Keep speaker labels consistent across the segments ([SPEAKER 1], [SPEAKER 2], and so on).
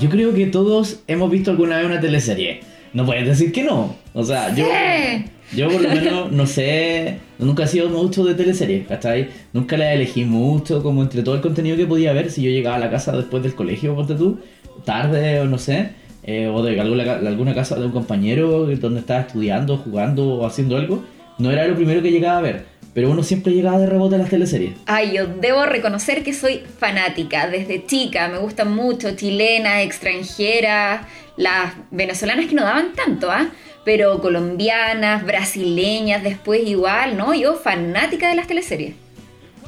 [SPEAKER 1] yo creo que todos hemos visto alguna vez una teleserie. No puedes decir que no. O sea, yo,
[SPEAKER 2] Sí.
[SPEAKER 1] yo por lo menos no sé, nunca he sido mucho de teleseries, ¿cachai? Nunca la elegí mucho, como entre todo el contenido que podía ver, si yo llegaba a la casa después del colegio, ponte tú, tarde o no sé, eh, o de alguna, ca- de alguna casa de un compañero donde estaba estudiando, jugando o haciendo algo, no era lo primero que llegaba a ver, pero uno siempre llegaba de rebote a las teleseries.
[SPEAKER 2] Ay, yo debo reconocer que soy fanática desde chica, me gustan mucho, chilenas, extranjeras, las venezolanas que no daban tanto, ¿ah? Pero colombianas, brasileñas, después igual, ¿no? Yo fanática de las teleseries.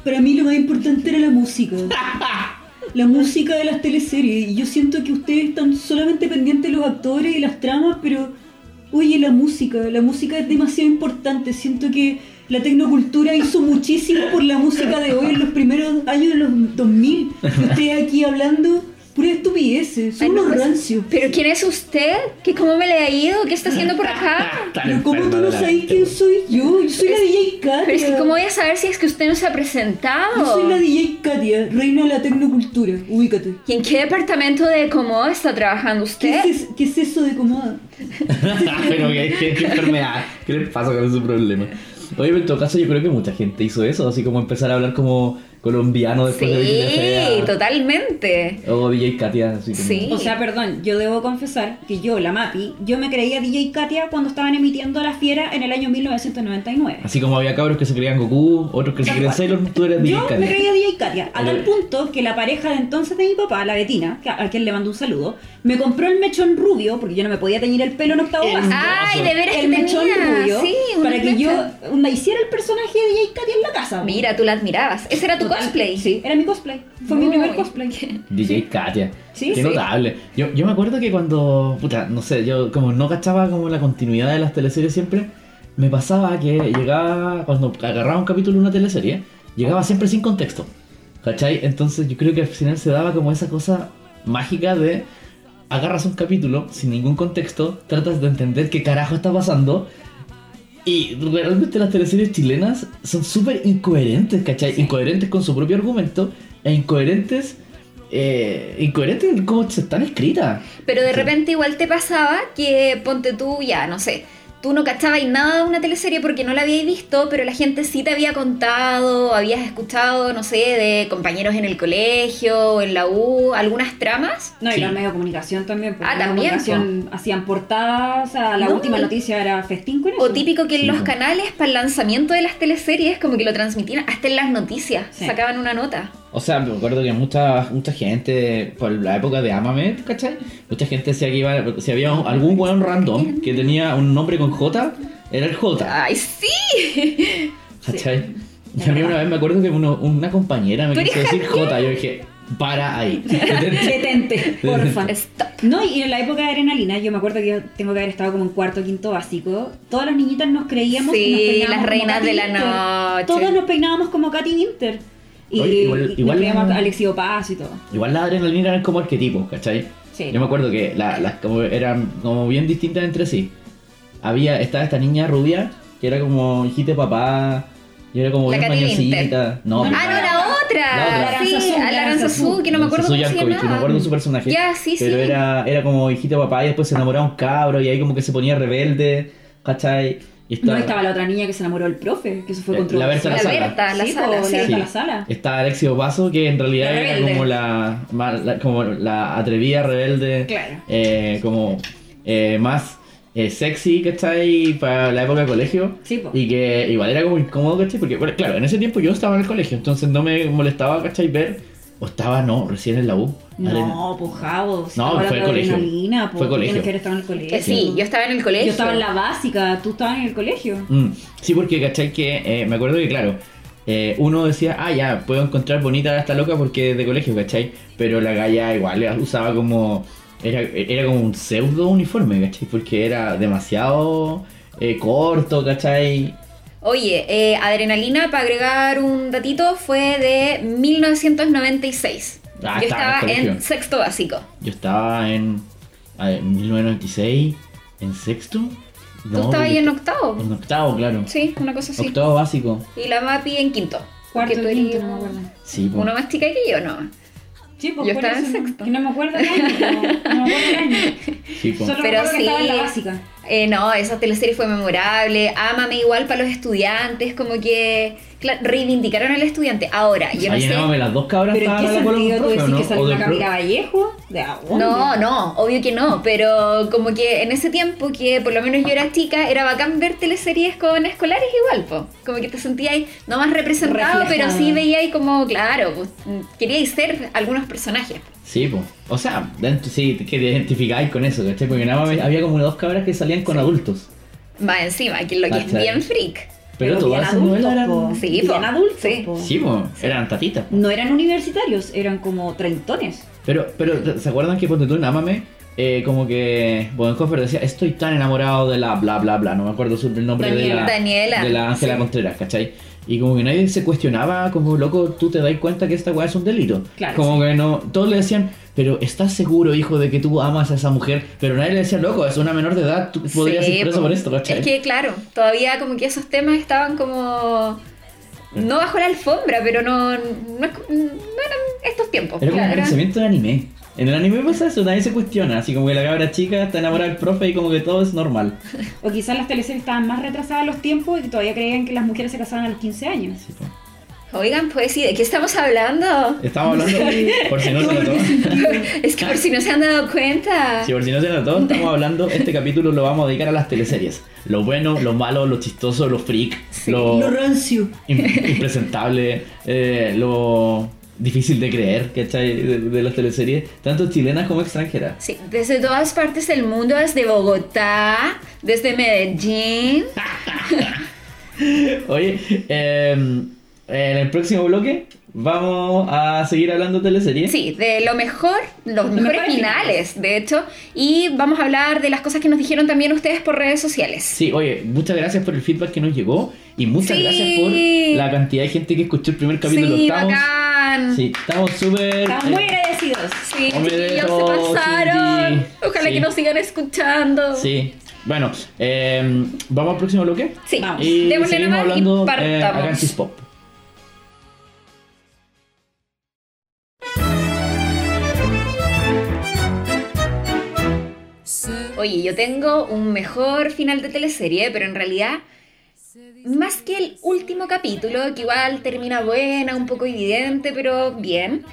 [SPEAKER 3] Para mí lo más importante era la música. La música de las teleseries. Y yo siento que ustedes están solamente pendientes de los actores y las tramas, pero oye, la música, la música es demasiado importante. Siento que la tecnocultura hizo muchísimo por la música de hoy en los primeros años de los 2000. Y ustedes aquí hablando puras estupideces, son
[SPEAKER 2] Ay, no,
[SPEAKER 3] unos
[SPEAKER 2] pues,
[SPEAKER 3] rancios.
[SPEAKER 2] ¿Pero quién es usted? ¿Qué, ¿Cómo me le ha ido? ¿Qué está haciendo por acá?
[SPEAKER 3] Pero ¿cómo tú no sabes quién soy yo? Yo soy la DJ Katia.
[SPEAKER 2] Pero es que, ¿cómo voy a saber si es que usted no se ha
[SPEAKER 3] Yo
[SPEAKER 2] presentado?
[SPEAKER 3] soy la DJ Katia, reina de la tecnocultura. Ubícate.
[SPEAKER 2] ¿Y en qué departamento de Comodo está trabajando
[SPEAKER 3] ¿Qué es,
[SPEAKER 2] usted?
[SPEAKER 3] es- qué es eso de Comoda?
[SPEAKER 1] pero ¿qué, qué, qué enfermedad, ¿qué le pasa con ese problema? Oye, pero en todo caso yo creo que mucha gente hizo eso, así como empezar a hablar como colombiano después de Virginia
[SPEAKER 2] Sí,
[SPEAKER 1] Fea,
[SPEAKER 2] totalmente.
[SPEAKER 1] o DJ Katia, así como...
[SPEAKER 2] Sí.
[SPEAKER 4] O sea, perdón, yo debo confesar que yo, la Mapi, yo me creía DJ Katia cuando estaban emitiendo La Fiera en el año 1999.
[SPEAKER 1] Así como había cabros que se creían Goku, otros que se creían Sailor, Moon, tú eras DJ
[SPEAKER 4] Yo me
[SPEAKER 1] Katia.
[SPEAKER 4] creía DJ Katia, a tal
[SPEAKER 1] Oye.
[SPEAKER 4] punto que la pareja de entonces de mi papá, la Betina, que- a quien le mando un saludo, me compró el mechón rubio, porque yo no me podía teñir el pelo en octavo
[SPEAKER 1] El-
[SPEAKER 4] básico.
[SPEAKER 2] Ay, Ah, de veras que
[SPEAKER 4] El mechón
[SPEAKER 2] tenía.
[SPEAKER 4] rubio,
[SPEAKER 2] sí, una
[SPEAKER 4] para que
[SPEAKER 2] flecha.
[SPEAKER 4] yo onda, hiciera el personaje de DJ Katia en la casa.
[SPEAKER 2] Mira, tú la admirabas. Ese era tu
[SPEAKER 4] Total,
[SPEAKER 2] cosplay.
[SPEAKER 4] Sí, era mi cosplay. Fue mi
[SPEAKER 2] Muy
[SPEAKER 4] primer cosplay.
[SPEAKER 1] DJ Katia.
[SPEAKER 4] Sí,
[SPEAKER 1] Qué
[SPEAKER 4] sí.
[SPEAKER 1] notable. Yo, yo me acuerdo que cuando, puta, no sé, yo como no cachaba como la continuidad de las teleseries siempre, me pasaba que llegaba, cuando agarraba un capítulo de una teleserie, llegaba siempre sin contexto. ¿Cachai? Entonces yo creo que al final se daba como esa cosa mágica de agarras un capítulo sin ningún contexto, tratas de entender qué carajo está pasando. Y realmente las teleseries chilenas son súper incoherentes, ¿cachai? Incoherentes con su propio argumento e incoherentes eh, incoherente en cómo se están escritas.
[SPEAKER 2] Pero de
[SPEAKER 1] Sí.
[SPEAKER 2] repente igual te pasaba que ponte tú ya, no sé. Tú no cachabas nada de una teleserie porque no la habías visto, pero la gente sí te había contado, habías escuchado, no sé, de compañeros en el colegio o en la U, algunas tramas.
[SPEAKER 4] No, y
[SPEAKER 1] Sí.
[SPEAKER 4] los medios de comunicación también. porque
[SPEAKER 2] Ah,
[SPEAKER 4] los medios
[SPEAKER 2] también,
[SPEAKER 4] de comunicación hacían portadas, o sea, la
[SPEAKER 2] No,
[SPEAKER 4] última
[SPEAKER 2] y-
[SPEAKER 4] noticia era festín con eso.
[SPEAKER 2] O típico que en
[SPEAKER 1] Sí,
[SPEAKER 2] los
[SPEAKER 1] po.
[SPEAKER 2] canales para el lanzamiento de las teleseries, como que lo transmitían hasta en las noticias,
[SPEAKER 4] Sí.
[SPEAKER 2] sacaban una nota.
[SPEAKER 1] O sea, me acuerdo que mucha, mucha gente, por la época de Amame, ¿cachai? Mucha gente decía que iba, si había un- algún weón random que tenía un nombre con J, era el J,
[SPEAKER 2] ¡Ay, sí!
[SPEAKER 1] ¿cachai? Y a mí una vez me acuerdo que uno- una compañera me
[SPEAKER 2] ¿Tú
[SPEAKER 1] quiso
[SPEAKER 2] eres
[SPEAKER 1] decir J, yo dije, para ahí. Detente.
[SPEAKER 4] Detente, porfa.
[SPEAKER 2] Stop.
[SPEAKER 4] No, y en la época de adrenalina, yo me acuerdo que yo tengo que haber estado como en cuarto, quinto básico. Todas las niñitas nos creíamos
[SPEAKER 2] Sí,
[SPEAKER 4] y nos
[SPEAKER 2] las
[SPEAKER 4] peinábamos como
[SPEAKER 2] reinas
[SPEAKER 4] Katy
[SPEAKER 2] de la
[SPEAKER 4] Winter.
[SPEAKER 2] noche.
[SPEAKER 4] Todas nos peinábamos como Katy Winter. Y,
[SPEAKER 1] Oye, igual-
[SPEAKER 4] y
[SPEAKER 1] igual-
[SPEAKER 4] nos creíamos Alexi Paz y todo.
[SPEAKER 1] Igual la adrenalina eran como arquetipos, ¿cachai?
[SPEAKER 4] Sí.
[SPEAKER 1] Yo me acuerdo que la- las como eran como bien distintas entre sí. Había, estaba esta niña rubia, que era como hijita de papá, y era como
[SPEAKER 2] La
[SPEAKER 1] bien
[SPEAKER 2] Katy Winter.
[SPEAKER 1] mañosita. No, pero-
[SPEAKER 2] Ah, no, la otra.
[SPEAKER 1] La
[SPEAKER 4] otra.
[SPEAKER 2] Sí,
[SPEAKER 4] Aranzazú,
[SPEAKER 2] a la Aranzazú,
[SPEAKER 4] Aranzazú,
[SPEAKER 2] que no me acuerdo
[SPEAKER 1] Susu
[SPEAKER 2] cómo se
[SPEAKER 1] Yankovic, no me acuerdo
[SPEAKER 2] llamaba.
[SPEAKER 1] su personaje.
[SPEAKER 2] Ya, sí,
[SPEAKER 1] pero
[SPEAKER 2] sí.
[SPEAKER 1] Era, era como hijita de papá y después se enamoraba un cabro y ahí como que se ponía rebelde, ¿cachai? Y
[SPEAKER 4] No
[SPEAKER 1] estaba,
[SPEAKER 4] estaba la otra niña que se enamoró del profe, que eso fue
[SPEAKER 1] La- la
[SPEAKER 4] controversial.
[SPEAKER 1] Berta
[SPEAKER 2] La
[SPEAKER 1] sala.
[SPEAKER 2] Berta, la
[SPEAKER 4] Sí,
[SPEAKER 2] sala,
[SPEAKER 4] po,
[SPEAKER 2] sí.
[SPEAKER 4] la
[SPEAKER 1] Sí.
[SPEAKER 4] Berta la sala.
[SPEAKER 1] estaba Alexio Paso, que en realidad
[SPEAKER 4] La
[SPEAKER 1] era
[SPEAKER 4] rebelde.
[SPEAKER 1] como la, más- la- como la atrevida rebelde,
[SPEAKER 4] Claro.
[SPEAKER 1] eh, como eh, más eh, sexy, ¿cachai? Para la época de colegio.
[SPEAKER 4] Sí, po.
[SPEAKER 1] Y que igual era como incómodo, ¿cachai? Porque, bueno, claro, en ese tiempo yo estaba en el colegio, entonces no me molestaba, ¿cachai? Ver, o estaba, no, recién en la U. Adrena-
[SPEAKER 4] No, pues Javo, si
[SPEAKER 1] No,
[SPEAKER 4] estaba
[SPEAKER 1] fue
[SPEAKER 4] hablando de
[SPEAKER 1] colegio.
[SPEAKER 4] adrenalina, po,
[SPEAKER 1] Fue
[SPEAKER 4] tú
[SPEAKER 1] colegio.
[SPEAKER 4] Tienes que haber estado en el colegio.
[SPEAKER 2] Eh, sí, yo estaba en el colegio.
[SPEAKER 4] Yo estaba en la básica, tú estabas en el colegio.
[SPEAKER 1] Mm, Sí, porque, ¿cachai? Que eh, me acuerdo que, claro, eh, uno decía, ah, ya, puedo encontrar bonita a esta loca porque es de colegio, ¿cachai? Pero la galla igual la usaba como. Era, era como un pseudo uniforme, ¿cachai? Porque era demasiado eh, corto, ¿cachai?
[SPEAKER 2] Oye, eh, Adrenalina, para agregar un datito, fue de 1996.
[SPEAKER 1] Ah, estaba en el
[SPEAKER 2] yo estaba en,
[SPEAKER 1] colegio.
[SPEAKER 2] sexto básico.
[SPEAKER 1] Yo estaba en. a ver, 1996, en sexto. No,
[SPEAKER 2] Tú estabas
[SPEAKER 1] porque-
[SPEAKER 2] ahí en octavo.
[SPEAKER 1] En octavo, claro.
[SPEAKER 2] Sí, una cosa así.
[SPEAKER 1] Octavo básico.
[SPEAKER 2] Y la Mapi en quinto. Porque
[SPEAKER 4] Cuarto,
[SPEAKER 2] tú
[SPEAKER 4] quinto,
[SPEAKER 2] eres
[SPEAKER 4] no me acuerdo.
[SPEAKER 1] Sí, po.
[SPEAKER 2] Una más chica que yo, no.
[SPEAKER 4] Sí, pues
[SPEAKER 2] Yo
[SPEAKER 4] por
[SPEAKER 2] estaba en
[SPEAKER 4] eso no-
[SPEAKER 2] sexto.
[SPEAKER 4] que No me acuerdo el año. No, no me acuerdo el año.
[SPEAKER 1] Sí, po.
[SPEAKER 4] Solo
[SPEAKER 2] Pero
[SPEAKER 4] recuerdo que estaba en la
[SPEAKER 2] sí.
[SPEAKER 4] básica.
[SPEAKER 2] Eh, no, esa teleserie fue memorable. Ámame igual para los estudiantes, como que cla- reivindicaron al estudiante. Ahora, yo no
[SPEAKER 1] Ahí
[SPEAKER 2] sé.
[SPEAKER 1] no, las dos cabras
[SPEAKER 4] Pero ¿en
[SPEAKER 1] estaban
[SPEAKER 4] qué
[SPEAKER 1] a la cola
[SPEAKER 4] sentido
[SPEAKER 1] del
[SPEAKER 4] tú
[SPEAKER 1] profe,
[SPEAKER 4] decís
[SPEAKER 1] ¿no?
[SPEAKER 4] que
[SPEAKER 1] O
[SPEAKER 4] salió
[SPEAKER 1] del
[SPEAKER 4] una
[SPEAKER 1] profe.
[SPEAKER 4] Camila Vallejo? ¿De a dónde?
[SPEAKER 2] No, no, obvio que no, pero como que en ese tiempo que por lo menos yo era chica, era bacán ver teleseries con escolares igual, po. Como que te sentíais no más representado,
[SPEAKER 4] Reflejada.
[SPEAKER 2] pero sí veíais como, claro, pues, queríais ser algunos personajes.
[SPEAKER 1] Sí, pues. O sea, dentro- sí, que te identificáis con eso, ¿cachai? Porque nada más había como dos cabras que salían con adultos.
[SPEAKER 2] Más encima, que lo que es
[SPEAKER 1] Cachai.
[SPEAKER 2] bien freak.
[SPEAKER 1] Pero,
[SPEAKER 4] bien
[SPEAKER 1] todas esas novelas eran.
[SPEAKER 4] po.
[SPEAKER 2] Sí,
[SPEAKER 4] Bien
[SPEAKER 2] po.
[SPEAKER 4] adultos,
[SPEAKER 2] Sí.
[SPEAKER 4] po.
[SPEAKER 1] Sí, po, eran tatitas. po.
[SPEAKER 4] No eran universitarios, eran como treintones.
[SPEAKER 1] Pero, pero, ¿se acuerdan que ponte tú en Amame? eh, como que Bodenhofer decía, estoy tan enamorado de la bla bla bla, no me acuerdo su- el nombre
[SPEAKER 4] Daniela.
[SPEAKER 1] de la
[SPEAKER 2] Daniela.
[SPEAKER 1] de la Ángela
[SPEAKER 2] Sí.
[SPEAKER 1] Contreras, ¿cachai? Y como que nadie se cuestionaba, como loco, tú te das cuenta que esta weá es un delito.
[SPEAKER 4] Claro,
[SPEAKER 1] como que no, todos le decían, pero ¿estás seguro, hijo, de que tú amas a esa mujer? Pero nadie le decía, loco, es una menor de edad, tú podrías
[SPEAKER 2] Sí,
[SPEAKER 1] ir preso
[SPEAKER 2] po.
[SPEAKER 1] por esto, ¿cachai?
[SPEAKER 2] Es que claro, todavía como que esos temas estaban como...
[SPEAKER 1] Mm.
[SPEAKER 2] No bajo la alfombra, pero no, no, es- mm, no eran estos tiempos.
[SPEAKER 1] Era como un
[SPEAKER 2] claro.
[SPEAKER 1] pensamiento de anime. En el anime pasa eso, nadie se cuestiona, así como que la cabra chica está enamorada del profe y como que todo es normal.
[SPEAKER 4] O quizás las teleseries estaban más retrasadas a los tiempos y todavía creían que las mujeres se casaban a los 15 años.
[SPEAKER 1] Así po.
[SPEAKER 2] Oigan, pues sí, ¿de qué estamos hablando?
[SPEAKER 1] Estamos hablando, por si no se notó,
[SPEAKER 2] Es que por si no se han dado cuenta.
[SPEAKER 1] si por si no se notó, estamos hablando, este capítulo lo vamos a dedicar a las teleseries. Lo bueno, lo malo, lo chistoso, lo freak, lo,
[SPEAKER 3] Lo rancio.
[SPEAKER 1] im- impresentable, eh, lo difícil de creer, ¿cachai? De, de las teleseries, tanto chilenas como extranjeras.
[SPEAKER 2] Sí, desde todas partes del mundo, desde Bogotá, desde Medellín.
[SPEAKER 1] Oye, eh, en el próximo bloque vamos a seguir hablando de teleseries.
[SPEAKER 2] Sí, de lo mejor, los mejores
[SPEAKER 4] mejores
[SPEAKER 2] finales, de hecho. Y vamos a hablar de las cosas que nos dijeron también ustedes por redes sociales.
[SPEAKER 1] Sí, oye, muchas gracias por el feedback que nos llegó y muchas
[SPEAKER 2] Sí.
[SPEAKER 1] gracias por la cantidad de gente que escuchó el primer capítulo.
[SPEAKER 2] sí,
[SPEAKER 1] estamos,
[SPEAKER 2] bacán.
[SPEAKER 1] sí, estamos súper. eh,
[SPEAKER 4] Estaban muy agradecidos.
[SPEAKER 2] Sí,
[SPEAKER 1] Hombre de
[SPEAKER 2] chiquillos,
[SPEAKER 1] todo,
[SPEAKER 2] se pasaron.
[SPEAKER 1] Cindy.
[SPEAKER 2] Ojalá
[SPEAKER 1] Sí.
[SPEAKER 2] que nos sigan escuchando.
[SPEAKER 1] Sí. Bueno, eh, vamos al próximo bloque.
[SPEAKER 2] Sí,
[SPEAKER 4] Vamos.
[SPEAKER 1] Y
[SPEAKER 2] démosle
[SPEAKER 1] seguimos
[SPEAKER 2] nomás y
[SPEAKER 1] hablando eh,
[SPEAKER 2] partamos.
[SPEAKER 1] acá en Cispop.
[SPEAKER 2] Oye, yo tengo un mejor final de teleserie, pero en realidad, más que el último capítulo, que igual termina buena, un poco evidente, pero bien.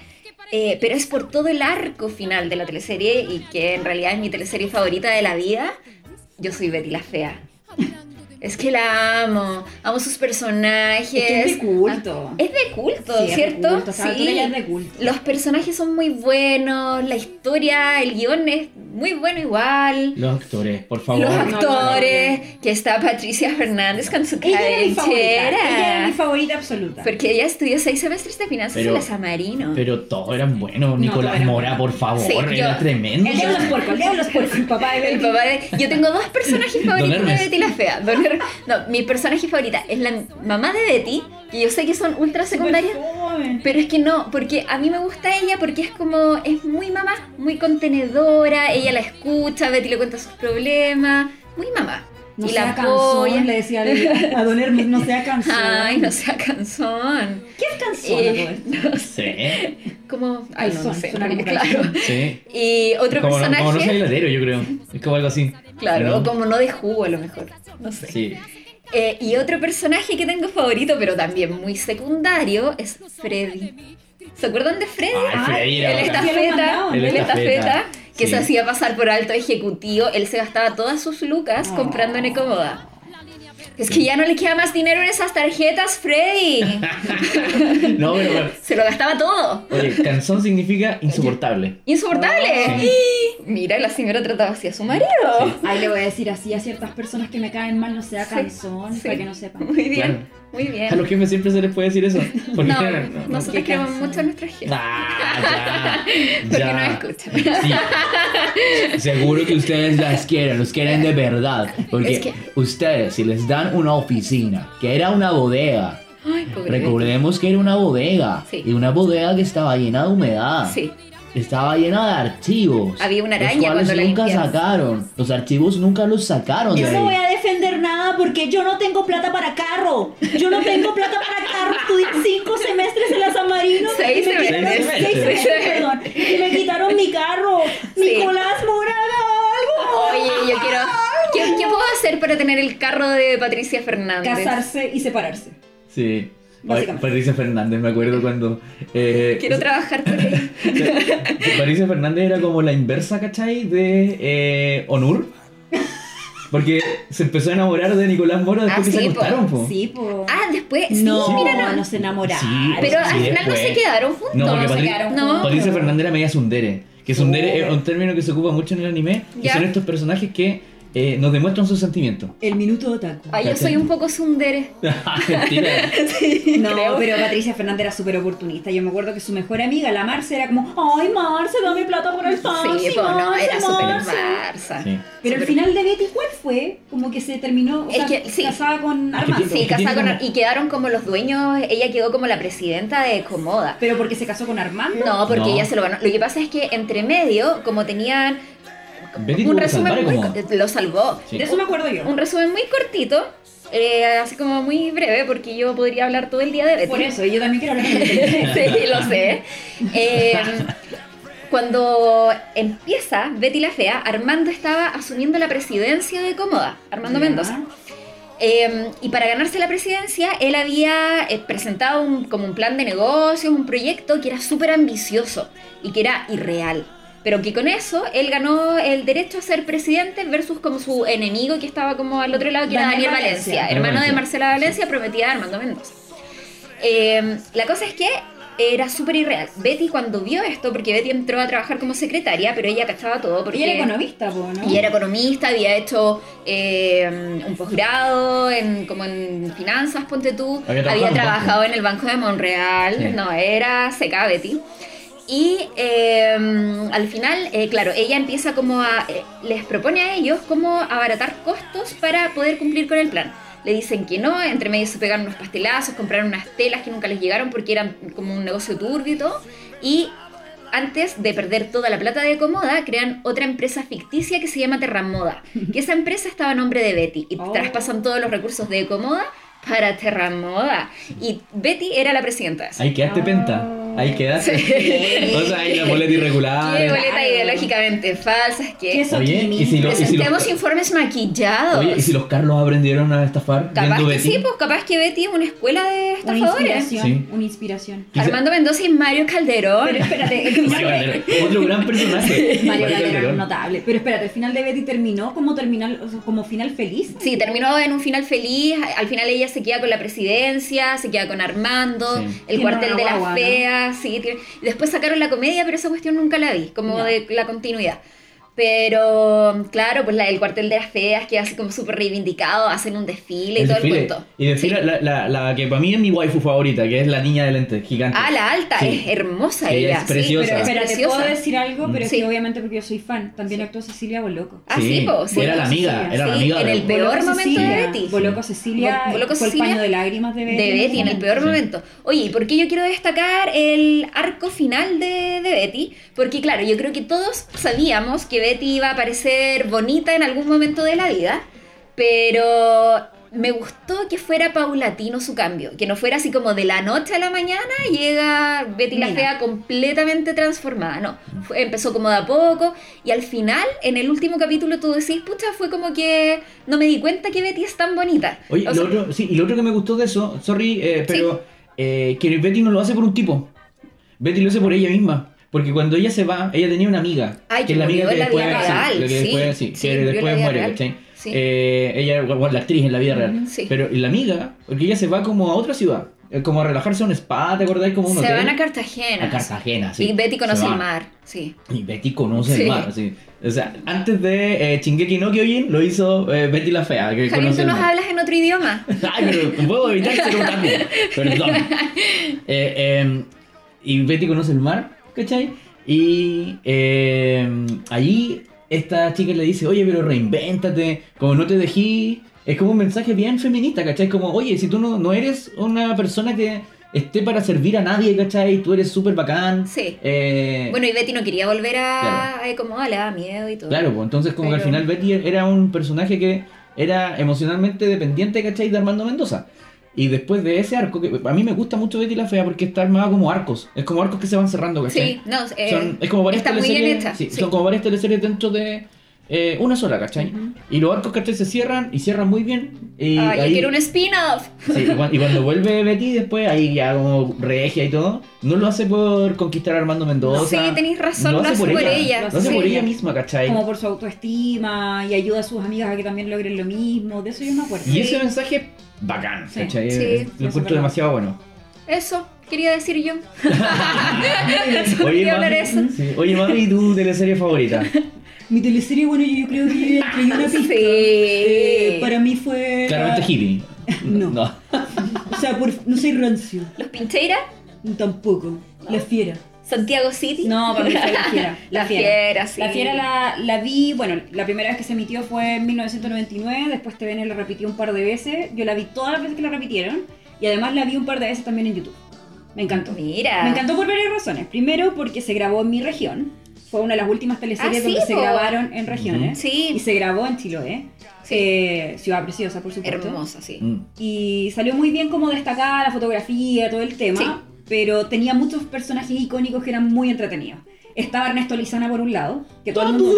[SPEAKER 2] eh, pero es por todo el arco final de la teleserie y que en realidad es mi teleserie favorita de la vida. Yo soy Betty la Fea. Es que la amo, amo sus personajes.
[SPEAKER 4] Es que es de culto.
[SPEAKER 2] Ah, Es de culto,
[SPEAKER 4] Sí, es de
[SPEAKER 2] ¿cierto?
[SPEAKER 4] culto, o sea, tú la ves de culto.
[SPEAKER 2] Los personajes son muy buenos, la historia, el guión es muy bueno igual.
[SPEAKER 1] Los actores, por favor.
[SPEAKER 2] Los
[SPEAKER 4] no, no,
[SPEAKER 2] actores, que está Patricia Fernández con su
[SPEAKER 4] Ella era mi favorita. Ella era mi
[SPEAKER 2] cabellera.
[SPEAKER 4] favorita absoluta.
[SPEAKER 2] Porque ella estudió seis semestres de finanzas
[SPEAKER 1] Pero-
[SPEAKER 2] en la Samarino.
[SPEAKER 1] Pero todos eran buenos. Nicolás
[SPEAKER 4] todos eran
[SPEAKER 1] Mora, por favor,
[SPEAKER 2] Sí,
[SPEAKER 1] era
[SPEAKER 2] yo-
[SPEAKER 1] tremendo.
[SPEAKER 4] El diablo es puerco, el diablo es puerco, el papá de
[SPEAKER 2] El
[SPEAKER 4] Betty.
[SPEAKER 2] papá de- Yo tengo dos personajes favoritos de
[SPEAKER 1] Hermes.
[SPEAKER 2] Betty la Fea. Don Her- No, mi personaje favorita es la mamá de Betty, que yo sé que son ultra secundarias,
[SPEAKER 4] Joven.
[SPEAKER 2] Pero es que no, porque a mí me gusta ella porque es como, es muy mamá, muy contenedora, ella la escucha, Betty le cuenta sus problemas, muy mamá.
[SPEAKER 4] No
[SPEAKER 2] y la
[SPEAKER 4] sea canción, le
[SPEAKER 2] apoya.
[SPEAKER 4] decía al- a Don Hermes, no sea canción.
[SPEAKER 2] Ay, no sea canzón.
[SPEAKER 4] ¿Qué es canción?
[SPEAKER 2] Eh,
[SPEAKER 4] Roberto?
[SPEAKER 1] Sí,
[SPEAKER 2] Como, ay, no, no
[SPEAKER 4] Canzón,
[SPEAKER 2] sé,
[SPEAKER 4] Ah, suena como
[SPEAKER 2] claro.
[SPEAKER 1] sí.
[SPEAKER 2] Y otro
[SPEAKER 1] Como no,
[SPEAKER 2] personaje,
[SPEAKER 1] como no soy ladero, yo creo. Es como algo así.
[SPEAKER 2] claro,
[SPEAKER 1] Pero-
[SPEAKER 2] o como no de jugo a lo mejor, no sé.
[SPEAKER 1] Sí.
[SPEAKER 2] Eh, y otro personaje que tengo favorito, pero también muy secundario, es Freddy. ¿Se acuerdan de Freddy?
[SPEAKER 1] Ay, Freddy era
[SPEAKER 2] El
[SPEAKER 1] bacán.
[SPEAKER 4] Sí, lo
[SPEAKER 2] estafeta,
[SPEAKER 4] mandaban,
[SPEAKER 2] el
[SPEAKER 1] El
[SPEAKER 2] estafeta,
[SPEAKER 1] estafeta,
[SPEAKER 2] que
[SPEAKER 1] sí.
[SPEAKER 2] se hacía pasar por alto ejecutivo, él se gastaba todas sus
[SPEAKER 4] Ah.
[SPEAKER 2] lucas comprando en Ecomoda. Es que ya no le queda más dinero en esas tarjetas, Freddy.
[SPEAKER 1] No, pero bueno.
[SPEAKER 2] se lo gastaba todo.
[SPEAKER 1] Oye, canzón significa insoportable.
[SPEAKER 2] Insoportable.
[SPEAKER 1] Oh, Sí.
[SPEAKER 2] Mira, la señora trataba así a su marido.
[SPEAKER 4] Ay, le voy a decir así a ciertas personas que me caen mal, no sea canción,
[SPEAKER 2] sí.
[SPEAKER 4] para que no sepan.
[SPEAKER 2] Muy bien,
[SPEAKER 1] Claro.
[SPEAKER 2] muy
[SPEAKER 1] A
[SPEAKER 2] bien.
[SPEAKER 1] los jefes siempre se les puede decir eso. Porque
[SPEAKER 2] No,
[SPEAKER 1] claro,
[SPEAKER 2] nosotros queremos mucho a nuestros jefes.
[SPEAKER 1] Ah, ya.
[SPEAKER 2] Porque
[SPEAKER 1] ya.
[SPEAKER 2] no escuchan.
[SPEAKER 1] Sí. Seguro que ustedes las quieren, los quieren de verdad. Porque
[SPEAKER 2] Es que-
[SPEAKER 1] ustedes, si les dan una oficina, que era una bodega,
[SPEAKER 2] Ay, pobre
[SPEAKER 1] recordemos que era una bodega.
[SPEAKER 2] Sí.
[SPEAKER 1] Y una bodega que estaba llena de humedad.
[SPEAKER 2] Betty. Sí.
[SPEAKER 1] Estaba llena de archivos.
[SPEAKER 2] Había una araña
[SPEAKER 1] los cuales
[SPEAKER 2] cuando la
[SPEAKER 1] nunca
[SPEAKER 2] limpias.
[SPEAKER 1] sacaron. Los archivos nunca los sacaron de
[SPEAKER 4] Yo no
[SPEAKER 1] ahí.
[SPEAKER 4] voy a defender nada porque yo no tengo plata para carro. Yo no tengo plata para carro. Estudié cinco semestres en la San Marino.
[SPEAKER 2] Sí. Seis
[SPEAKER 3] me
[SPEAKER 2] semanas.
[SPEAKER 3] quitaron-
[SPEAKER 1] Seis
[SPEAKER 3] seis
[SPEAKER 1] semanas.
[SPEAKER 3] semanas, perdón. Y me quitaron mi carro.
[SPEAKER 2] Sí.
[SPEAKER 3] Nicolás Morado, algo.
[SPEAKER 2] Oye, yo quiero. ¿Qué, qué puedo hacer para tener el carro de Patricia Fernández?
[SPEAKER 4] Casarse y separarse.
[SPEAKER 1] Sí.
[SPEAKER 4] Básicamente.
[SPEAKER 1] Ay, Patricia Fernández, me acuerdo cuando. eh,
[SPEAKER 2] Quiero trabajar por ahí.
[SPEAKER 1] Patricia Fernández era como la inversa, ¿cachai? De eh, Onur. Porque se empezó a enamorar de Nicolás Mora después
[SPEAKER 2] Ah,
[SPEAKER 1] que
[SPEAKER 2] sí,
[SPEAKER 1] se
[SPEAKER 2] po.
[SPEAKER 1] acostaron, po.
[SPEAKER 4] Sí, po.
[SPEAKER 2] Ah, después. Sí,
[SPEAKER 4] no,
[SPEAKER 2] mira, no.
[SPEAKER 4] no se enamoraron.
[SPEAKER 1] Sí,
[SPEAKER 2] Pero ah,
[SPEAKER 1] Sí,
[SPEAKER 2] al final no
[SPEAKER 1] después.
[SPEAKER 2] se quedaron juntos.
[SPEAKER 1] No, porque
[SPEAKER 4] se
[SPEAKER 1] Patri-
[SPEAKER 4] quedaron
[SPEAKER 2] No.
[SPEAKER 4] juntos.
[SPEAKER 1] Patricia Fernández era media sundere. Que sundere
[SPEAKER 4] Sundere.
[SPEAKER 1] es un término que se ocupa mucho en el anime. Y
[SPEAKER 2] Ya.
[SPEAKER 1] son estos personajes que eh, nos demuestran sus sentimientos.
[SPEAKER 3] El minuto otaku.
[SPEAKER 2] Ay, yo soy un poco sundere.
[SPEAKER 1] Mentira.
[SPEAKER 4] No,
[SPEAKER 2] Creo.
[SPEAKER 4] pero Patricia Fernández era súper oportunista. Yo me acuerdo que su mejor amiga, la Marce, era como, ay, Marce, dame plata por el taxi,
[SPEAKER 2] Sí, pues no,
[SPEAKER 4] Marce,
[SPEAKER 2] era súper
[SPEAKER 4] Marce".
[SPEAKER 2] barza.
[SPEAKER 1] Sí.
[SPEAKER 4] Pero
[SPEAKER 2] Súper-
[SPEAKER 4] el final de Betty, ¿cuál fue? Como que se terminó o
[SPEAKER 2] Es
[SPEAKER 4] sea,
[SPEAKER 2] que- sí.
[SPEAKER 4] casada con
[SPEAKER 1] Es que
[SPEAKER 4] Armando.
[SPEAKER 1] tiene-
[SPEAKER 2] Sí, casada con
[SPEAKER 1] como-
[SPEAKER 2] y quedaron como los dueños, ella quedó como la presidenta de Comoda.
[SPEAKER 4] Pero porque se casó con Armando.
[SPEAKER 2] No, porque
[SPEAKER 1] No.
[SPEAKER 2] ella se lo ganó. Lo que pasa es que entre medio, como tenían
[SPEAKER 1] Betty tuvo
[SPEAKER 2] un
[SPEAKER 1] que salvar
[SPEAKER 2] resumen
[SPEAKER 1] a
[SPEAKER 2] muy
[SPEAKER 1] Comoda.
[SPEAKER 2] co- lo salvó.
[SPEAKER 1] Sí.
[SPEAKER 4] De eso me acuerdo yo.
[SPEAKER 2] Un resumen muy cortito, eh, así como muy breve, porque yo podría hablar todo el día de Betty.
[SPEAKER 4] Por eso, y yo también quiero hablar de
[SPEAKER 2] sí, lo sé. Eh, cuando empieza Betty la Fea, Armando estaba asumiendo la presidencia de Cómoda, Armando Mendoza. Eh, y para ganarse la presidencia, él había eh, presentado un- como un plan de negocios, un proyecto que era súper ambicioso y que era irreal. Pero que con eso él ganó el derecho a ser presidente versus como su enemigo que estaba como al otro lado, que era
[SPEAKER 4] Daniel
[SPEAKER 2] Daniel
[SPEAKER 4] Valencia.
[SPEAKER 2] Valencia, hermano de
[SPEAKER 1] Valencia.
[SPEAKER 2] Marcela Valencia, prometida de Armando Mendoza. Eh, la cosa es que era súper irreal. Betty cuando vio esto, porque Betty entró a trabajar como secretaria, pero ella cachaba todo porque...
[SPEAKER 4] Ella era economista, po, ¿no?
[SPEAKER 2] Y era economista, había hecho eh, un posgrado en, como en finanzas, ponte tú.
[SPEAKER 1] Había
[SPEAKER 2] Había
[SPEAKER 1] trabajado
[SPEAKER 2] trabajado,
[SPEAKER 1] en un
[SPEAKER 2] en el Banco de Monreal,
[SPEAKER 1] Sí.
[SPEAKER 2] no, era seca Betty. Y eh, al final, eh, claro, ella empieza como a... eh, les propone a ellos cómo abaratar costos para poder cumplir con el plan. Le dicen que no, entre medio se pegaron unos pastelazos, compraron unas telas que nunca les llegaron porque eran como un negocio turbio y todo. Y antes de perder toda la plata de Comoda, crean otra empresa ficticia que se llama Terramoda. Que esa empresa estaba a nombre de Betty. Y
[SPEAKER 4] Oh.
[SPEAKER 2] traspasan todos los recursos de Comoda para Terramoda. Y Betty era la presidenta de esa.
[SPEAKER 1] Ahí quedaste penta. Ahí quedaste. O sea, ahí la boleta irregular.
[SPEAKER 2] Qué boleta
[SPEAKER 4] Claro.
[SPEAKER 2] ideológicamente falsa, es
[SPEAKER 4] Qué
[SPEAKER 2] que
[SPEAKER 1] Oye, y si lo- y si lo-
[SPEAKER 2] presentemos informes maquillados.
[SPEAKER 1] Oye, ¿y si los Carlos aprendieron a estafar
[SPEAKER 2] Capaz que
[SPEAKER 1] viendo Betty?
[SPEAKER 2] sí, pues capaz que Betty es una escuela de
[SPEAKER 4] Una
[SPEAKER 2] estafadores.
[SPEAKER 4] inspiración,
[SPEAKER 1] Sí.
[SPEAKER 4] una inspiración.
[SPEAKER 1] Quizá-
[SPEAKER 2] Armando Mendoza y Mario Calderón.
[SPEAKER 4] Pero espérate, el final
[SPEAKER 1] Mario
[SPEAKER 4] de-
[SPEAKER 1] Calderón, Otro gran personaje.
[SPEAKER 4] Mario Calderón
[SPEAKER 1] Calderón.
[SPEAKER 4] notable. Pero espérate, el final de Betty terminó como terminal, o sea, como final feliz.
[SPEAKER 2] Sí, terminó en un final feliz. Al final ella se queda con la presidencia, se queda con Armando,
[SPEAKER 1] Sí.
[SPEAKER 2] el
[SPEAKER 4] Tiene
[SPEAKER 2] cuartel
[SPEAKER 4] una
[SPEAKER 2] de las
[SPEAKER 4] guagua, ¿no?
[SPEAKER 2] feas. sí, tiene- y Después sacaron la comedia, pero esa cuestión nunca la vi, como
[SPEAKER 4] No.
[SPEAKER 2] de la continuidad. Pero claro, pues la del cuartel de las feas que hace como súper reivindicado, hacen un desfile y
[SPEAKER 1] El
[SPEAKER 2] todo
[SPEAKER 1] desfile.
[SPEAKER 2] el cuento.
[SPEAKER 1] Y desfile la, la, la que para mí es mi waifu favorita, que es la niña de lentes, gigante.
[SPEAKER 2] Ah, la alta,
[SPEAKER 1] Sí.
[SPEAKER 2] es hermosa
[SPEAKER 1] Sí, ella
[SPEAKER 2] ella.
[SPEAKER 1] es
[SPEAKER 2] sí,
[SPEAKER 1] preciosa.
[SPEAKER 2] pero es
[SPEAKER 4] Espérate,
[SPEAKER 2] preciosa.
[SPEAKER 4] ¿puedo decir algo? Pero es
[SPEAKER 2] Sí.
[SPEAKER 4] que obviamente porque yo soy fan. También actuó Cecilia Boloco.
[SPEAKER 2] Ah, sí, po, sí.
[SPEAKER 1] Era la amiga, era la
[SPEAKER 2] Sí,
[SPEAKER 1] amiga
[SPEAKER 2] en
[SPEAKER 1] de-
[SPEAKER 2] el peor
[SPEAKER 4] Boloco
[SPEAKER 2] momento
[SPEAKER 4] Cecilia,
[SPEAKER 2] de Betty.
[SPEAKER 4] Boloco Cecilia
[SPEAKER 2] Bol- Boloco
[SPEAKER 4] fue
[SPEAKER 2] Cecilia
[SPEAKER 4] el paño de lágrimas de
[SPEAKER 2] De
[SPEAKER 4] Betty.
[SPEAKER 2] Betty en el peor
[SPEAKER 1] Sí.
[SPEAKER 2] momento. Oye, ¿y por qué yo quiero destacar el arco final de, de Betty? Porque claro, yo creo que todos sabíamos que Betty iba a parecer bonita en algún momento de la vida, pero me gustó que fuera paulatino su cambio, que no fuera así como de la noche a la mañana llega Betty la
[SPEAKER 4] Mira.
[SPEAKER 2] Fea completamente transformada, no, fue- empezó como de a poco y al final, en el último capítulo tú decís, pucha, fue como que no me di cuenta que Betty es tan bonita.
[SPEAKER 1] Oye,
[SPEAKER 2] O
[SPEAKER 1] lo
[SPEAKER 2] sea,
[SPEAKER 1] otro, sí, y lo otro que me gustó de eso, sorry, eh, pero eh, que Betty no lo hace por un tipo. Betty lo hace por ella misma. Porque cuando ella se va, ella tenía una amiga.
[SPEAKER 2] Ay, que
[SPEAKER 1] es la amiga
[SPEAKER 2] murió
[SPEAKER 1] que
[SPEAKER 2] en la
[SPEAKER 1] después,
[SPEAKER 2] vida
[SPEAKER 1] sí,
[SPEAKER 2] real,
[SPEAKER 1] la que
[SPEAKER 2] sí,
[SPEAKER 1] después, sí,
[SPEAKER 2] sí,
[SPEAKER 1] que
[SPEAKER 2] murió en
[SPEAKER 1] después
[SPEAKER 2] la vida
[SPEAKER 1] muere,
[SPEAKER 2] real,
[SPEAKER 1] ¿cachai?
[SPEAKER 2] sí.
[SPEAKER 1] Eh, ella, bueno, la actriz en la vida real.
[SPEAKER 2] sí.
[SPEAKER 1] Pero la amiga, porque ella se va como a otra ciudad, eh, como a relajarse a un spa, ¿te acordáis? Como un
[SPEAKER 2] se
[SPEAKER 1] hotel.
[SPEAKER 2] van a Cartagena.
[SPEAKER 1] A Cartagena, sí.
[SPEAKER 2] Y Betty conoce
[SPEAKER 1] Se
[SPEAKER 2] el
[SPEAKER 1] van.
[SPEAKER 2] mar, sí.
[SPEAKER 1] Y Betty conoce el
[SPEAKER 2] Sí.
[SPEAKER 1] mar, sí. O sea, antes de eh, Shingeki no Kyojin lo hizo eh, Betty la Fea, que
[SPEAKER 2] Javier,
[SPEAKER 1] conoce
[SPEAKER 2] tú
[SPEAKER 1] el
[SPEAKER 2] nos
[SPEAKER 1] mar.
[SPEAKER 2] hablas en otro idioma.
[SPEAKER 1] Ay, pero puedo evitar ser un cambio. Perdón. Eh, eh, y Betty conoce el mar, ¿cachai? Y eh, allí esta chica le dice, oye, pero reinvéntate, como no te dejé. Es como un mensaje bien feminista, ¿cachai? Como, oye, si tú no, no eres una persona que esté para servir a nadie, ¿cachai? Tú eres súper bacán.
[SPEAKER 2] Sí.
[SPEAKER 1] Eh,
[SPEAKER 2] Bueno, y Betty no quería volver a...
[SPEAKER 1] Claro.
[SPEAKER 2] Ay, como, ah, le da miedo y todo.
[SPEAKER 1] Claro, pues entonces como que al
[SPEAKER 2] Pero-
[SPEAKER 1] final Betty era un personaje que era emocionalmente dependiente, ¿cachai? De Armando Mendoza. Y después de ese arco, que a mí me gusta mucho Betty la Fea porque está armada como arcos. Es como arcos que se van cerrando, ¿cachai?
[SPEAKER 2] Sí, no, eh,
[SPEAKER 1] pues, Son- es como varias
[SPEAKER 2] está muy bien
[SPEAKER 1] teleseries-
[SPEAKER 2] hecha.
[SPEAKER 1] sí,
[SPEAKER 2] sí.
[SPEAKER 1] Son como varias teleseries dentro de eh, una sola, ¿cachai? Y los arcos, ¿cachai? Se cierran y cierran muy bien. Y
[SPEAKER 2] Ay,
[SPEAKER 1] ahí-
[SPEAKER 2] yo quiero un spin-off.
[SPEAKER 1] Sí, y cu- y cuando, vuelve Betty después, ahí ya como regia y todo, no lo hace por conquistar a Armando Mendoza.
[SPEAKER 2] sí, tenéis razón, lo, hace por ella.
[SPEAKER 1] Lo hace
[SPEAKER 2] sí.
[SPEAKER 1] por ella misma, ¿cachai?
[SPEAKER 4] Como por su autoestima y ayuda a sus amigas a que también logren lo mismo. De eso yo me acuerdo.
[SPEAKER 1] Y ese mensaje, bacán,
[SPEAKER 4] Sí,
[SPEAKER 1] ¿cachai?
[SPEAKER 2] sí,
[SPEAKER 1] Eh, lo
[SPEAKER 2] sí,
[SPEAKER 4] es
[SPEAKER 1] encuentro
[SPEAKER 4] verdad.
[SPEAKER 1] demasiado bueno.
[SPEAKER 2] Eso quería decir yo.
[SPEAKER 1] Oye,
[SPEAKER 2] quería hablar de eso.
[SPEAKER 1] mami, sí. Oye, mami, ¿y tu teleserie favorita?
[SPEAKER 3] Mi teleserie, bueno, yo, yo creo que entre una pista.
[SPEAKER 2] Sí.
[SPEAKER 3] Eh, para mí fue.
[SPEAKER 1] Claramente hippie.
[SPEAKER 3] No.
[SPEAKER 1] No.
[SPEAKER 3] O sea, por, no soy rancio.
[SPEAKER 2] Los Pincheiras,
[SPEAKER 3] Tampoco. La fiera.
[SPEAKER 2] Santiago City.
[SPEAKER 4] No, para mí fue la fiera.
[SPEAKER 2] La Fiera, sí.
[SPEAKER 4] La fiera la, la vi, bueno, la primera vez que se emitió fue en 1999, después TVN la repitió un par de veces, yo la vi todas las veces que la repitieron y además la vi un par de veces también en YouTube. Me encantó.
[SPEAKER 2] Mira.
[SPEAKER 4] Me encantó por varias razones. Primero porque se grabó en mi región, fue una de las últimas teleseries
[SPEAKER 2] Ah, sí,
[SPEAKER 4] donde se
[SPEAKER 2] po.
[SPEAKER 4] grabaron en regiones y
[SPEAKER 2] Sí,
[SPEAKER 4] se grabó en Chiloé,
[SPEAKER 2] Sí.
[SPEAKER 4] Eh, ciudad preciosa por supuesto.
[SPEAKER 2] hermosa, sí.
[SPEAKER 1] Mm.
[SPEAKER 4] Y salió muy bien como destacada la fotografía, todo el tema,
[SPEAKER 2] Sí.
[SPEAKER 4] pero tenía muchos personajes icónicos que eran muy entretenidos. Estaba Ernesto Lizana por un lado, que todo el mundo...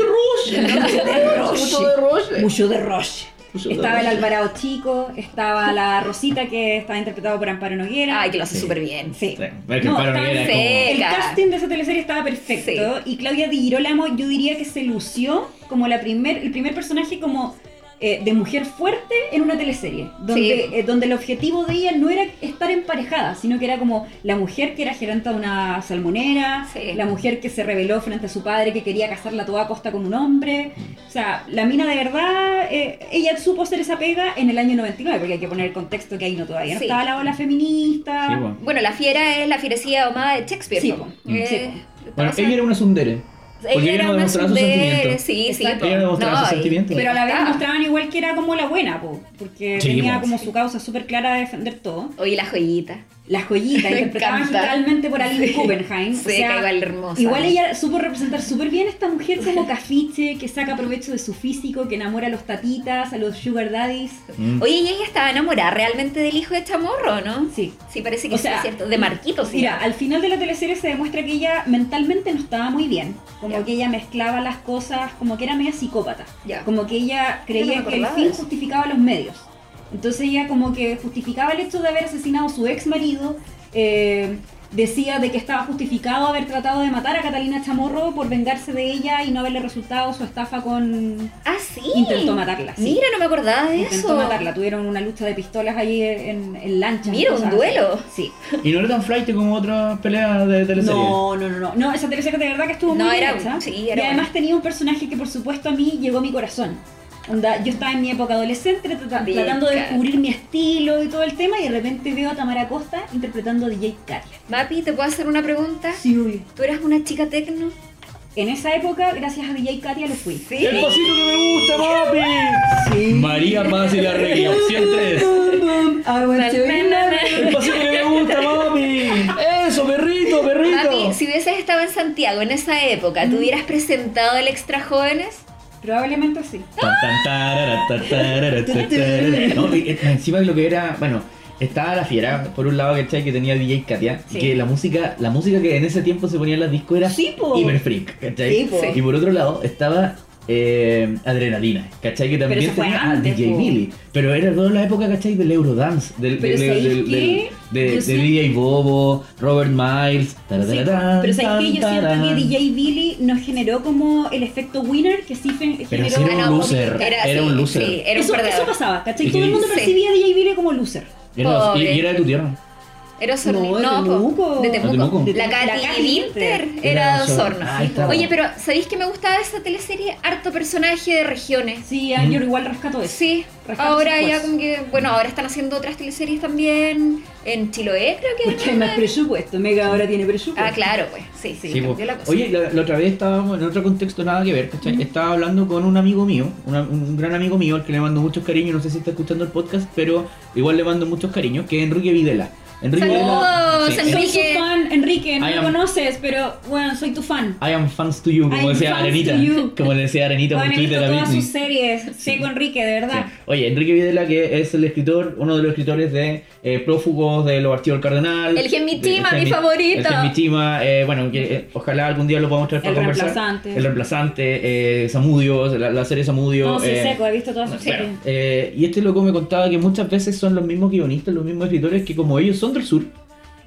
[SPEAKER 1] Mucho de Roche.
[SPEAKER 4] Mucho de Roche.
[SPEAKER 1] Mucho de
[SPEAKER 4] Estaba el
[SPEAKER 1] Roche.
[SPEAKER 4] Alvarado Chico, estaba la Rosita que estaba interpretado por Amparo Noguera.
[SPEAKER 2] Ay, que lo hace
[SPEAKER 1] Sí.
[SPEAKER 2] súper bien.
[SPEAKER 4] Sí.
[SPEAKER 1] Sí, es que
[SPEAKER 4] No,
[SPEAKER 1] Amparo
[SPEAKER 4] tan
[SPEAKER 1] Noguera es
[SPEAKER 2] feo.
[SPEAKER 1] como-
[SPEAKER 4] El
[SPEAKER 2] Seca.
[SPEAKER 4] casting de esa teleserie estaba perfecto y Claudia Di Girolamo yo diría que se lució como la primer, el primer personaje como eh, de mujer fuerte en una teleserie, donde,
[SPEAKER 2] Sí.
[SPEAKER 4] eh, donde el objetivo de ella no era estar emparejada, sino que era como la mujer que era gerenta de una salmonera,
[SPEAKER 2] Sí.
[SPEAKER 4] la mujer que se rebeló frente a su padre que quería casarla a toda costa con un hombre. O sea, la mina de verdad, eh, ella supo hacer esa pega en el año 99, porque hay que poner el contexto que ahí no todavía no
[SPEAKER 2] Sí.
[SPEAKER 4] estaba la ola feminista.
[SPEAKER 1] Sí, bueno.
[SPEAKER 2] Bueno, la fiera es la fierecilla domada de Shakespeare.
[SPEAKER 4] Sí,
[SPEAKER 2] po.
[SPEAKER 4] po.
[SPEAKER 2] Eh,
[SPEAKER 4] Sí,
[SPEAKER 1] Bueno,
[SPEAKER 2] pasa-
[SPEAKER 1] ella era una sundere. porque ella no demostraba sus sentimientos.
[SPEAKER 2] Sí, sí.
[SPEAKER 4] Exacto.
[SPEAKER 2] po.
[SPEAKER 1] Ella no demostraba sus
[SPEAKER 2] y-
[SPEAKER 1] sentimientos.
[SPEAKER 4] Pero a la vez
[SPEAKER 2] Ah.
[SPEAKER 4] mostraban igual que era como la buena, po, porque
[SPEAKER 1] Sí,
[SPEAKER 4] tenía
[SPEAKER 1] mo.
[SPEAKER 4] como su causa súper clara de defender todo.
[SPEAKER 2] Oye, la joyita.
[SPEAKER 4] Las joyitas,
[SPEAKER 2] Me
[SPEAKER 4] interpretadas
[SPEAKER 2] encanta.
[SPEAKER 4] magistralmente por Aline
[SPEAKER 2] Sí.
[SPEAKER 4] Guggenheim.
[SPEAKER 2] Sí, que igual hermosa.
[SPEAKER 4] Igual ella supo representar súper bien a esta mujer como cafiche, que saca provecho de su físico, que enamora a los tatitas, a los sugar daddies.
[SPEAKER 1] Mm.
[SPEAKER 2] Oye, y ella estaba enamorada realmente del hijo de Chamorro, ¿no?
[SPEAKER 4] Sí.
[SPEAKER 2] Sí, parece que
[SPEAKER 4] O
[SPEAKER 2] sí,
[SPEAKER 4] sea,
[SPEAKER 2] es cierto. De Marquito, sí.
[SPEAKER 4] Mira, al final de la teleserie se demuestra que ella mentalmente no estaba muy bien. Como
[SPEAKER 2] Ya.
[SPEAKER 4] que ella mezclaba las cosas, como que era media psicópata.
[SPEAKER 2] Ya.
[SPEAKER 4] Como que ella
[SPEAKER 2] Yo no
[SPEAKER 4] creía
[SPEAKER 2] me
[SPEAKER 4] que el
[SPEAKER 2] acordaba de
[SPEAKER 4] fin
[SPEAKER 2] eso.
[SPEAKER 4] justificaba los medios. Entonces ella como que justificaba el hecho de haber asesinado a su ex marido. eh, decía de que estaba justificado haber tratado de matar a Catalina Chamorro por vengarse de ella y no haberle resultado su estafa con...
[SPEAKER 2] Ah, sí.
[SPEAKER 4] Intentó matarla. sí.
[SPEAKER 2] Mira, no me acordaba de
[SPEAKER 4] Intentó
[SPEAKER 2] eso.
[SPEAKER 4] matarla. Tuvieron una lucha de pistolas ahí en, en lancha.
[SPEAKER 2] Mira, un
[SPEAKER 4] cosas así.
[SPEAKER 2] duelo.
[SPEAKER 4] Sí.
[SPEAKER 1] Y no era tan flight como otras peleas de teleserie.
[SPEAKER 4] No, no, no, no. No, esa teleserie de verdad que estuvo
[SPEAKER 2] No,
[SPEAKER 4] muy
[SPEAKER 2] era-
[SPEAKER 4] bien hecha.
[SPEAKER 2] sí, era
[SPEAKER 4] y además tenía un personaje que por supuesto a mí llegó a mi corazón. Onda, yo estaba en mi época adolescente trata-
[SPEAKER 2] Bien,
[SPEAKER 4] tratando de
[SPEAKER 2] Kat.
[SPEAKER 4] descubrir mi estilo y todo el tema y de repente veo a Tamara Costa interpretando a DJ Katia.
[SPEAKER 2] Mapi, ¿te puedo hacer una pregunta?
[SPEAKER 3] Sí, obvio.
[SPEAKER 2] ¿Tú eras una chica tecno?
[SPEAKER 4] En esa época, gracias a DJ Katia, lo fui.
[SPEAKER 1] ¡El pasito que me gusta, papi!
[SPEAKER 3] Sí.
[SPEAKER 1] María Paz y la regla, opción 3.
[SPEAKER 4] Ah,
[SPEAKER 3] I want to be loved.
[SPEAKER 1] ¡El pasito que me gusta, papi! ¡Eso, perrito, perrito!
[SPEAKER 2] Mapi, si hubieses estado en Santiago en esa época,
[SPEAKER 4] Mm.
[SPEAKER 2] ¿te hubieras presentado el Extra Jóvenes?
[SPEAKER 4] Probablemente sí.
[SPEAKER 1] Tan, tan, tarara, tan, tarara, tan, tarara. No, y, eh, encima de lo que era, bueno, estaba la fiera, por un lado, ¿cachai? Que tenía DJ Katia,
[SPEAKER 4] Sí.
[SPEAKER 1] que la música, la música que en ese tiempo se ponía en las discos era
[SPEAKER 4] Sí, po.
[SPEAKER 1] hiper freak, ¿cachai?
[SPEAKER 4] Sí, po.
[SPEAKER 1] Y por otro lado, estaba eh, Adrenalina, ¿cachai? Que también
[SPEAKER 4] eso fue
[SPEAKER 1] tenía a
[SPEAKER 4] antes,
[SPEAKER 1] DJ
[SPEAKER 4] po.
[SPEAKER 1] Billy. Pero era toda la época, ¿cachai? Del Eurodance, del,
[SPEAKER 4] Pero
[SPEAKER 1] del-
[SPEAKER 4] ¿sabéis
[SPEAKER 1] del- del-
[SPEAKER 4] qué?
[SPEAKER 1] de,
[SPEAKER 4] Yo
[SPEAKER 1] de
[SPEAKER 4] siento-
[SPEAKER 1] DJ Bobo, Robert Miles, tarararán,
[SPEAKER 4] Pero sabes que yo
[SPEAKER 1] tan,
[SPEAKER 4] siento que
[SPEAKER 1] tarán.
[SPEAKER 4] DJ Billy nos generó como el efecto winner que sí fe-
[SPEAKER 1] Pero
[SPEAKER 4] generó.
[SPEAKER 1] sí era un
[SPEAKER 2] Ah, no,
[SPEAKER 1] loser, era un loser.
[SPEAKER 2] Sí, era un
[SPEAKER 4] eso,
[SPEAKER 2] perdedor.
[SPEAKER 4] eso pasaba, ¿cachai?
[SPEAKER 1] Sí.
[SPEAKER 4] Todo el mundo
[SPEAKER 2] Sí.
[SPEAKER 4] percibía a DJ Billy como loser.
[SPEAKER 1] Era- y-
[SPEAKER 2] Pobre.
[SPEAKER 1] y era de tu tierra.
[SPEAKER 2] Era Osorno.
[SPEAKER 4] No, de
[SPEAKER 2] po.
[SPEAKER 4] Temuco.
[SPEAKER 2] De
[SPEAKER 1] Ah,
[SPEAKER 2] Temuco.
[SPEAKER 1] Temuco.
[SPEAKER 2] La
[SPEAKER 4] La
[SPEAKER 2] Katy
[SPEAKER 4] Katy
[SPEAKER 2] Winter
[SPEAKER 4] Winter.
[SPEAKER 2] era de
[SPEAKER 1] Era Osorno.
[SPEAKER 2] Osorno.
[SPEAKER 1] Ahí está.
[SPEAKER 2] Oye, pero ¿sabéis que me gustaba esa teleserie? Harto personaje de regiones.
[SPEAKER 4] Sí,
[SPEAKER 1] Mm.
[SPEAKER 4] yo igual rescato eso.
[SPEAKER 2] Sí,
[SPEAKER 4] Rescato
[SPEAKER 2] ahora
[SPEAKER 4] sus
[SPEAKER 2] ya
[SPEAKER 4] cosas.
[SPEAKER 2] como que, bueno, ahora están haciendo otras teleseries también en Chiloé, creo que.
[SPEAKER 4] Porque hay más presupuesto. Mega ahora tiene presupuesto.
[SPEAKER 2] Ah, claro, pues, sí,
[SPEAKER 1] Sí,
[SPEAKER 2] sí, cambió
[SPEAKER 1] po.
[SPEAKER 2] la cosa.
[SPEAKER 1] Oye, la, la otra vez estábamos en otro contexto, nada que ver, ¿cachai? Estaba hablando con un amigo mío, una- un, un gran amigo mío, al que le mando muchos cariños, no sé si está escuchando el podcast, pero igual le mando muchos cariños, que es Enrique Videla, Enrique
[SPEAKER 2] Saludos,
[SPEAKER 1] Varela- sí,
[SPEAKER 2] Enrique.
[SPEAKER 1] eh,
[SPEAKER 4] Soy su fan, Enrique, no
[SPEAKER 1] I
[SPEAKER 4] me
[SPEAKER 1] am- Ah,
[SPEAKER 4] conoces, pero bueno, soy tu fan.
[SPEAKER 1] I am fans to you,
[SPEAKER 4] I am
[SPEAKER 1] como decía
[SPEAKER 4] fans
[SPEAKER 1] Arenita.
[SPEAKER 4] to you.
[SPEAKER 1] Como le decía Arenita
[SPEAKER 4] Bueno,
[SPEAKER 1] por
[SPEAKER 4] he
[SPEAKER 1] Twitter
[SPEAKER 4] visto
[SPEAKER 1] a
[SPEAKER 4] todas
[SPEAKER 1] Britney.
[SPEAKER 4] sus series, seco Enrique, de verdad.
[SPEAKER 1] Sí. Oye, Enrique Videla, que es el escritor, uno de los escritores de eh, Prófugos de los Archivos del Cardenal.
[SPEAKER 2] El Gen Mitima,
[SPEAKER 1] de- el
[SPEAKER 2] mi
[SPEAKER 1] Gen-
[SPEAKER 2] favorito.
[SPEAKER 1] El Gen Mitima, eh, bueno, que, eh, ojalá algún día lo podamos traer para
[SPEAKER 4] El
[SPEAKER 1] conversar.
[SPEAKER 4] Reemplazante.
[SPEAKER 1] El reemplazante, eh, Samudio, la, la serie Samudio.
[SPEAKER 4] No, sí,
[SPEAKER 1] eh,
[SPEAKER 4] seco, he visto todas sus
[SPEAKER 1] bueno,
[SPEAKER 4] series.
[SPEAKER 1] eh, y este loco me contaba que muchas veces son los mismos guionistas, los mismos escritores que como ellos son del sur,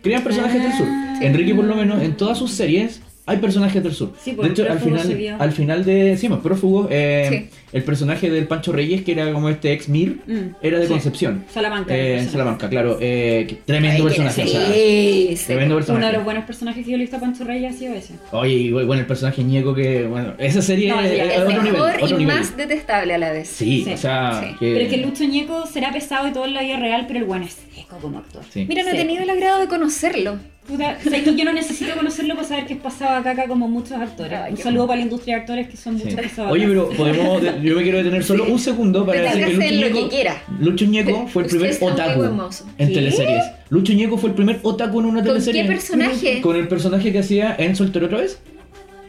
[SPEAKER 1] crean personajes del sur.
[SPEAKER 4] Ah.
[SPEAKER 1] Enrique por lo menos en todas sus series hay personajes del sur.
[SPEAKER 4] Sí,
[SPEAKER 1] de
[SPEAKER 4] porque
[SPEAKER 1] hecho, al
[SPEAKER 4] Prófugo
[SPEAKER 1] final,
[SPEAKER 4] se vio.
[SPEAKER 1] al final de sí, pues, prófugo, eh,
[SPEAKER 2] Sí.
[SPEAKER 1] el personaje del Pancho Reyes, que era como este ex Mir,
[SPEAKER 4] Mm,
[SPEAKER 1] era de
[SPEAKER 4] sí.
[SPEAKER 1] Concepción. eh,
[SPEAKER 4] Salamanca. el
[SPEAKER 1] en
[SPEAKER 4] personaje.
[SPEAKER 1] Salamanca, claro. eh, que- tremendo
[SPEAKER 2] Ay,
[SPEAKER 1] personaje.
[SPEAKER 2] que-
[SPEAKER 1] o sea,
[SPEAKER 2] sí, sí.
[SPEAKER 1] tremendo
[SPEAKER 4] Uno
[SPEAKER 1] personaje.
[SPEAKER 4] de los buenos personajes que yo le he visto a Pancho Reyes ha sido ese.
[SPEAKER 1] Oye, y bueno, el personaje Ñeco que, bueno, esa serie
[SPEAKER 4] No,
[SPEAKER 1] es,
[SPEAKER 4] ese ya
[SPEAKER 1] es
[SPEAKER 4] es
[SPEAKER 1] otro
[SPEAKER 2] Mejor
[SPEAKER 1] nivel. Otro
[SPEAKER 2] y
[SPEAKER 1] nivel.
[SPEAKER 2] más detestable a la vez.
[SPEAKER 1] Sí,
[SPEAKER 4] Sí,
[SPEAKER 1] o sea,
[SPEAKER 2] sí.
[SPEAKER 1] que-
[SPEAKER 4] Pero es que Lucho Ñeco será pesado y todo en la vida real, pero el bueno es seco como actor.
[SPEAKER 1] sí.
[SPEAKER 2] Mira, no he
[SPEAKER 4] Sí.
[SPEAKER 2] tenido el agrado de conocerlo.
[SPEAKER 4] Puta, sé que yo no necesito conocerlo para saber que es pasado acá, acá como muchos actores.
[SPEAKER 2] Ay,
[SPEAKER 4] Un
[SPEAKER 2] qué
[SPEAKER 4] saludo para la industria de actores que son
[SPEAKER 1] Sí.
[SPEAKER 4] muchos pasados
[SPEAKER 1] Oye,
[SPEAKER 4] acá.
[SPEAKER 1] pero podemos. de- Yo me quiero detener solo un segundo para
[SPEAKER 2] Te
[SPEAKER 1] decir que
[SPEAKER 2] hacer
[SPEAKER 1] Lucho
[SPEAKER 2] lo que
[SPEAKER 1] Ñeco,
[SPEAKER 2] quiera.
[SPEAKER 1] Lucho Ñeco fue el
[SPEAKER 2] Usted
[SPEAKER 1] primer
[SPEAKER 2] está muy
[SPEAKER 1] otaku
[SPEAKER 2] hermoso.
[SPEAKER 1] en
[SPEAKER 4] ¿Qué?
[SPEAKER 1] teleseries. Lucho Ñeco fue el primer otaku en una
[SPEAKER 2] ¿Con
[SPEAKER 1] teleserie.
[SPEAKER 2] qué personaje?
[SPEAKER 1] Con el personaje que hacía en Soltero otra vez.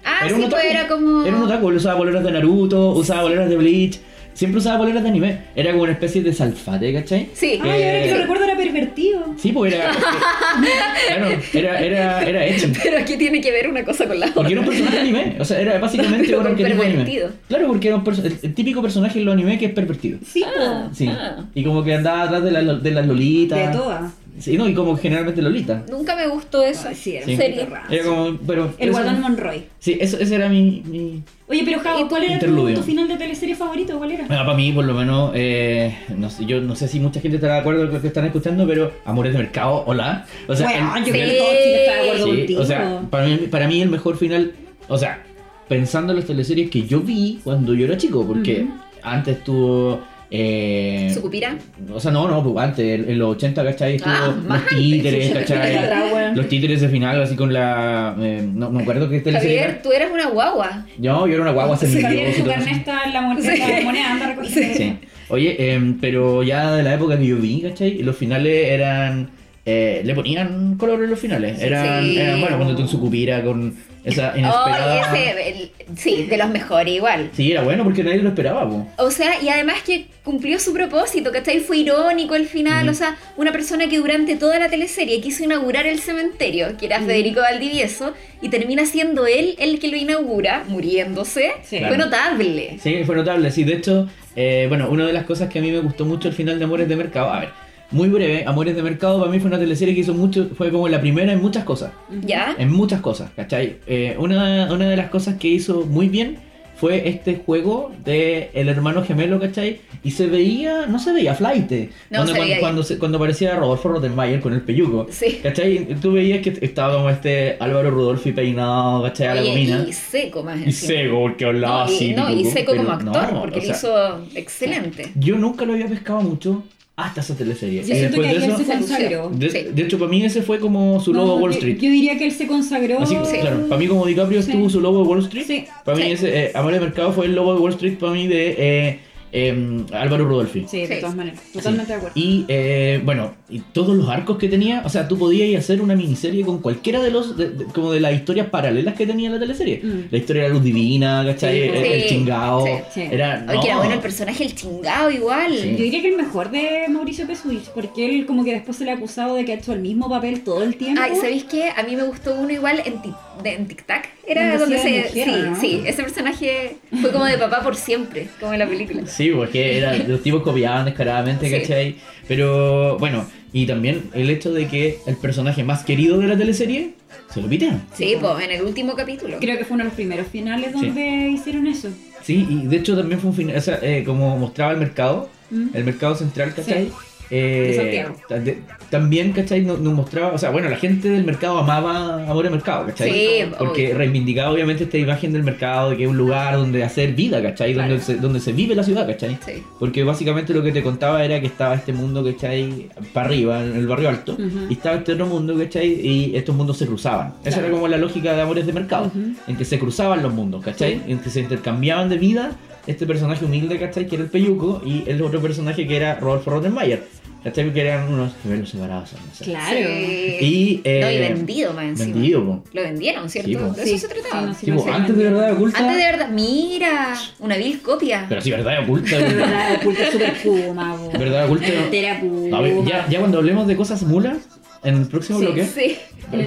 [SPEAKER 2] Ah, sí, pues era como.
[SPEAKER 1] Era un otaku, él usaba boleras de Naruto, usaba boleras de Bleach, siempre usaba boleras de anime. Era como una especie de salfate, ¿cachai?
[SPEAKER 2] Sí.
[SPEAKER 1] Ah,
[SPEAKER 4] Ay, ahora que
[SPEAKER 1] Eh,
[SPEAKER 4] lo recuerdo era pervertido.
[SPEAKER 1] Sí, pues era. eh, claro, era, era, era hecho.
[SPEAKER 2] Pero aquí tiene que ver una cosa con la otra.
[SPEAKER 1] Porque era un personaje de anime. O sea, era básicamente
[SPEAKER 2] Pero
[SPEAKER 1] un
[SPEAKER 2] con
[SPEAKER 1] arquetipo de anime.
[SPEAKER 2] pervertido.
[SPEAKER 1] Claro, porque era un perso- el, el típico personaje en los anime que es pervertido.
[SPEAKER 4] Sí,
[SPEAKER 2] Ah,
[SPEAKER 1] Sí.
[SPEAKER 2] ah.
[SPEAKER 1] Y como que andaba atrás de, la- de las
[SPEAKER 4] po, de
[SPEAKER 1] lolitas.
[SPEAKER 4] todas.
[SPEAKER 1] Sí, no, y como generalmente lolitas.
[SPEAKER 2] Nunca me gustó eso.
[SPEAKER 4] Ay, sí, era
[SPEAKER 1] Sí.
[SPEAKER 4] un poquito raro.
[SPEAKER 1] Era como. Pero,
[SPEAKER 4] El
[SPEAKER 1] eso-
[SPEAKER 4] guatón Monroy.
[SPEAKER 1] Sí, eso, ese era mi. mi...
[SPEAKER 4] Oye, pero Jao, ¿cuál era tu,
[SPEAKER 1] Interludio.
[SPEAKER 4] tu final de teleserie favorito? ¿Cuál era?
[SPEAKER 1] Bueno, para mí, por lo menos, eh, no sé, yo no sé si mucha gente estará de acuerdo con lo que están escuchando, pero Amores de Mercado, hola. O sea,
[SPEAKER 4] Bueno,
[SPEAKER 1] el-
[SPEAKER 4] yo creo
[SPEAKER 2] sí.
[SPEAKER 4] que todo Chile está de acuerdo
[SPEAKER 1] Sí,
[SPEAKER 4] contigo.
[SPEAKER 1] o sea, para mí, para mí el mejor final, o sea, pensando en las teleseries que yo vi cuando yo era chico, porque
[SPEAKER 4] Ujú.
[SPEAKER 1] antes estuvo... eh,
[SPEAKER 2] ¿Sucupira?
[SPEAKER 1] o sea, no, no, pues antes, en en los 80, ¿cachai? Estuvo
[SPEAKER 2] Ah, más
[SPEAKER 1] los
[SPEAKER 2] antes.
[SPEAKER 1] títeres,
[SPEAKER 4] Está
[SPEAKER 1] ¿cachai?
[SPEAKER 4] atrás, weón.
[SPEAKER 1] eh, Los títeres de final, así con la... eh, no, no me acuerdo qué teleserie
[SPEAKER 2] Javier, tú eras una guagua.
[SPEAKER 1] era. No, yo era una guagua se me
[SPEAKER 4] Javier,
[SPEAKER 1] olvidó,
[SPEAKER 4] su
[SPEAKER 1] y todo eso.
[SPEAKER 4] carnet está en la, mon- en
[SPEAKER 2] Sí.
[SPEAKER 4] la moneda, anda a recoger.
[SPEAKER 1] Sí. Oye, em, pero ya de la época que yo vi, ¿cachai? Los finales eran. eh, le ponían color en los finales. Eran,
[SPEAKER 2] Sí.
[SPEAKER 1] eran, bueno, cuando tú en Sucupira con esa
[SPEAKER 2] Oh,
[SPEAKER 1] inesperada.
[SPEAKER 2] ese, el- sí, de los mejores igual.
[SPEAKER 1] Sí, era bueno porque nadie lo esperaba, po.
[SPEAKER 2] O sea, y además que cumplió su propósito, ¿cachai? Fue irónico al final,
[SPEAKER 1] Ujú.
[SPEAKER 2] o sea, una persona que durante toda la teleserie quiso inaugurar el cementerio, que era Federico Valdivieso, y termina siendo él el que lo inaugura, muriéndose. Fue
[SPEAKER 4] Sí.
[SPEAKER 1] Claro.
[SPEAKER 2] notable.
[SPEAKER 1] Sí, fue notable. Sí, de hecho, eh, bueno, una de las cosas que a mí me gustó mucho el final de Amores de Mercado. A ver, muy breve, Amores de Mercado para mí fue una teleserie que hizo mucho. Fue como la primera en muchas cosas.
[SPEAKER 2] ¿Ya?
[SPEAKER 1] En muchas cosas, ¿cachai? Eh, una, una de las cosas que hizo muy bien fue este juego de el hermano gemelo, ¿cachai? Y se veía, no se veía flight. eh,
[SPEAKER 2] No,
[SPEAKER 1] cuando,
[SPEAKER 2] se
[SPEAKER 1] cuando,
[SPEAKER 2] veía
[SPEAKER 1] cuando, se- cuando aparecía Rodolfo Rottenmeier con el peyuco.
[SPEAKER 2] Sí.
[SPEAKER 1] ¿Cachai? Tú veías que estaba como este Álvaro Rudolfi peinado, ¿cachai? A la
[SPEAKER 2] Oye,
[SPEAKER 1] gomina.
[SPEAKER 2] y seco más
[SPEAKER 1] Y
[SPEAKER 2] encima.
[SPEAKER 1] seco, porque hablaba
[SPEAKER 2] No, y-
[SPEAKER 1] así.
[SPEAKER 2] no, y
[SPEAKER 1] tipo,
[SPEAKER 2] seco como
[SPEAKER 1] pero
[SPEAKER 2] actor,
[SPEAKER 1] no,
[SPEAKER 2] porque
[SPEAKER 1] o sea,
[SPEAKER 2] lo hizo excelente.
[SPEAKER 1] Yo nunca lo había pescado mucho hasta esa teleserie.
[SPEAKER 4] Yo
[SPEAKER 1] Y
[SPEAKER 4] siento
[SPEAKER 1] después
[SPEAKER 4] que
[SPEAKER 1] de
[SPEAKER 4] ayer
[SPEAKER 1] eso-
[SPEAKER 4] se consagró.
[SPEAKER 1] de,
[SPEAKER 2] Sí.
[SPEAKER 1] de hecho, para mí ese fue como su logo
[SPEAKER 4] No,
[SPEAKER 1] Wall
[SPEAKER 4] yo-
[SPEAKER 1] Street. Ah,
[SPEAKER 4] Yo, diría que él se consagró.
[SPEAKER 1] Así,
[SPEAKER 2] Sí.
[SPEAKER 1] claro, para mí como DiCaprio
[SPEAKER 4] Sí.
[SPEAKER 1] estuvo su logo de Wall Street,
[SPEAKER 4] Sí.
[SPEAKER 1] para mí
[SPEAKER 2] Sí.
[SPEAKER 1] ese eh, Amor de Mercado fue el logo de Wall Street para mí de eh, em, Álvaro Rudolfi.
[SPEAKER 4] Sí, de
[SPEAKER 2] Sí.
[SPEAKER 4] todas maneras. Totalmente de acuerdo.
[SPEAKER 1] Y eh, bueno, y todos los arcos que tenía, o sea, tú podías ir a hacer una miniserie con cualquiera de los, de- de- como de las historias paralelas que tenía la teleserie.
[SPEAKER 4] Mm.
[SPEAKER 1] La historia de la luz divina, ¿cachai?
[SPEAKER 4] Sí.
[SPEAKER 1] El, el
[SPEAKER 2] Sí.
[SPEAKER 1] chingao.
[SPEAKER 2] Sí.
[SPEAKER 4] Sí.
[SPEAKER 1] Era,
[SPEAKER 2] Oye, que era
[SPEAKER 1] no.
[SPEAKER 2] bueno el personaje, el chingado igual.
[SPEAKER 1] Sí.
[SPEAKER 4] Yo diría que el mejor de Mauricio Pesuvich, porque él como que después se le ha acusado de que ha hecho el mismo papel todo el tiempo.
[SPEAKER 2] Ay, ¿sabéis qué? A mí me gustó uno igual en, Tic- de- en Tic Tac. Era
[SPEAKER 4] Donde
[SPEAKER 2] donde se.
[SPEAKER 4] hacía de mujer,
[SPEAKER 2] sí,
[SPEAKER 4] ¿no?
[SPEAKER 2] sí. Ese personaje fue como de papá por siempre, como en la película.
[SPEAKER 1] Sí, porque era, los tipos copiaban descaradamente,
[SPEAKER 2] Sí.
[SPEAKER 1] ¿cachai? Pero bueno, y también el hecho de que el personaje más querido de la teleserie se lo pitean.
[SPEAKER 2] Sí, pues en el último capítulo.
[SPEAKER 4] Creo que fue uno de los primeros finales
[SPEAKER 1] Sí.
[SPEAKER 4] donde hicieron eso.
[SPEAKER 1] Sí, y de hecho también fue un final, o sea, eh, como mostraba el mercado,
[SPEAKER 4] Mm.
[SPEAKER 1] el mercado central, ¿cachai?
[SPEAKER 4] Sí.
[SPEAKER 1] Eh,
[SPEAKER 4] De Santiago.
[SPEAKER 1] ta- de- también, ¿cachai? Nos, nos mostraba, o sea, bueno, la gente del mercado amaba Amor al Mercado, ¿cachai?
[SPEAKER 2] Sí,
[SPEAKER 1] Porque
[SPEAKER 2] obvio.
[SPEAKER 1] reivindicaba obviamente esta imagen del mercado, de que es un lugar donde hacer vida, ¿cachai? Donde,
[SPEAKER 4] Claro.
[SPEAKER 1] se, donde se vive la ciudad, ¿cachai?
[SPEAKER 2] Sí.
[SPEAKER 1] Porque básicamente lo que te contaba era que estaba este mundo, ¿cachai? Para arriba, en el barrio alto,
[SPEAKER 4] Ujú.
[SPEAKER 1] y estaba este otro mundo, ¿cachai? Y estos mundos se cruzaban. Esa
[SPEAKER 4] Claro.
[SPEAKER 1] era como la lógica de Amores de Mercado
[SPEAKER 4] Ujú.
[SPEAKER 1] en que se cruzaban los mundos, ¿cachai? En que se intercambiaban de vida este personaje humilde, ¿cachai? Que era el Peyuco y el otro personaje que era Rodolfo Rottenmeier. ¿Cachai? Que eran unos gemelos separados. No sé.
[SPEAKER 2] Claro.
[SPEAKER 1] Y, eh,
[SPEAKER 2] no, y vendido más encima.
[SPEAKER 1] Vendido, po.
[SPEAKER 2] Lo vendieron, ¿cierto?
[SPEAKER 1] Sí, po.
[SPEAKER 2] de
[SPEAKER 4] Sí,
[SPEAKER 2] eso se trataba.
[SPEAKER 4] sí, no, sí.
[SPEAKER 1] Sí, po,
[SPEAKER 4] sé,
[SPEAKER 1] antes de
[SPEAKER 4] vendieron.
[SPEAKER 1] verdad oculta.
[SPEAKER 2] Antes de verdad, mira, una vil copia.
[SPEAKER 1] Pero sí, verdad oculta. verdad
[SPEAKER 4] Verdad oculta, super puma, po.
[SPEAKER 1] oculta.
[SPEAKER 4] Entera
[SPEAKER 1] A ver,
[SPEAKER 4] puma.
[SPEAKER 1] ya, ya cuando hablemos de cosas mulas, en el próximo
[SPEAKER 2] Sí,
[SPEAKER 1] bloque,
[SPEAKER 2] sí.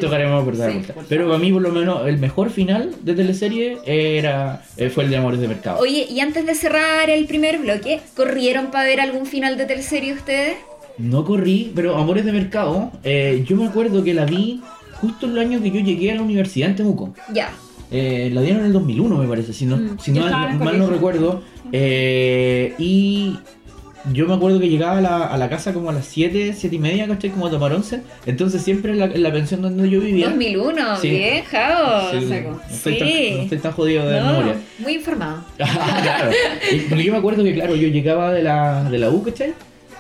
[SPEAKER 1] tocaremos verdad
[SPEAKER 4] Sí,
[SPEAKER 1] oculta.
[SPEAKER 4] por
[SPEAKER 1] Pero para mí, por lo menos, el mejor final de teleserie era, eh, fue el de Amores de Mercado.
[SPEAKER 2] Oye, y antes de cerrar el primer bloque, ¿corrieron para ver algún final de teleserie ustedes?
[SPEAKER 1] No corrí, pero Amores de Mercado, eh, yo me acuerdo que la vi justo en el año que yo llegué a la universidad en Temuco.
[SPEAKER 2] Ya.
[SPEAKER 1] Eh, la dieron en el 2001, me parece, si, no,
[SPEAKER 4] Mm,
[SPEAKER 1] si
[SPEAKER 4] yo
[SPEAKER 1] mal,
[SPEAKER 4] estaba en el
[SPEAKER 1] mal no
[SPEAKER 4] colegio.
[SPEAKER 1] recuerdo. Eh, y yo me acuerdo que llegaba a la, a la casa como a las 7, 7 y media, ¿cachai? Como a tomar 11. Entonces siempre en la, en la pensión donde yo vivía...
[SPEAKER 2] 2001,
[SPEAKER 1] Sí.
[SPEAKER 2] bien, Jao.
[SPEAKER 1] Sí,
[SPEAKER 4] saco.
[SPEAKER 1] no, estoy
[SPEAKER 2] Sí.
[SPEAKER 1] Tan, no estoy tan jodido de
[SPEAKER 2] No,
[SPEAKER 1] memoria. Ah,
[SPEAKER 2] muy informado.
[SPEAKER 1] claro. Y- Porque yo me acuerdo que, claro, yo llegaba de la, de la U, ¿cachai?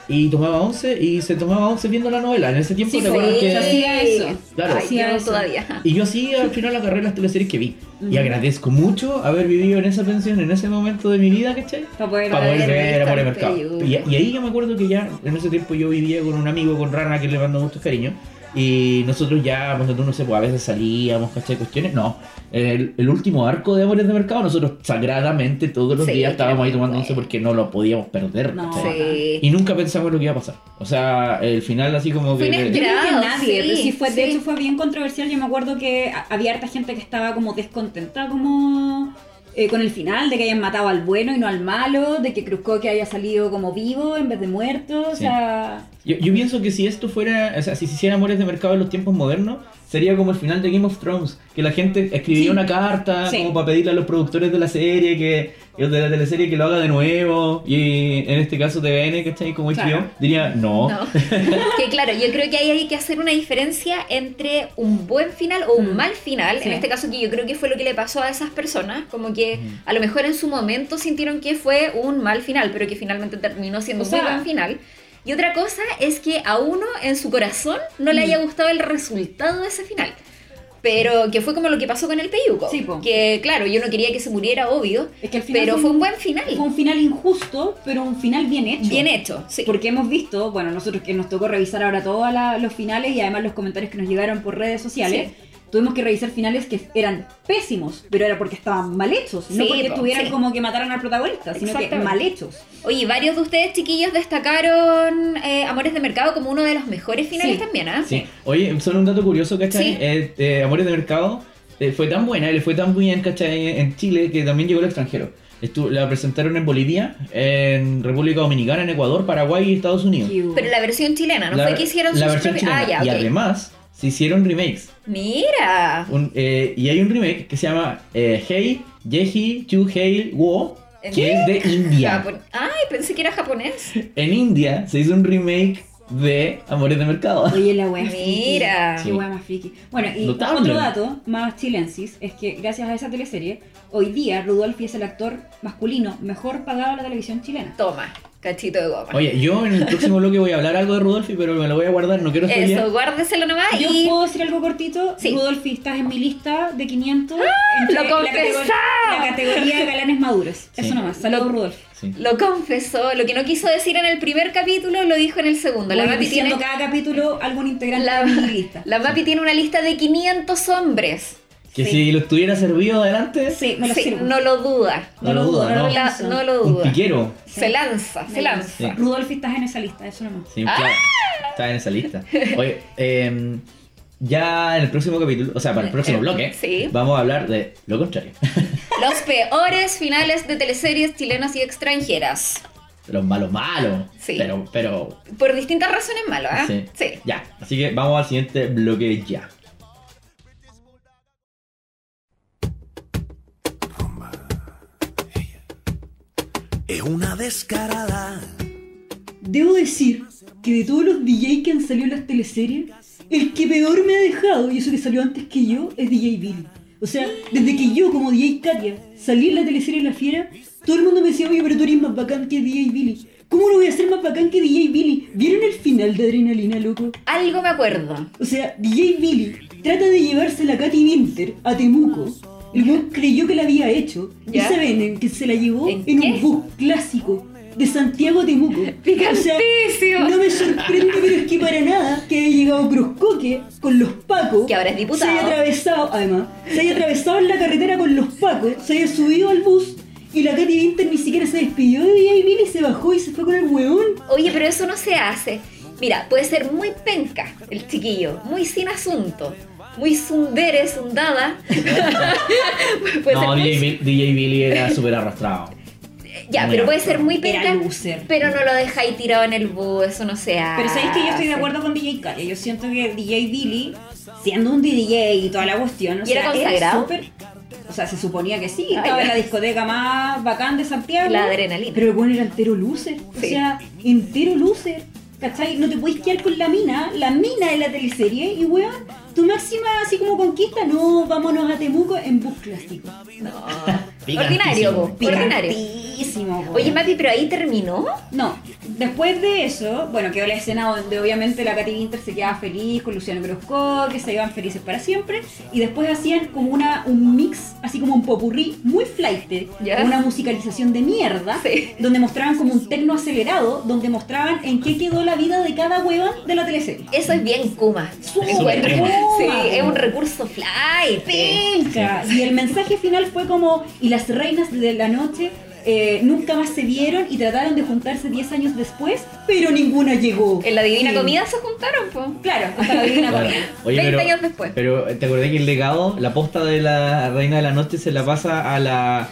[SPEAKER 1] Y tomaba 11 y se tomaba 11 viendo la novela. En ese tiempo,
[SPEAKER 2] Sí,
[SPEAKER 1] ¿te acuerdas
[SPEAKER 2] fue-
[SPEAKER 1] que...?
[SPEAKER 4] hacía eso.
[SPEAKER 1] Claro.
[SPEAKER 2] Ay,
[SPEAKER 4] Hacía
[SPEAKER 2] yo
[SPEAKER 4] eso.
[SPEAKER 2] todavía.
[SPEAKER 1] Y yo sí, al final la carrera las teleseries que vi. Y agradezco mucho haber vivido en esa pensión, en ese momento de mi vida, ¿cachai?
[SPEAKER 4] Para poder
[SPEAKER 1] Para
[SPEAKER 4] ver.
[SPEAKER 1] poder ver Amor de
[SPEAKER 2] Amores
[SPEAKER 1] Mercado.
[SPEAKER 2] Mercado.
[SPEAKER 1] Y, y ahí yo me acuerdo que ya en ese tiempo yo vivía con un amigo, con Rana, que le mando muchos cariños. Y nosotros ya, nosotros no sé, pues a veces salíamos, ¿cachai? Cuestiones. No. El, el último arco de Amores de Mercado, nosotros sagradamente todos los
[SPEAKER 2] Sí,
[SPEAKER 1] días estábamos ahí
[SPEAKER 2] claro,
[SPEAKER 1] tomando
[SPEAKER 2] bueno.
[SPEAKER 1] once porque no lo podíamos perder.
[SPEAKER 4] No.
[SPEAKER 1] ¿cachai?
[SPEAKER 2] Sí.
[SPEAKER 1] Y nunca pensamos lo que iba a pasar. O sea, el final así como
[SPEAKER 2] Fue
[SPEAKER 1] que.
[SPEAKER 2] inesperado.
[SPEAKER 4] Yo creo que
[SPEAKER 2] Claro,
[SPEAKER 4] nadie,
[SPEAKER 2] sí,
[SPEAKER 4] pero sí fue, de
[SPEAKER 2] sí.
[SPEAKER 4] hecho fue bien controversial. Yo me acuerdo que a- había harta gente que estaba como descontenta como eh, con el final, de que hayan matado al bueno y no al malo, de que Cruzco que haya salido como vivo en vez de muerto, o
[SPEAKER 1] Sí.
[SPEAKER 4] sea...
[SPEAKER 1] Yo, yo pienso que si esto fuera, o sea, si se hiciera Amores de Mercado en los tiempos modernos, sería como el final de Game of Thrones, que la gente escribiría
[SPEAKER 4] Sí.
[SPEAKER 1] una carta
[SPEAKER 4] Sí.
[SPEAKER 1] como para pedirle a los productores de la serie, que de la teleserie que lo haga de nuevo, y en este caso TVN, ¿cachai? Como HBO,
[SPEAKER 4] Claro.
[SPEAKER 1] diría, no.
[SPEAKER 2] No. que claro, yo creo que ahí hay que hacer una diferencia entre un buen final o un
[SPEAKER 4] Mm.
[SPEAKER 2] mal final.
[SPEAKER 4] Sí.
[SPEAKER 2] En este caso, que yo creo que fue lo que le pasó a esas personas. Como que a lo mejor en su momento sintieron que fue un mal final, pero que finalmente terminó siendo
[SPEAKER 4] O
[SPEAKER 2] un muy
[SPEAKER 4] sea-
[SPEAKER 2] buen final. Y otra cosa es que a uno en su corazón no
[SPEAKER 4] Mm.
[SPEAKER 2] le haya gustado el resultado de ese final. Pero que fue como lo que pasó con el Peyuco.
[SPEAKER 4] Sí, po.
[SPEAKER 2] que claro, yo no quería que se muriera, obvio.
[SPEAKER 4] Es que al final
[SPEAKER 2] Pero
[SPEAKER 4] fue
[SPEAKER 2] fue un
[SPEAKER 4] un-
[SPEAKER 2] buen final.
[SPEAKER 4] Fue un final injusto, pero un final bien hecho.
[SPEAKER 2] Bien hecho, sí.
[SPEAKER 4] Porque hemos visto, bueno, nosotros que nos tocó revisar ahora todos la- los finales y además los comentarios que nos llegaron por redes sociales, tuvimos que revisar finales que eran pésimos, pero era porque estaban mal hechos, no
[SPEAKER 2] Sí,
[SPEAKER 4] porque
[SPEAKER 2] po,
[SPEAKER 4] estuvieran
[SPEAKER 2] sí.
[SPEAKER 4] como que mataran al protagonista, sino que
[SPEAKER 2] Exactamente.
[SPEAKER 4] mal hechos.
[SPEAKER 2] Oye, varios de ustedes, chiquillos, destacaron eh, Amores de Mercado como uno de los mejores finales
[SPEAKER 4] Sí.
[SPEAKER 2] también, ¿ah?
[SPEAKER 1] Sí. Oye, solo un dato curioso, ¿cachai?
[SPEAKER 2] Sí.
[SPEAKER 1] Eh, eh, Amores de Mercado eh, fue tan buena, le fue tan bien, ¿cachai? En Chile que también llegó al extranjero. Estu- la presentaron en Bolivia, en República Dominicana, en Ecuador, Paraguay y Estados Unidos.
[SPEAKER 2] Pero la versión chilena, Ah, ¿no fue que hicieron
[SPEAKER 1] la
[SPEAKER 2] sus
[SPEAKER 1] versión
[SPEAKER 2] propias-
[SPEAKER 1] chilena.
[SPEAKER 2] Ah, ya,
[SPEAKER 1] Y
[SPEAKER 2] ok. Ah.
[SPEAKER 1] además se hicieron remakes.
[SPEAKER 2] Mira.
[SPEAKER 1] Un, eh, y hay un remake que se llama eh, Hey, Yehi, Chu, Hail, Wo, que es de India.
[SPEAKER 2] Japon- Ay, pensé que era japonés.
[SPEAKER 1] En India se hizo un remake de Amores de Mercado.
[SPEAKER 4] Oye, la wea
[SPEAKER 2] Pues Mira.
[SPEAKER 4] Qué wea más friki. Bueno, y
[SPEAKER 1] Notable.
[SPEAKER 4] otro dato más chilensis es que gracias a esa teleserie, hoy día Rudolfi es el actor masculino mejor pagado de la televisión chilena.
[SPEAKER 2] Toma, cachito de goma.
[SPEAKER 1] Oye, yo en el próximo bloque voy a hablar algo de Rudolfi, pero me lo voy a guardar, no quiero spoilear.
[SPEAKER 2] Eso, guárdeselo nomás
[SPEAKER 4] Yo
[SPEAKER 2] Ah, y...
[SPEAKER 4] puedo decir algo cortito.
[SPEAKER 2] Sí. ¡Ah!
[SPEAKER 4] Rudolfi, estás en mi lista de 500.
[SPEAKER 2] lo
[SPEAKER 4] la
[SPEAKER 2] confesó.
[SPEAKER 4] categor- La categoría de galanes maduros.
[SPEAKER 1] Sí.
[SPEAKER 4] Eso nomás. Saludos, Rudolfi.
[SPEAKER 1] Sí.
[SPEAKER 2] Lo confesó, lo que no quiso decir en el primer capítulo lo dijo en el segundo. La
[SPEAKER 4] Voy
[SPEAKER 2] Mapi,
[SPEAKER 4] diciendo
[SPEAKER 2] tiene,
[SPEAKER 4] cada capítulo algún integrante
[SPEAKER 2] La-
[SPEAKER 4] de mi lista.
[SPEAKER 2] la Mapi tiene una lista de 500 hombres.
[SPEAKER 1] Que
[SPEAKER 4] Sí.
[SPEAKER 1] si lo estuviera servido adelante,
[SPEAKER 4] Sí, me lo
[SPEAKER 2] Sí,
[SPEAKER 4] sirvo.
[SPEAKER 2] no lo duda.
[SPEAKER 1] No lo duda,
[SPEAKER 4] no
[SPEAKER 1] ¿no?
[SPEAKER 4] lo
[SPEAKER 2] La-
[SPEAKER 4] pienso.
[SPEAKER 2] no lo
[SPEAKER 1] un
[SPEAKER 2] duda.
[SPEAKER 1] piquero.
[SPEAKER 2] Se lanza, se lanza.
[SPEAKER 1] Sí.
[SPEAKER 4] Rudolfi, estás en esa lista. Eso nomás.
[SPEAKER 2] Ah.
[SPEAKER 1] Sí, claro. Está en esa lista. Oye, em, ya en el próximo capítulo, o sea, para el próximo bloque,
[SPEAKER 2] Eh, Sí.
[SPEAKER 1] vamos a hablar de lo contrario.
[SPEAKER 2] Los peores finales de teleseries chilenas y extranjeras.
[SPEAKER 1] Los malos malos.
[SPEAKER 2] Sí.
[SPEAKER 1] Pero, pero.
[SPEAKER 2] Por distintas razones malo, ¿ah?
[SPEAKER 1] Sí. Ya. Así que vamos al siguiente bloque ya.
[SPEAKER 5] Es una descarada.
[SPEAKER 3] Debo decir que de todos los DJ que han salido en las teleseries, el que peor me ha dejado, y eso que salió antes que yo, es DJ Billy. O sea, desde que yo, como DJ Katia, salí en la teleserie La Fiera, todo el mundo me decía, oye, pero tú eres más bacán que DJ Billy. ¿Cómo no voy a ser más bacán que DJ Billy? ¿Vieron el final de Adrenalina, loco?
[SPEAKER 2] Algo me acuerdo.
[SPEAKER 3] O sea, DJ Billy trata de llevarse la Katy Winter a Temuco. El weón creyó que la había hecho. ¿Y
[SPEAKER 2] ¿Ya?
[SPEAKER 3] saben en que se la llevó?
[SPEAKER 2] ¿En
[SPEAKER 3] En, un
[SPEAKER 2] qué?
[SPEAKER 3] bus clásico. de Santiago a Temuco. O sea,
[SPEAKER 2] Picantísimo.
[SPEAKER 3] no me sorprende, pero es que para nada que haya llegado Cruzcoque con los pacos.
[SPEAKER 2] Que ahora es diputado.
[SPEAKER 3] Se haya atravesado, además, se haya atravesado en la carretera con los pacos, se haya subido al bus y la Katy Winter ni siquiera se despidió de J.B. y se bajó y se fue con el hueón.
[SPEAKER 2] Oye, pero eso no se hace. Mira, puede ser muy penca el chiquillo, muy sin asunto, muy sundere, sundada. Pues Puede
[SPEAKER 1] No,
[SPEAKER 2] ser muy-
[SPEAKER 1] DJ, Bill- DJ Billy era súper arrastrado.
[SPEAKER 2] Ya,
[SPEAKER 1] muy
[SPEAKER 2] pero puede ser muy
[SPEAKER 4] Era
[SPEAKER 2] penca,
[SPEAKER 4] loser.
[SPEAKER 2] pero no lo dejáis tirado en el bus, eso no se hace.
[SPEAKER 4] Pero sabéis que yo estoy de acuerdo con DJ Khaled. Yo siento que DJ Billy, siendo un DJ y toda la cuestión, o
[SPEAKER 2] ¿Y
[SPEAKER 4] sea,
[SPEAKER 2] era consagrado?
[SPEAKER 4] súper- o sea, se suponía que sí,
[SPEAKER 2] Ay,
[SPEAKER 4] estaba en
[SPEAKER 2] ya.
[SPEAKER 4] la discoteca más bacán de Santiago.
[SPEAKER 2] La adrenalina.
[SPEAKER 4] Pero el bueno era entero loser. O
[SPEAKER 2] Sí.
[SPEAKER 4] sea, entero loser. ¿Cachai? No te puedes quedar con la mina, la mina de la teleserie, y weón, tu máxima así como conquista, no, vámonos a Temuco en bus clásico.
[SPEAKER 2] No.
[SPEAKER 1] Picantísimo.
[SPEAKER 2] Ordinario, po, ordinario.
[SPEAKER 4] Picantísimo, weón.
[SPEAKER 2] Oye, Mati, pero ahí terminó.
[SPEAKER 4] No, después de eso, bueno, quedó la escena donde obviamente la Katy Winter se quedaba feliz con Luciano Cruzco, que se iban felices para siempre, y después hacían como una, un mix, así como un popurrí muy flight,
[SPEAKER 2] Ya.
[SPEAKER 4] una musicalización de mierda,
[SPEAKER 2] Sí.
[SPEAKER 4] donde mostraban como un tecno acelerado, donde mostraban en qué quedó la vida de cada hueva de la teleserie.
[SPEAKER 2] Eso es bien Kuma.
[SPEAKER 1] Súper Kuma.
[SPEAKER 2] Sí, es un recurso fly.
[SPEAKER 4] Penca. Y el mensaje final fue como, y las reinas de la noche eh, nunca más se vieron y trataron de juntarse 10 años después, pero ninguna llegó.
[SPEAKER 2] En la divina
[SPEAKER 4] Sí.
[SPEAKER 2] comida se juntaron, po.
[SPEAKER 4] Claro, hasta la divina
[SPEAKER 1] Claro.
[SPEAKER 4] comida.
[SPEAKER 1] Oye,
[SPEAKER 2] 20
[SPEAKER 1] pero,
[SPEAKER 2] años después.
[SPEAKER 1] Pero eh, te acordás que el legado, la posta de la reina de la noche se la pasa a la.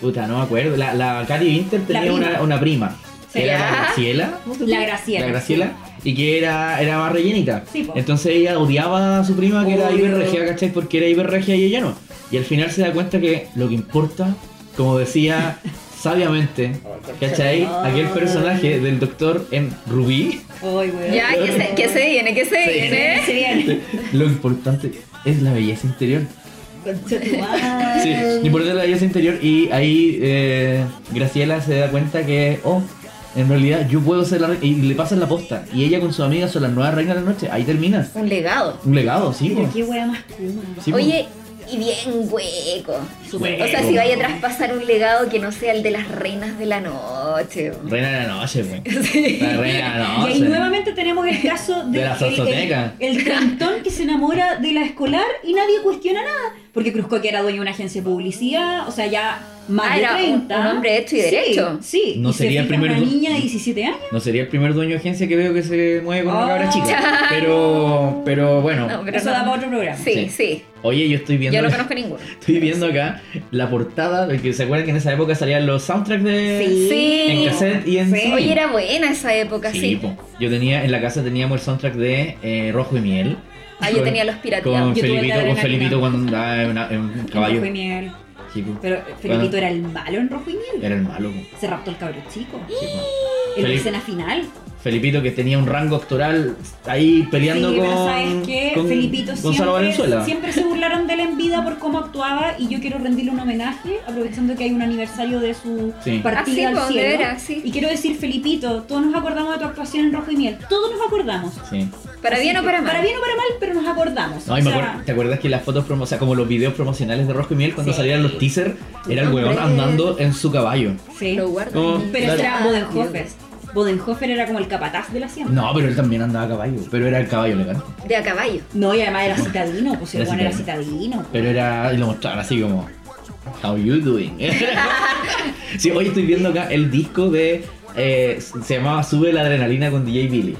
[SPEAKER 1] Puta, no me acuerdo. La, la Cari Winter tenía
[SPEAKER 4] prima.
[SPEAKER 1] Una, una prima.
[SPEAKER 4] Sí. Ah.
[SPEAKER 1] Que era la
[SPEAKER 2] Ya.
[SPEAKER 1] Graciela. ¿no?
[SPEAKER 4] La Graciela.
[SPEAKER 1] La Graciela. Y que era, era más rellenita.
[SPEAKER 4] Sí, po.
[SPEAKER 1] Entonces ella odiaba a su prima que era
[SPEAKER 4] Obvio.
[SPEAKER 1] hiperregia, ¿cachai? Porque era hiperregia y ella no. Y al final se da cuenta que lo que importa, como decía sabiamente, ¿cachai?
[SPEAKER 4] Ah.
[SPEAKER 1] Aquel personaje del doctor en Rubí.
[SPEAKER 4] Ay, weón.
[SPEAKER 2] Ya, ¿eh? que se, que se viene, que se
[SPEAKER 1] Sí.
[SPEAKER 2] viene.
[SPEAKER 4] Se viene.
[SPEAKER 1] Lo importante es la belleza interior.
[SPEAKER 4] Concha tu madre.
[SPEAKER 1] Sí, lo importante es la belleza interior y ahí eh, Graciela se da cuenta que, oh, en realidad yo puedo ser la reina y le pasan la posta. Y ella con sus amigas son las nuevas reinas de la noche. Ahí termina.
[SPEAKER 2] Un legado.
[SPEAKER 1] Un legado, sí.
[SPEAKER 4] Pero
[SPEAKER 1] po.
[SPEAKER 4] qué wea más kuma.
[SPEAKER 1] Sí, po.
[SPEAKER 2] Oye, y bien hueco.
[SPEAKER 1] Súper
[SPEAKER 2] O sea,
[SPEAKER 1] hueco.
[SPEAKER 2] si vaya a traspasar un legado que no sea el de las reinas de la noche. po.
[SPEAKER 1] Reina de la noche, güey. La reina de la
[SPEAKER 4] Y
[SPEAKER 1] noche.
[SPEAKER 4] ahí nuevamente tenemos el caso de,
[SPEAKER 1] De la
[SPEAKER 4] el-
[SPEAKER 1] sozoteca.
[SPEAKER 4] El, el trantón que se enamora de la escolar y nadie cuestiona nada. Porque Cruzco que era dueño de una agencia de publicidad, o sea, ya más
[SPEAKER 2] Ah,
[SPEAKER 4] de
[SPEAKER 2] era un-
[SPEAKER 4] 30.
[SPEAKER 2] un hombre hecho y
[SPEAKER 4] Sí,
[SPEAKER 2] derecho.
[SPEAKER 4] Sí,
[SPEAKER 1] No
[SPEAKER 4] y se
[SPEAKER 1] sería el
[SPEAKER 4] fija
[SPEAKER 1] primer
[SPEAKER 4] Una
[SPEAKER 1] du-
[SPEAKER 4] niña de 17 años.
[SPEAKER 1] No sería el primer dueño de agencia que veo que se mueve con una
[SPEAKER 4] Oh.
[SPEAKER 1] cabra chica. Pero, pero bueno.
[SPEAKER 2] No, pero
[SPEAKER 4] Eso
[SPEAKER 2] no.
[SPEAKER 4] da para otro programa.
[SPEAKER 2] Sí,
[SPEAKER 1] Sí.
[SPEAKER 2] sí.
[SPEAKER 1] Oye, yo estoy viendo.
[SPEAKER 2] Yo no conozco ninguno.
[SPEAKER 1] Estoy viendo acá la portada, porque se acuerdan que en esa época salían los soundtracks de
[SPEAKER 2] Sí.
[SPEAKER 1] en cassette y en CD.
[SPEAKER 2] Oye, era buena esa época,
[SPEAKER 1] Sí,
[SPEAKER 2] sí.
[SPEAKER 1] po. yo tenía en la casa teníamos el soundtrack de eh, Rojo y Miel.
[SPEAKER 2] Ah, yo
[SPEAKER 1] Con-
[SPEAKER 2] tenía los pirateados.
[SPEAKER 1] Con
[SPEAKER 4] Yo tuve el de
[SPEAKER 1] Felipito, con
[SPEAKER 4] Adrenalina.
[SPEAKER 1] Felipito cuando andaba en, una- en un caballo.
[SPEAKER 4] Rojo y miel.
[SPEAKER 1] Sí, po.
[SPEAKER 4] Pero Felipito
[SPEAKER 1] Bueno.
[SPEAKER 4] era el malo en Rojo y miel.
[SPEAKER 1] Era el malo. po.
[SPEAKER 4] Se raptó el cabro chico.
[SPEAKER 1] Sí, po.
[SPEAKER 4] En la
[SPEAKER 1] Felipe-
[SPEAKER 4] escena final.
[SPEAKER 1] Felipito que tenía un rango actoral ahí peleando
[SPEAKER 4] sí,
[SPEAKER 1] con,
[SPEAKER 4] pero sabes que
[SPEAKER 1] con
[SPEAKER 4] Felipito
[SPEAKER 1] Gonzalo
[SPEAKER 4] siempre,
[SPEAKER 1] Valenzuela.
[SPEAKER 4] siempre se burlaron de él en vida por cómo actuaba y yo quiero rendirle un homenaje aprovechando que hay un aniversario de su
[SPEAKER 1] Sí.
[SPEAKER 4] partida
[SPEAKER 2] Ah, sí,
[SPEAKER 4] al
[SPEAKER 2] pues, de
[SPEAKER 4] cielo.
[SPEAKER 2] veras, sí.
[SPEAKER 4] Y quiero decir, Felipito, todos nos acordamos de tu actuación en Rojo y Miel. Todos nos acordamos.
[SPEAKER 1] Sí.
[SPEAKER 2] Para
[SPEAKER 4] Así
[SPEAKER 2] bien o
[SPEAKER 4] que-
[SPEAKER 2] para mal.
[SPEAKER 4] Para bien o para mal, pero nos acordamos.
[SPEAKER 1] No, y me
[SPEAKER 4] O sea,
[SPEAKER 1] acuerdo- ¿te acuerdas que las fotos, promo- o sea, como los videos promocionales de Rojo y Miel, cuando salían los teasers, era el huevón
[SPEAKER 2] Hombre.
[SPEAKER 1] andando en su caballo?
[SPEAKER 4] sí.
[SPEAKER 2] Lo Ah, guardo.
[SPEAKER 1] Oh,
[SPEAKER 2] en mi
[SPEAKER 4] Pero ese era
[SPEAKER 2] casa.
[SPEAKER 4] Bodenhofer. Bodenhofer era como el capataz de la hacienda.
[SPEAKER 1] No, pero él también andaba a caballo, pero era el caballo elegante.
[SPEAKER 2] De a caballo.
[SPEAKER 4] No, y además era citadino, pues el
[SPEAKER 1] Era
[SPEAKER 4] bueno era citadino. pues.
[SPEAKER 1] Pero era, y lo mostraban así como, How you doing? sí, hoy estoy viendo acá el disco de, eh, se llamaba Sube la adrenalina con DJ Billy.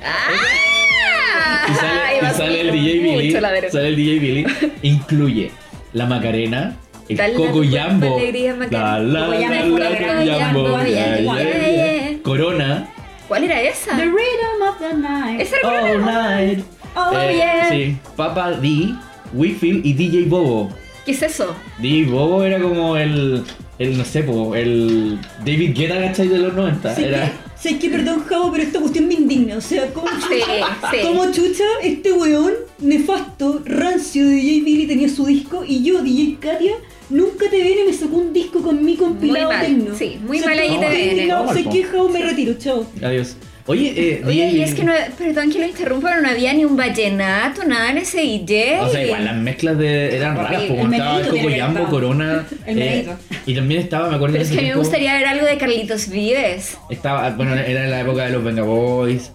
[SPEAKER 2] ¡Ah!
[SPEAKER 1] Y sale,
[SPEAKER 2] Ay,
[SPEAKER 1] y
[SPEAKER 2] va a
[SPEAKER 1] sale el
[SPEAKER 2] subir
[SPEAKER 1] DJ
[SPEAKER 2] mucho,
[SPEAKER 1] Billy,
[SPEAKER 2] la verdad.
[SPEAKER 1] sale el DJ Billy, incluye la Macarena, el
[SPEAKER 2] Dale la
[SPEAKER 1] Coco
[SPEAKER 2] respuesta,
[SPEAKER 1] Jambo,
[SPEAKER 2] alegría, Macarena.
[SPEAKER 1] la la
[SPEAKER 4] Coco
[SPEAKER 1] la
[SPEAKER 4] Jambo,
[SPEAKER 1] la
[SPEAKER 4] Coco
[SPEAKER 1] Coco Jambo,
[SPEAKER 2] Jambo,
[SPEAKER 1] ya,
[SPEAKER 2] ya,
[SPEAKER 1] ya,
[SPEAKER 2] ya.
[SPEAKER 1] ya. Corona,
[SPEAKER 2] ¿Cuál era esa?
[SPEAKER 4] The rhythm of the night.
[SPEAKER 2] Esa era
[SPEAKER 1] All Night,
[SPEAKER 4] Oh,
[SPEAKER 1] eh,
[SPEAKER 4] yeah.
[SPEAKER 1] sí, Papa D, Whitfield y DJ Bobo.
[SPEAKER 2] ¿Qué es eso?
[SPEAKER 1] DJ Bobo era como el, el no sé, po, el David Guetta, ¿cachai? De los 90.
[SPEAKER 3] Sé
[SPEAKER 1] Era,
[SPEAKER 3] que, sé que, perdón, Javo, pero esta cuestión me indigna. O sea, ¿cómo
[SPEAKER 2] Sí,
[SPEAKER 3] chucha,
[SPEAKER 2] sí.
[SPEAKER 3] cómo chucha este weón nefasto, rancio de DJ Billy tenía su disco y yo, DJ Katia, nunca te viene me sacó un disco con mi compilado
[SPEAKER 2] mal,
[SPEAKER 3] tecno.
[SPEAKER 2] sí, muy
[SPEAKER 3] O sea,
[SPEAKER 2] mal ahí
[SPEAKER 3] estoy
[SPEAKER 1] TVN.
[SPEAKER 3] indignado, sé que Javo me retiro, chao.
[SPEAKER 1] Adiós. Oye, eh,
[SPEAKER 2] Oye, y
[SPEAKER 1] DJ
[SPEAKER 2] es que no, perdón que lo interrumpa, pero no había ni un vallenato, nada en ese DJ.
[SPEAKER 1] O sea, igual las mezclas de, eran raras,
[SPEAKER 4] Horrible.
[SPEAKER 1] como
[SPEAKER 4] El
[SPEAKER 1] estaba el
[SPEAKER 4] merenguito tiene que haber
[SPEAKER 1] Cocoyambo,
[SPEAKER 4] estado.
[SPEAKER 1] Corona.
[SPEAKER 4] El
[SPEAKER 1] eh,
[SPEAKER 4] merenguito.
[SPEAKER 1] y también estaba, me acuerdo
[SPEAKER 2] Pero es
[SPEAKER 1] en
[SPEAKER 2] que
[SPEAKER 1] ese
[SPEAKER 2] a mí me
[SPEAKER 1] tiempo,
[SPEAKER 2] gustaría ver algo de Carlitos Vives.
[SPEAKER 1] Estaba, bueno, era la época de los Venga Boys,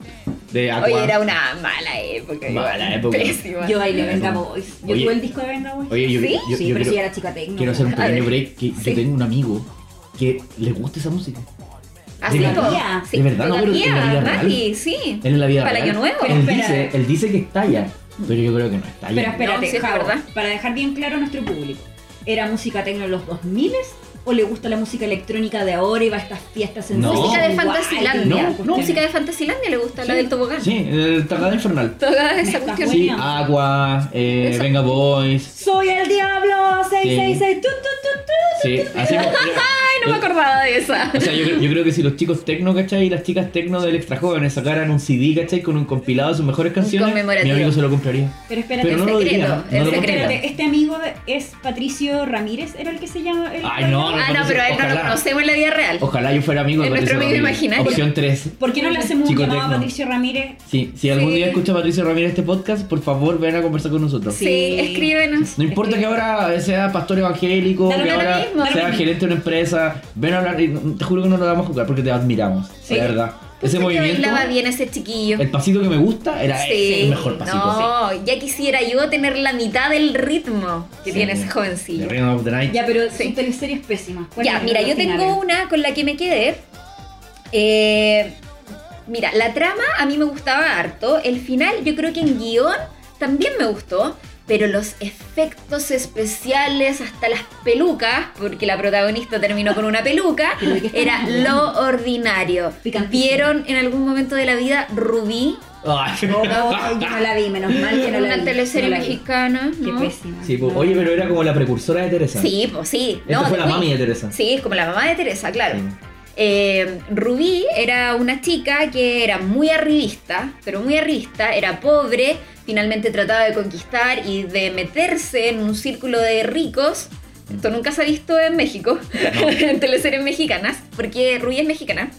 [SPEAKER 1] de Aqua.
[SPEAKER 2] Oye, era una mala época.
[SPEAKER 1] Mala
[SPEAKER 2] igual,
[SPEAKER 1] época.
[SPEAKER 2] Pésima.
[SPEAKER 4] Yo bailé
[SPEAKER 1] Bueno.
[SPEAKER 4] Venga Boys. Yo
[SPEAKER 1] Oye.
[SPEAKER 4] tuve el disco de Venga Boys.
[SPEAKER 1] Oye, yo,
[SPEAKER 2] ¿Sí?
[SPEAKER 1] yo-
[SPEAKER 4] sí,
[SPEAKER 1] yo
[SPEAKER 4] pero
[SPEAKER 1] quiero,
[SPEAKER 4] sí era chica tecno.
[SPEAKER 1] quiero hacer un
[SPEAKER 2] A
[SPEAKER 1] pequeño
[SPEAKER 2] ver.
[SPEAKER 1] break, que
[SPEAKER 2] Sí.
[SPEAKER 1] yo tengo un amigo que le gusta esa música.
[SPEAKER 2] Así
[SPEAKER 1] de
[SPEAKER 2] po.
[SPEAKER 4] verdad.
[SPEAKER 2] Sí,
[SPEAKER 1] De verdad, no, pero en la
[SPEAKER 2] todavía,
[SPEAKER 1] vida real.
[SPEAKER 2] Mati, sí.
[SPEAKER 1] Él en la vida
[SPEAKER 2] Para
[SPEAKER 1] real,
[SPEAKER 2] Año Nuevo.
[SPEAKER 4] Pero
[SPEAKER 1] Él
[SPEAKER 4] espera.
[SPEAKER 1] dice, él dice que estalla, pero yo creo que no estalla.
[SPEAKER 4] Pero
[SPEAKER 2] No, sí,
[SPEAKER 4] espérate,
[SPEAKER 2] es
[SPEAKER 4] Javo,
[SPEAKER 2] verdad.
[SPEAKER 4] para dejar bien claro a nuestro público, ¿era música tecno en los 2000 o le gusta la música electrónica de ahora y va a estas fiestas en
[SPEAKER 1] No.
[SPEAKER 2] Música de
[SPEAKER 4] Guay,
[SPEAKER 2] Fantasilandia.
[SPEAKER 4] qué
[SPEAKER 1] no.
[SPEAKER 2] Música de Fantasilandia le gusta, la
[SPEAKER 1] Sí.
[SPEAKER 2] del tobogán.
[SPEAKER 1] Sí, el Tornado Infernal.
[SPEAKER 2] Toda
[SPEAKER 4] Me
[SPEAKER 2] esa
[SPEAKER 4] estás
[SPEAKER 2] cuestión.
[SPEAKER 1] Sí,
[SPEAKER 4] Buena.
[SPEAKER 1] Aqua, eh,
[SPEAKER 2] Eso.
[SPEAKER 1] Venga Boys.
[SPEAKER 4] Soy el diablo 666. tu, tu, tu, tu.
[SPEAKER 1] Sí, así como-
[SPEAKER 2] Ay, no me acordaba de esa.
[SPEAKER 1] O sea, yo, creo- yo creo que si los chicos tecno, ¿cachai? Y las chicas tecno del extra jóvenes sacaran un CD, ¿cachai? Con un compilado de sus mejores canciones, mi
[SPEAKER 2] conmemorativo.
[SPEAKER 1] amigo se lo compraría.
[SPEAKER 4] Pero espérate,
[SPEAKER 1] Pero no lo
[SPEAKER 2] secreto,
[SPEAKER 1] diría.
[SPEAKER 2] el
[SPEAKER 1] No lo
[SPEAKER 2] secreto.
[SPEAKER 1] compraría.
[SPEAKER 4] espérate, este amigo es Patricio Ramírez, era el que se llama. El
[SPEAKER 1] Ay, no,
[SPEAKER 2] Ah, no,
[SPEAKER 1] entonces,
[SPEAKER 2] pero a él no lo
[SPEAKER 1] ojalá.
[SPEAKER 2] conocemos en la vida real.
[SPEAKER 1] Ojalá yo fuera amigo de
[SPEAKER 2] Es nuestro
[SPEAKER 1] Patricio
[SPEAKER 2] amigo
[SPEAKER 1] Ramírez.
[SPEAKER 2] imaginario.
[SPEAKER 1] Opción 3.
[SPEAKER 4] ¿Por qué no le hacemos un
[SPEAKER 1] Chico
[SPEAKER 4] llamado
[SPEAKER 1] tecno.
[SPEAKER 4] a Patricio Ramírez?
[SPEAKER 1] Sí, si algún
[SPEAKER 2] Sí.
[SPEAKER 1] día escucha a Patricio Ramírez este podcast, por favor ven a conversar con nosotros.
[SPEAKER 2] Sí,
[SPEAKER 4] Sí.
[SPEAKER 2] escríbenos.
[SPEAKER 1] No importa que ahora sea pastor evangélico,
[SPEAKER 2] Da lo
[SPEAKER 1] que
[SPEAKER 2] mismo,
[SPEAKER 1] ahora
[SPEAKER 2] da lo mismo.
[SPEAKER 1] sea gerente de una empresa, ven a hablar, y te juro que no lo vamos a jugar porque te admiramos,
[SPEAKER 4] Sí.
[SPEAKER 1] de verdad. Ese
[SPEAKER 2] Porque
[SPEAKER 1] movimiento,
[SPEAKER 2] bailaba bien ese chiquillo.
[SPEAKER 1] el pasito que me gusta, era
[SPEAKER 2] Sí,
[SPEAKER 1] ese el mejor pasito.
[SPEAKER 2] no, ya quisiera yo tener la mitad del ritmo que
[SPEAKER 1] Sí.
[SPEAKER 2] tiene ese
[SPEAKER 1] The
[SPEAKER 2] jovencillo.
[SPEAKER 1] Reign of the Night.
[SPEAKER 4] Ya, pero
[SPEAKER 2] Sí.
[SPEAKER 4] su teleserie es pésima. ¿Cuál
[SPEAKER 2] Ya,
[SPEAKER 4] es el
[SPEAKER 2] mira, yo
[SPEAKER 4] número final?
[SPEAKER 2] tengo una con la que me quedé. Eh, mira, la trama a mí me gustaba harto. El final, yo creo que en guión también me gustó. Pero los efectos especiales, hasta las pelucas, porque la protagonista terminó con una peluca,
[SPEAKER 4] ¿Pero de qué estamos
[SPEAKER 2] era lo
[SPEAKER 4] hablando?
[SPEAKER 2] ordinario.
[SPEAKER 4] Picantísimo.
[SPEAKER 2] ¿Vieron en algún momento de la vida Rubí?
[SPEAKER 1] Ay.
[SPEAKER 4] No, yo no la vi, menos mal que no la vi.
[SPEAKER 2] Una teleserie
[SPEAKER 4] no la vi.
[SPEAKER 2] mexicana.
[SPEAKER 4] Qué
[SPEAKER 2] ¿no?
[SPEAKER 4] pésima.
[SPEAKER 1] Sí, pues,
[SPEAKER 4] No.
[SPEAKER 1] oye, pero era como la precursora de Teresa.
[SPEAKER 2] Sí, pues sí.
[SPEAKER 1] Esta
[SPEAKER 2] No,
[SPEAKER 1] fue la
[SPEAKER 2] después-
[SPEAKER 1] mami de Teresa.
[SPEAKER 2] Sí, es como la mamá de Teresa, claro.
[SPEAKER 1] Sí.
[SPEAKER 2] Eh, Rubí era una chica que era muy arribista, pero muy arribista, era pobre, finalmente trataba de conquistar y de meterse en un círculo de ricos. Esto nunca se ha visto en México, en teleseries mexicanas, porque Rubí es mexicana.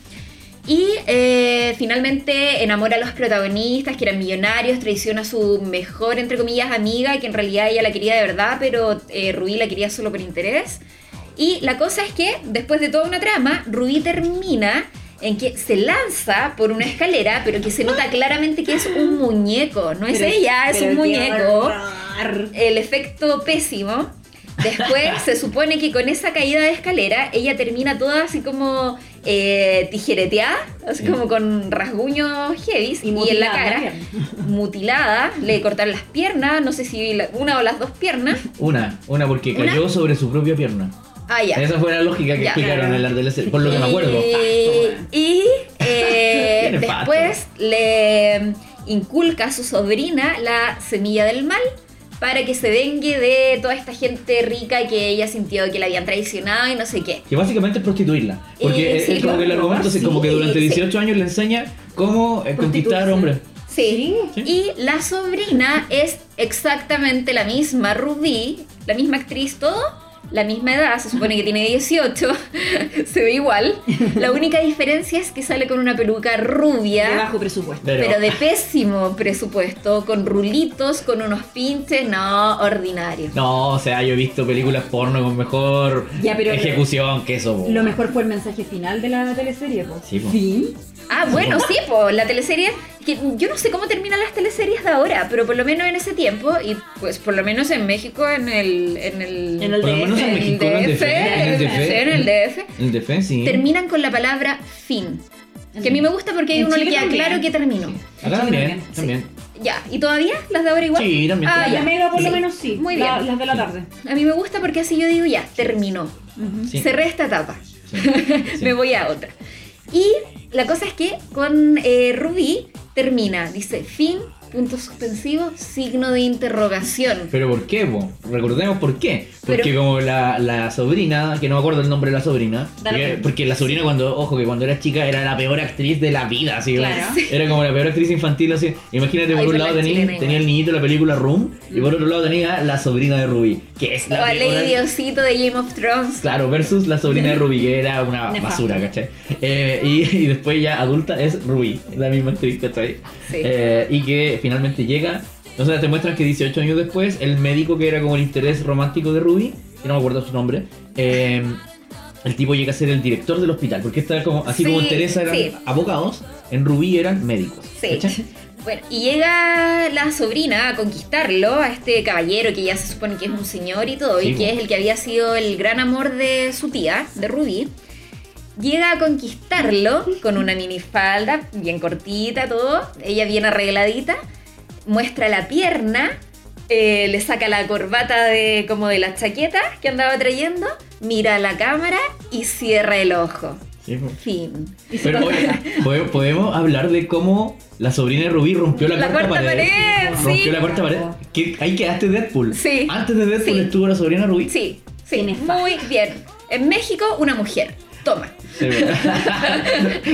[SPEAKER 2] Y eh, finalmente enamora a los protagonistas que eran millonarios, traiciona a su mejor, entre comillas, amiga, que en realidad ella la quería de verdad, pero eh, Rubí la quería solo por interés. Y la cosa es que, después de toda una trama, Rubí termina en que se lanza por una escalera, pero que se nota claramente que es un muñeco, no es
[SPEAKER 4] Pero-
[SPEAKER 2] ella, es
[SPEAKER 4] pero
[SPEAKER 2] un
[SPEAKER 4] qué
[SPEAKER 2] muñeco
[SPEAKER 4] horror.
[SPEAKER 2] el efecto pésimo. Después se supone que con esa caída de escalera ella termina toda así como eh, tijereteada, así
[SPEAKER 1] Sí.
[SPEAKER 2] como con rasguños heavy y, en la
[SPEAKER 4] mutilada
[SPEAKER 2] cara,
[SPEAKER 4] pierna.
[SPEAKER 2] mutilada, le cortaron las piernas, no sé si la- una o las dos piernas.
[SPEAKER 1] Una, una porque
[SPEAKER 2] Una.
[SPEAKER 1] cayó sobre su propia pierna.
[SPEAKER 2] Ah, ya.
[SPEAKER 1] Esa fue la lógica que
[SPEAKER 2] Ya.
[SPEAKER 1] explicaron en la teleserie, por lo que me acuerdo.
[SPEAKER 2] Y, y, eh,
[SPEAKER 1] Tiene pasto.
[SPEAKER 2] después le inculca a su sobrina la semilla del mal para que se vengue de toda esta gente rica que ella sintió que la habían traicionado y no sé qué.
[SPEAKER 1] Que básicamente es prostituirla. Porque
[SPEAKER 2] Eh,
[SPEAKER 1] es,
[SPEAKER 2] sí,
[SPEAKER 1] es como
[SPEAKER 2] lo-
[SPEAKER 1] que el argumento es
[SPEAKER 2] sí,
[SPEAKER 1] como que durante
[SPEAKER 2] sí.
[SPEAKER 1] 18 años le enseña cómo eh, conquistar
[SPEAKER 4] Prostituirse.
[SPEAKER 1] hombres.
[SPEAKER 2] Sí.
[SPEAKER 1] Sí.
[SPEAKER 2] Y la sobrina es exactamente la misma, Rubí, la misma actriz, todo, la misma edad, se supone que tiene 18, se ve igual. La única diferencia es que sale con una peluca rubia.
[SPEAKER 4] De bajo presupuesto.
[SPEAKER 1] Pero,
[SPEAKER 2] Pero de pésimo presupuesto, con rulitos, con unos pinches, no, ordinario.
[SPEAKER 1] No, o sea, yo he visto películas porno con mejor
[SPEAKER 4] Ya, pero-
[SPEAKER 1] ejecución que eso. po.
[SPEAKER 4] Lo mejor fue el mensaje final de la teleserie, po.
[SPEAKER 1] Sí, po.
[SPEAKER 4] Fin.
[SPEAKER 2] Ah, bueno, sí, po, la teleserie, que yo no sé cómo terminan las teleseries de ahora, pero por lo menos en ese tiempo, y pues por lo menos en México, en el... En el,
[SPEAKER 4] En el
[SPEAKER 1] Por lo
[SPEAKER 4] DF,
[SPEAKER 1] menos en
[SPEAKER 2] en el
[SPEAKER 1] México, en el
[SPEAKER 2] DF,
[SPEAKER 1] DF, en el DF.
[SPEAKER 2] en el DF,
[SPEAKER 1] El DF, sí.
[SPEAKER 2] terminan con la palabra fin. Que a mí me gusta porque ahí
[SPEAKER 4] Mm. En
[SPEAKER 2] uno le
[SPEAKER 4] Chile
[SPEAKER 2] queda
[SPEAKER 4] también.
[SPEAKER 2] claro que terminó.
[SPEAKER 1] Acá también,
[SPEAKER 4] Sí.
[SPEAKER 1] también.
[SPEAKER 2] Ya, ¿y todavía? ¿Las de ahora igual?
[SPEAKER 1] Sí, también.
[SPEAKER 2] Ah,
[SPEAKER 4] La
[SPEAKER 2] ya.
[SPEAKER 4] mega por lo
[SPEAKER 2] Sí.
[SPEAKER 4] menos sí.
[SPEAKER 2] Muy
[SPEAKER 4] La-
[SPEAKER 2] bien.
[SPEAKER 4] las de la tarde.
[SPEAKER 2] A mí me gusta porque así yo digo ya, terminó.
[SPEAKER 1] Sí,
[SPEAKER 2] Cerré esta etapa.
[SPEAKER 1] sí, sí.
[SPEAKER 2] me voy a otra. Y la cosa es que con eh, Rubí termina, dice fin punto suspensivo, signo de interrogación.
[SPEAKER 1] Pero ¿por qué? po? Recordemos por qué. Porque
[SPEAKER 2] Pero-
[SPEAKER 1] como la, la sobrina, que no me acuerdo el nombre de la sobrina,
[SPEAKER 2] Da lo
[SPEAKER 1] porque,
[SPEAKER 2] mismo.
[SPEAKER 1] porque la sobrina cuando, ojo, que cuando era chica era la peor actriz de la vida, así como-
[SPEAKER 4] Claro.
[SPEAKER 1] era como la peor actriz infantil, así. Imagínate, por
[SPEAKER 2] Ay,
[SPEAKER 1] un
[SPEAKER 2] pero
[SPEAKER 1] lado
[SPEAKER 2] la
[SPEAKER 1] tenía,
[SPEAKER 2] chilena igual.
[SPEAKER 1] tenía el niñito de la película Room y por otro lado tenía la sobrina de Ruby, que es
[SPEAKER 2] O
[SPEAKER 1] la
[SPEAKER 2] a
[SPEAKER 1] peor
[SPEAKER 2] Lady Osito de Game of Thrones.
[SPEAKER 1] Claro, versus la sobrina de Ruby, que era una
[SPEAKER 4] Nefasto.
[SPEAKER 1] basura, ¿cachai? Eh, y, y después ya adulta es Ruby, la misma actriz, ¿cachai?
[SPEAKER 2] Sí.
[SPEAKER 1] Eh, y que finalmente llega, o sea, te muestran que 18 años después, el médico que era como el interés romántico de Ruby, que no me acuerdo su nombre, eh, el tipo llega a ser el director del hospital, porque esta como, así
[SPEAKER 2] Sí,
[SPEAKER 1] como en Teresa eran
[SPEAKER 2] sí.
[SPEAKER 1] abogados, en Ruby eran médicos.
[SPEAKER 2] Sí.
[SPEAKER 1] ¿cachai?
[SPEAKER 2] Bueno, y llega la sobrina a conquistarlo, a este caballero que ya se supone que es un señor y todo,
[SPEAKER 1] Sí,
[SPEAKER 2] y que
[SPEAKER 1] bueno.
[SPEAKER 2] es el que había sido el gran amor de su tía, de Ruby. Llega a conquistarlo con una minifalda bien cortita, todo, ella bien arregladita, muestra la pierna, eh, le saca la corbata de como de las chaquetas que andaba trayendo, mira a la cámara y cierra el ojo.
[SPEAKER 1] Sí, po.
[SPEAKER 2] Fin.
[SPEAKER 1] Pero oye, ¿pode- podemos hablar de cómo la sobrina de Ruby rompió la,
[SPEAKER 2] La
[SPEAKER 1] cuarta,
[SPEAKER 2] cuarta
[SPEAKER 1] pared.
[SPEAKER 2] pared,
[SPEAKER 1] rompió
[SPEAKER 2] sí.
[SPEAKER 1] la cuarta pared. Que, ahí quedaste Deadpool.
[SPEAKER 2] Sí.
[SPEAKER 1] Antes de Deadpool
[SPEAKER 2] Sí.
[SPEAKER 1] estuvo la sobrina Ruby.
[SPEAKER 2] Sí, sí,
[SPEAKER 4] Qué nefasto.
[SPEAKER 2] muy bien. En México, una mujer. Toma.
[SPEAKER 1] Sí, bueno.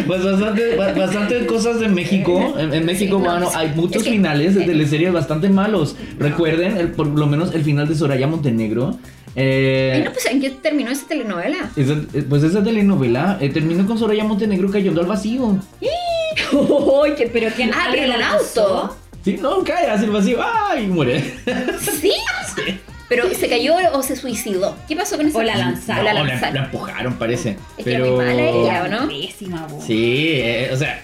[SPEAKER 1] pues bastante, ba- bastante cosas en México. En, en México,
[SPEAKER 2] Sí, no,
[SPEAKER 1] mano,
[SPEAKER 2] sí.
[SPEAKER 1] hay muchos
[SPEAKER 2] Es que-
[SPEAKER 1] finales de
[SPEAKER 2] sí.
[SPEAKER 1] teleseries bastante malos. Recuerden, el- por lo menos el final de Soraya Montenegro. Eh,
[SPEAKER 2] Ay, no, pues ¿en qué terminó esa telenovela?
[SPEAKER 1] esa- eh, pues esa telenovela eh, terminó con Soraya Montenegro cayendo al vacío.
[SPEAKER 4] Uy, que- pero ¿quién?
[SPEAKER 2] Ah, pero en
[SPEAKER 4] ¿alguien
[SPEAKER 2] un
[SPEAKER 4] la lanzó?
[SPEAKER 2] auto.
[SPEAKER 1] Sí, no, cae hacia el vacío. ¡Ay! Muere.
[SPEAKER 2] ¿Sí? Pero se cayó o se suicidó. ¿Qué pasó con esa?
[SPEAKER 4] O la lanzaron.
[SPEAKER 2] O la
[SPEAKER 1] No,
[SPEAKER 2] lanzaron.
[SPEAKER 1] la empujaron, parece.
[SPEAKER 2] Es que era
[SPEAKER 1] pero...
[SPEAKER 2] muy mala ella, ¿o no?
[SPEAKER 4] Pésima, po.
[SPEAKER 1] Sí, eh, o sea,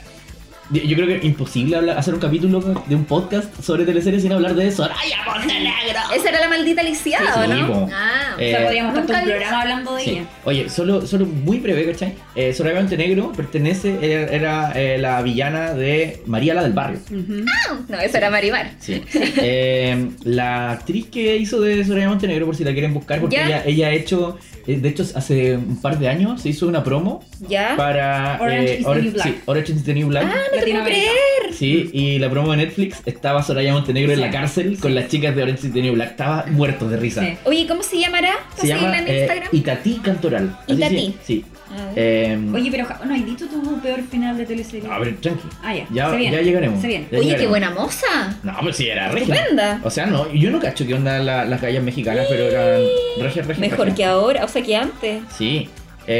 [SPEAKER 1] yo, yo creo que imposible hablar- hacer un capítulo de un podcast sobre teleseries sin hablar de Soraya Montenegro.
[SPEAKER 2] Esa era la maldita lisiada, ¿o
[SPEAKER 1] Sí,
[SPEAKER 2] no?
[SPEAKER 1] po.
[SPEAKER 2] Ah,
[SPEAKER 4] O sea,
[SPEAKER 1] Eh,
[SPEAKER 4] podríamos hacer
[SPEAKER 2] nunca
[SPEAKER 4] un
[SPEAKER 2] vi-
[SPEAKER 4] programa hablando de
[SPEAKER 1] Sí.
[SPEAKER 4] ella.
[SPEAKER 1] Oye, solo, solo muy breve, ¿cachai? Eh, Soraya Montenegro pertenece, era, era, eh, la villana de María la del Barrio.
[SPEAKER 2] no, esa era Marimar.
[SPEAKER 1] Sí. Eh, la actriz que hizo de Soraya Montenegro, por si la quieren buscar, porque
[SPEAKER 2] ¿Ya?
[SPEAKER 1] ella, ella ha hecho, eh, de hecho, hace un par de años se hizo una promo
[SPEAKER 2] ¿Ya?
[SPEAKER 1] para
[SPEAKER 4] Ah, Orange is the
[SPEAKER 1] Ora-
[SPEAKER 4] New Black.
[SPEAKER 1] sí, Orange is the New Black.
[SPEAKER 2] Ah, no te puedo
[SPEAKER 4] Latinoamérica.
[SPEAKER 2] creer.
[SPEAKER 1] Sí, y la promo de Netflix estaba Soraya Montenegro en la cárcel con las chicas de Orange is the New Black. Estaba muerto de risa.
[SPEAKER 4] Sí.
[SPEAKER 2] Oye, ¿cómo se llamará? ¿Para
[SPEAKER 1] Se llama
[SPEAKER 2] seguirla en
[SPEAKER 1] eh,
[SPEAKER 2] Instagram?
[SPEAKER 1] Itatí Cantoral. Así
[SPEAKER 2] Itatí.
[SPEAKER 1] sí, Sí.
[SPEAKER 2] Ah,
[SPEAKER 1] Eh,
[SPEAKER 4] Oye, pero ja- no, Indito tuvo un peor final de teleserie.
[SPEAKER 1] a ver, tranqui.
[SPEAKER 4] Ah, ya.
[SPEAKER 1] Ya,
[SPEAKER 4] se viene,
[SPEAKER 1] ya llegaremos.
[SPEAKER 4] Se viene.
[SPEAKER 1] Ya
[SPEAKER 2] Oye, qué
[SPEAKER 1] llegaremos.
[SPEAKER 2] buena moza.
[SPEAKER 1] No, pues sí, era regia.
[SPEAKER 2] Estupenda.
[SPEAKER 1] O sea, no, yo no cacho qué onda la- las gallas mexicanas, pero eran regias, regias.
[SPEAKER 2] Mejor
[SPEAKER 1] regias.
[SPEAKER 2] que ahora, o sea, que antes.
[SPEAKER 1] Sí.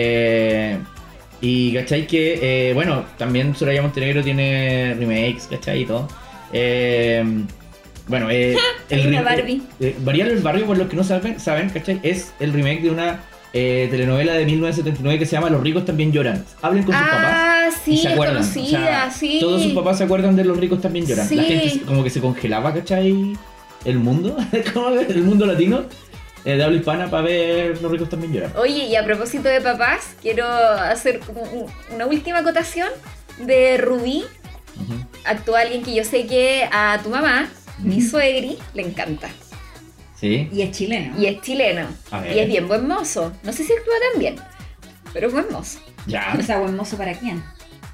[SPEAKER 1] Eh, y cachai que, eh, bueno, también Soraya Montenegro tiene remakes, cachai y todo. Eh, bueno, eh,
[SPEAKER 2] hay una
[SPEAKER 1] re-
[SPEAKER 2] Barbie.
[SPEAKER 1] eh, Variar el barrio, por los que no saben, saben, cachai, es el remake de una eh, telenovela de 1979 que se llama Los ricos también lloran. Hablen con sus papás.
[SPEAKER 2] Ah,
[SPEAKER 1] y
[SPEAKER 2] sí,
[SPEAKER 1] se
[SPEAKER 2] es
[SPEAKER 1] acuerdan. O
[SPEAKER 2] conocida,
[SPEAKER 1] sea,
[SPEAKER 2] sí.
[SPEAKER 1] Todos sus papás se acuerdan de los ricos también lloran. La
[SPEAKER 2] Sí.
[SPEAKER 1] gente como que se congelaba, ¿cachai? El mundo, ¿cómo es? el mundo latino eh, de habla hispana para ver los ricos también lloran.
[SPEAKER 2] Oye, y a propósito de papás, quiero hacer como un- una última acotación de Rubí.
[SPEAKER 1] Ujú.
[SPEAKER 2] Actúa alguien que yo sé que a tu mamá, mi suegri, le encanta.
[SPEAKER 1] Sí.
[SPEAKER 4] Y es chileno.
[SPEAKER 2] Y es chileno.
[SPEAKER 1] A ver.
[SPEAKER 2] Y es bien buen mozo. No sé si actúa tan bien, pero es buen mozo.
[SPEAKER 1] Ya.
[SPEAKER 4] O sea, buen mozo para quién.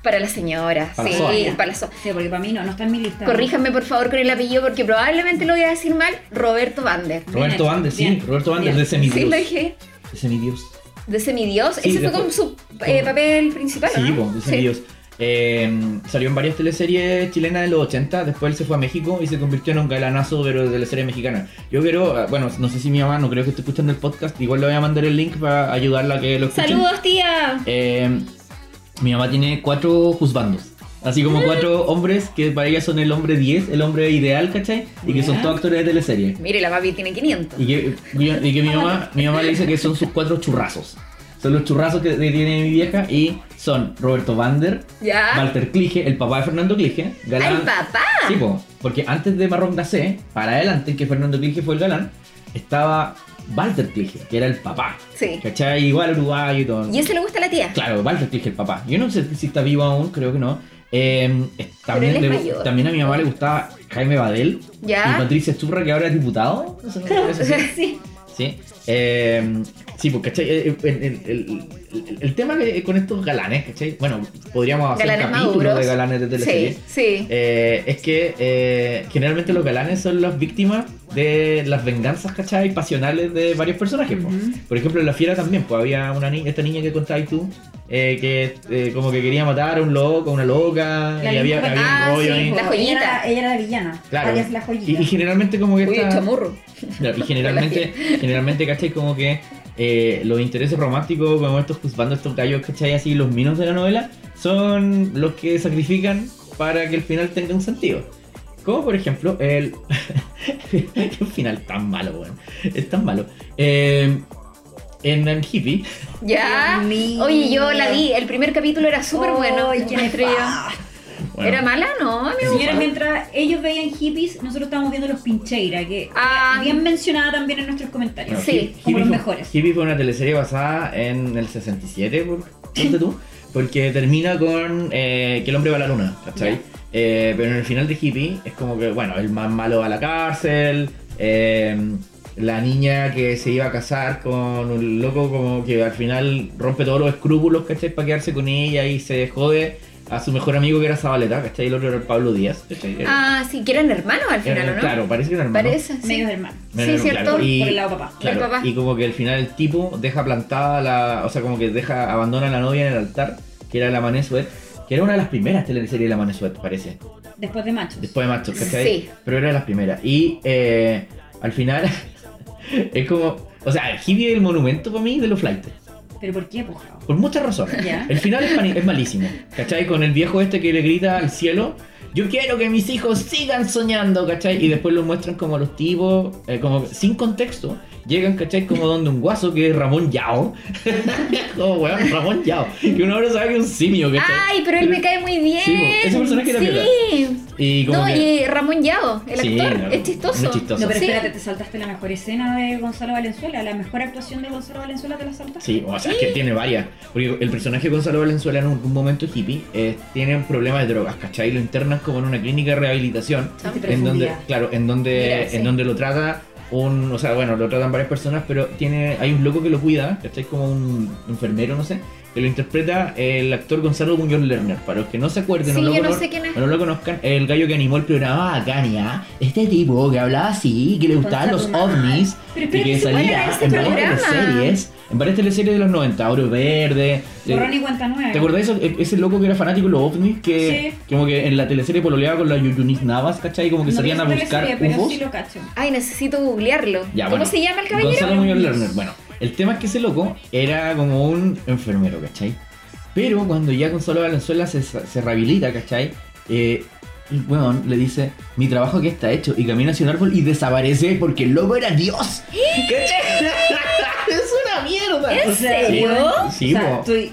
[SPEAKER 2] Para la señora,
[SPEAKER 1] Para la
[SPEAKER 2] sí,
[SPEAKER 1] Soa.
[SPEAKER 2] para la Soa.
[SPEAKER 4] Sí, porque para mí no, no está en mi lista.
[SPEAKER 2] Corríjame por favor con el apellido porque probablemente lo voy a decir mal. Roberto Vander.
[SPEAKER 1] Roberto
[SPEAKER 4] hecho,
[SPEAKER 1] Bandes, sí.
[SPEAKER 4] bien,
[SPEAKER 1] Roberto Bandes,
[SPEAKER 4] bien.
[SPEAKER 1] de Semidios.
[SPEAKER 2] Sí, lo dije.
[SPEAKER 1] De Semidios.
[SPEAKER 2] De semidios.
[SPEAKER 1] Sí,
[SPEAKER 2] Ese fue
[SPEAKER 1] después-
[SPEAKER 2] como su eh, papel principal, ¿o
[SPEAKER 1] Sí,
[SPEAKER 2] ¿no?
[SPEAKER 1] po, de Semidios. Eh, salió en varias teleseries chilenas de los 80, después él se fue a México y se convirtió en un galanazo pero de teleserie mexicana. Yo quiero, eh, bueno, no sé si mi mamá no creo que esté escuchando el podcast, igual le voy a mandar el link para ayudarla a que lo escuche.
[SPEAKER 2] Saludos, tía.
[SPEAKER 1] Eh, mi mamá tiene cuatro juzbandos. Así como cuatro hombres que para ella son el hombre 10, el hombre ideal, ¿cachai? Y que son
[SPEAKER 4] Ya.
[SPEAKER 1] todos actores de teleserie.
[SPEAKER 2] Mire, la papi tiene 500.
[SPEAKER 1] Y que, y que mi, mamá, mi mamá le dice que son sus cuatro churrazos. Son los churrazos que que tiene mi vieja y son Roberto Vander,
[SPEAKER 2] ¿Ya?
[SPEAKER 1] Walter Clige, el papá de Fernando Clige,
[SPEAKER 2] ¡Ay,
[SPEAKER 1] galán.
[SPEAKER 2] papá!
[SPEAKER 1] Sí, po, porque antes de Marrón Glacé, para adelante, que Fernando Clige fue el galán, estaba Walter Clige, que era el papá.
[SPEAKER 2] Sí.
[SPEAKER 1] ¿Cachai? Igual uruguayo y todo.
[SPEAKER 2] ¿Y ese le gusta a la tía?
[SPEAKER 1] Claro, Walter Clige, el papá. Yo no sé si está vivo aún, creo que no. Eh, eh, también,
[SPEAKER 2] él es
[SPEAKER 1] le-
[SPEAKER 2] mayor.
[SPEAKER 1] también a mi mamá le gustaba Jaime Badel y
[SPEAKER 2] ¿Ya?
[SPEAKER 1] Patricia Sturra, que ahora es diputado. Eso- eso sí. pues,
[SPEAKER 2] Sí.
[SPEAKER 1] Sí, eh, sí, porque ¿cachai? Eh, eh, el- el- el- el, el tema que- con estos galanes, ¿cachai? Bueno, podríamos hacer
[SPEAKER 2] Galanes
[SPEAKER 1] un capítulo
[SPEAKER 2] maduros.
[SPEAKER 1] de galanes de teleseries.
[SPEAKER 2] Sí, sí.
[SPEAKER 1] Eh, es que eh, generalmente los galanes son las víctimas de las venganzas, ¿cachai? Pasionales de varios personajes. po. Por ejemplo, en La Fiera también, pues había una ni- esta niña que contabas tú, eh, que eh, como que quería matar a un loco, a una loca,
[SPEAKER 4] La
[SPEAKER 1] y había,
[SPEAKER 4] linda-
[SPEAKER 1] había
[SPEAKER 2] ah,
[SPEAKER 1] un rollo
[SPEAKER 2] sí,
[SPEAKER 1] ahí.
[SPEAKER 2] La joyita.
[SPEAKER 4] Ella era la, ella era la villana.
[SPEAKER 1] Claro.
[SPEAKER 4] Alias la joyita.
[SPEAKER 1] Y, y generalmente como que
[SPEAKER 2] Uy,
[SPEAKER 1] esta-
[SPEAKER 2] chamorro.
[SPEAKER 1] Claro, Y generalmente, generalmente, ¿cachai? Como que eh, los intereses románticos, como estos juzgando estos gallos, ¿cachai? Así, los minos de la novela, son los que sacrifican para que el final tenga un sentido. Como por ejemplo, el. Qué final tan malo, weón. Es tan malo. Eh, en el hippie.
[SPEAKER 2] Ya.
[SPEAKER 4] Dios mío.
[SPEAKER 2] Oye, yo la vi. El primer capítulo era súper bueno.
[SPEAKER 4] Ay, qué
[SPEAKER 2] Me estrelló.
[SPEAKER 4] nefasto.
[SPEAKER 1] bueno,
[SPEAKER 2] ¿Era mala? No, a mí me
[SPEAKER 4] Y era
[SPEAKER 2] gustó.
[SPEAKER 4] mientras ellos veían hippies, nosotros estábamos viendo los Pincheira, que
[SPEAKER 2] Ah.
[SPEAKER 4] bien mencionada también en nuestros comentarios.
[SPEAKER 1] Bueno,
[SPEAKER 2] Sí,
[SPEAKER 1] Hip-
[SPEAKER 4] como los
[SPEAKER 1] fue-
[SPEAKER 4] mejores.
[SPEAKER 1] Hippie fue una teleserie basada en el 67, por, ponte tú, porque termina con eh, que el hombre va a la luna, ¿cachai? Eh, pero en el final de Hippie es como que, bueno, el más malo va a la cárcel, eh, la niña que se iba a casar con un loco como que al final rompe todos los escrúpulos, ¿cachai? Para quedarse con ella y se jode a su mejor amigo que era Zabaleta, ¿cachai? El otro era el Pablo Díaz, ¿cachai? Era-
[SPEAKER 2] Ah, sí, que eran hermanos al final,
[SPEAKER 1] era-
[SPEAKER 2] ¿o no?
[SPEAKER 1] Claro, parece que era hermano.
[SPEAKER 2] Parece, sí.
[SPEAKER 4] Medios hermanos.
[SPEAKER 2] Sí, cierto,
[SPEAKER 1] Y-
[SPEAKER 4] por el lado papá.
[SPEAKER 2] Y el
[SPEAKER 1] Claro,
[SPEAKER 2] papá.
[SPEAKER 1] y como que al final el tipo deja plantada la. O sea, como que deja. Abandona a la novia en el altar, que era la Manesuet, que era una de las primeras teleseries de la Manesuet, parece.
[SPEAKER 4] Después de machos.
[SPEAKER 1] Después de Machos, ¿cachai?
[SPEAKER 2] Sí.
[SPEAKER 1] Pero era de las primeras. Y eh, al final. es como. O sea, el hippie es el monumento para mí de los flights.
[SPEAKER 4] Pero ¿por qué, pujao?
[SPEAKER 1] Por muchas razones.
[SPEAKER 4] Ya.
[SPEAKER 1] El final es, mani- es malísimo. ¿Cachai? Con el viejo este que le grita al cielo. Yo quiero que mis hijos sigan soñando, ¿cachai? Y después lo muestran como los tipos, eh, como sin contexto. Llegan, ¿cachai? Como donde un guaso que es Ramón Yao. como, weón, Ramón Yao. Que uno ahora sabe que es un simio, ¿cachai?
[SPEAKER 2] Ay, pero él me cae muy bien.
[SPEAKER 1] Sí, po, ese personaje era
[SPEAKER 2] Sí.
[SPEAKER 1] Y como
[SPEAKER 2] No,
[SPEAKER 1] que-
[SPEAKER 2] y Ramón Yao, el
[SPEAKER 1] Sí,
[SPEAKER 2] actor,
[SPEAKER 1] no,
[SPEAKER 2] es chistoso.
[SPEAKER 1] muy chistoso.
[SPEAKER 4] No, pero
[SPEAKER 2] Sí.
[SPEAKER 4] espérate, te saltaste la mejor escena de Gonzalo Valenzuela, la mejor actuación de Gonzalo Valenzuela te la saltaste.
[SPEAKER 1] Sí, o sea, es que tiene varias. Porque el personaje de Gonzalo Valenzuela en un, un momento hippie eh, tiene un problema de drogas, ¿cachai? Lo internan como en una clínica de rehabilitación.
[SPEAKER 4] Tanta
[SPEAKER 1] en donde,
[SPEAKER 4] profundidad.
[SPEAKER 1] claro, en donde,
[SPEAKER 2] Mira, sí.
[SPEAKER 1] en donde lo trata un, o sea, bueno, lo tratan varias personas, pero tiene, hay un loco que lo cuida, ¿cachai? Como un enfermero, no sé, que lo interpreta el actor Gonzalo Muñoz Lerner. Para los que no se acuerden,
[SPEAKER 2] Sí,
[SPEAKER 1] no, lo
[SPEAKER 2] yo no
[SPEAKER 1] conoz-
[SPEAKER 2] sé quién es.
[SPEAKER 1] no lo conozcan, el gallo que animó el programa Acania, este tipo que hablaba así, que le gustaban los
[SPEAKER 4] Gonzalo Mar-
[SPEAKER 1] ovnis, y
[SPEAKER 4] Pero espérate,
[SPEAKER 1] que
[SPEAKER 4] si fuera
[SPEAKER 1] salía
[SPEAKER 4] ese
[SPEAKER 1] en varias
[SPEAKER 2] este programa.
[SPEAKER 1] teleseries, en varias teleseries de los 90, Oro Verde. eh,
[SPEAKER 4] Borrón y cuenta nueva.
[SPEAKER 1] ¿Te acordás de eso? E- ese loco que era fanático de los ovnis? Que
[SPEAKER 4] Sí.
[SPEAKER 1] como que en la teleserie pololeaba con la Yuyunis Navas, ¿cachai? Como que
[SPEAKER 4] No
[SPEAKER 1] salían a
[SPEAKER 4] vi esa
[SPEAKER 1] buscar
[SPEAKER 4] teleserie, pero
[SPEAKER 1] UFOs.
[SPEAKER 4] sí lo cacho.
[SPEAKER 2] Ay, necesito googlearlo.
[SPEAKER 1] Ya,
[SPEAKER 2] ¿Cómo
[SPEAKER 1] bueno,
[SPEAKER 2] se llama el caballero?
[SPEAKER 1] Gonzalo Muñoz Lerner. Bueno, el tema es que ese loco era como un enfermero, ¿cachai? Pero cuando ya Gonzalo Valenzuela se, se rehabilita, ¿cachai? Eh, el weón le dice, mi trabajo aquí está hecho. Y camina hacia un árbol y desaparece porque el loco era Dios. ¿Cachai? es una mierda.
[SPEAKER 2] ¿En serio?
[SPEAKER 1] Sí,
[SPEAKER 4] o sea,
[SPEAKER 1] po.
[SPEAKER 4] estoy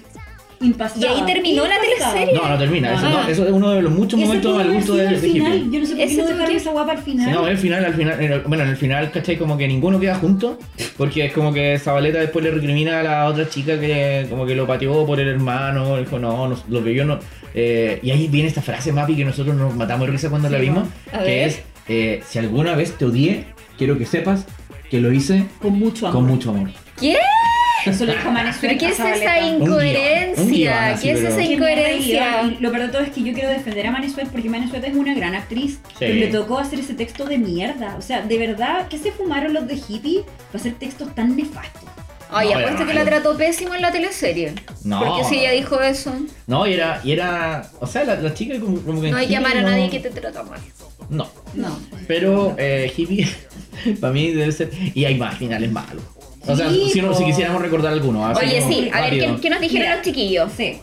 [SPEAKER 4] impastada.
[SPEAKER 2] Y ahí terminó la
[SPEAKER 4] Impastada.
[SPEAKER 2] teleserie.
[SPEAKER 1] No, no termina. Eso,
[SPEAKER 4] Ah.
[SPEAKER 1] no, eso es uno de los muchos
[SPEAKER 4] Ese
[SPEAKER 1] momentos
[SPEAKER 4] pudo
[SPEAKER 1] al
[SPEAKER 4] haber
[SPEAKER 1] gusto
[SPEAKER 4] sido
[SPEAKER 1] de,
[SPEAKER 4] el
[SPEAKER 1] de Hippie.
[SPEAKER 4] final. Yo no sé por
[SPEAKER 2] Ese
[SPEAKER 4] qué no
[SPEAKER 2] tuvo
[SPEAKER 4] dejaron
[SPEAKER 2] que-
[SPEAKER 4] esa guapa al final.
[SPEAKER 1] No, en el final, al final, en el- bueno, en el final, ¿cachai? Como que ninguno queda junto, porque es como que Zabaleta después le recrimina a la otra chica que como que lo pateó por el hermano, dijo, no, no, lo que yo no... eh, y ahí viene esta frase, Mapi, que nosotros nos matamos de risa cuando
[SPEAKER 4] Sí,
[SPEAKER 1] la vimos,
[SPEAKER 2] A
[SPEAKER 1] que
[SPEAKER 2] ver.
[SPEAKER 1] es, eh, si alguna vez te odié, quiero que sepas que lo hice
[SPEAKER 4] Con mucho amor.
[SPEAKER 1] con mucho amor.
[SPEAKER 2] ¿Qué?
[SPEAKER 4] Eso lo dijo Manesuel
[SPEAKER 2] ¿Pero qué es
[SPEAKER 4] Zabaleta.
[SPEAKER 2] esa
[SPEAKER 1] Un guión, un
[SPEAKER 2] incoherencia?
[SPEAKER 1] guión así,
[SPEAKER 2] ¿Qué es
[SPEAKER 1] pero-
[SPEAKER 2] esa
[SPEAKER 4] Qué mierda de guión.
[SPEAKER 2] incoherencia?
[SPEAKER 4] Y Lo peor de todo es que yo quiero defender a Manesuet porque Manesuet es una gran actriz. Pero le tocó hacer ese texto de mierda. O sea, de verdad, ¿qué se fumaron los de hippie para hacer textos tan nefastos?
[SPEAKER 2] Ay,
[SPEAKER 1] No,
[SPEAKER 2] apuesto
[SPEAKER 1] era
[SPEAKER 2] que la
[SPEAKER 1] malo.
[SPEAKER 2] trató pésimo en la teleserie.
[SPEAKER 1] No.
[SPEAKER 2] Porque si ella dijo eso,
[SPEAKER 1] No, y era, y era, o sea, la, la chica como, como que... en
[SPEAKER 2] no hay que
[SPEAKER 1] Hippie
[SPEAKER 2] amar a
[SPEAKER 1] Pues no-
[SPEAKER 2] nadie que te trata mal.
[SPEAKER 1] No,
[SPEAKER 4] No.
[SPEAKER 1] Pero eh, hippie, para mí debe ser. Y hay más finales malos. O sea,
[SPEAKER 4] Sí,
[SPEAKER 1] si, no-
[SPEAKER 4] po.
[SPEAKER 1] si quisiéramos recordar algunos. así
[SPEAKER 2] Oye,
[SPEAKER 1] como
[SPEAKER 2] sí, a ver,
[SPEAKER 1] rápido.
[SPEAKER 2] ¿qué, qué nos dijeron
[SPEAKER 4] Mira.
[SPEAKER 2] los chiquillos?
[SPEAKER 4] Sí.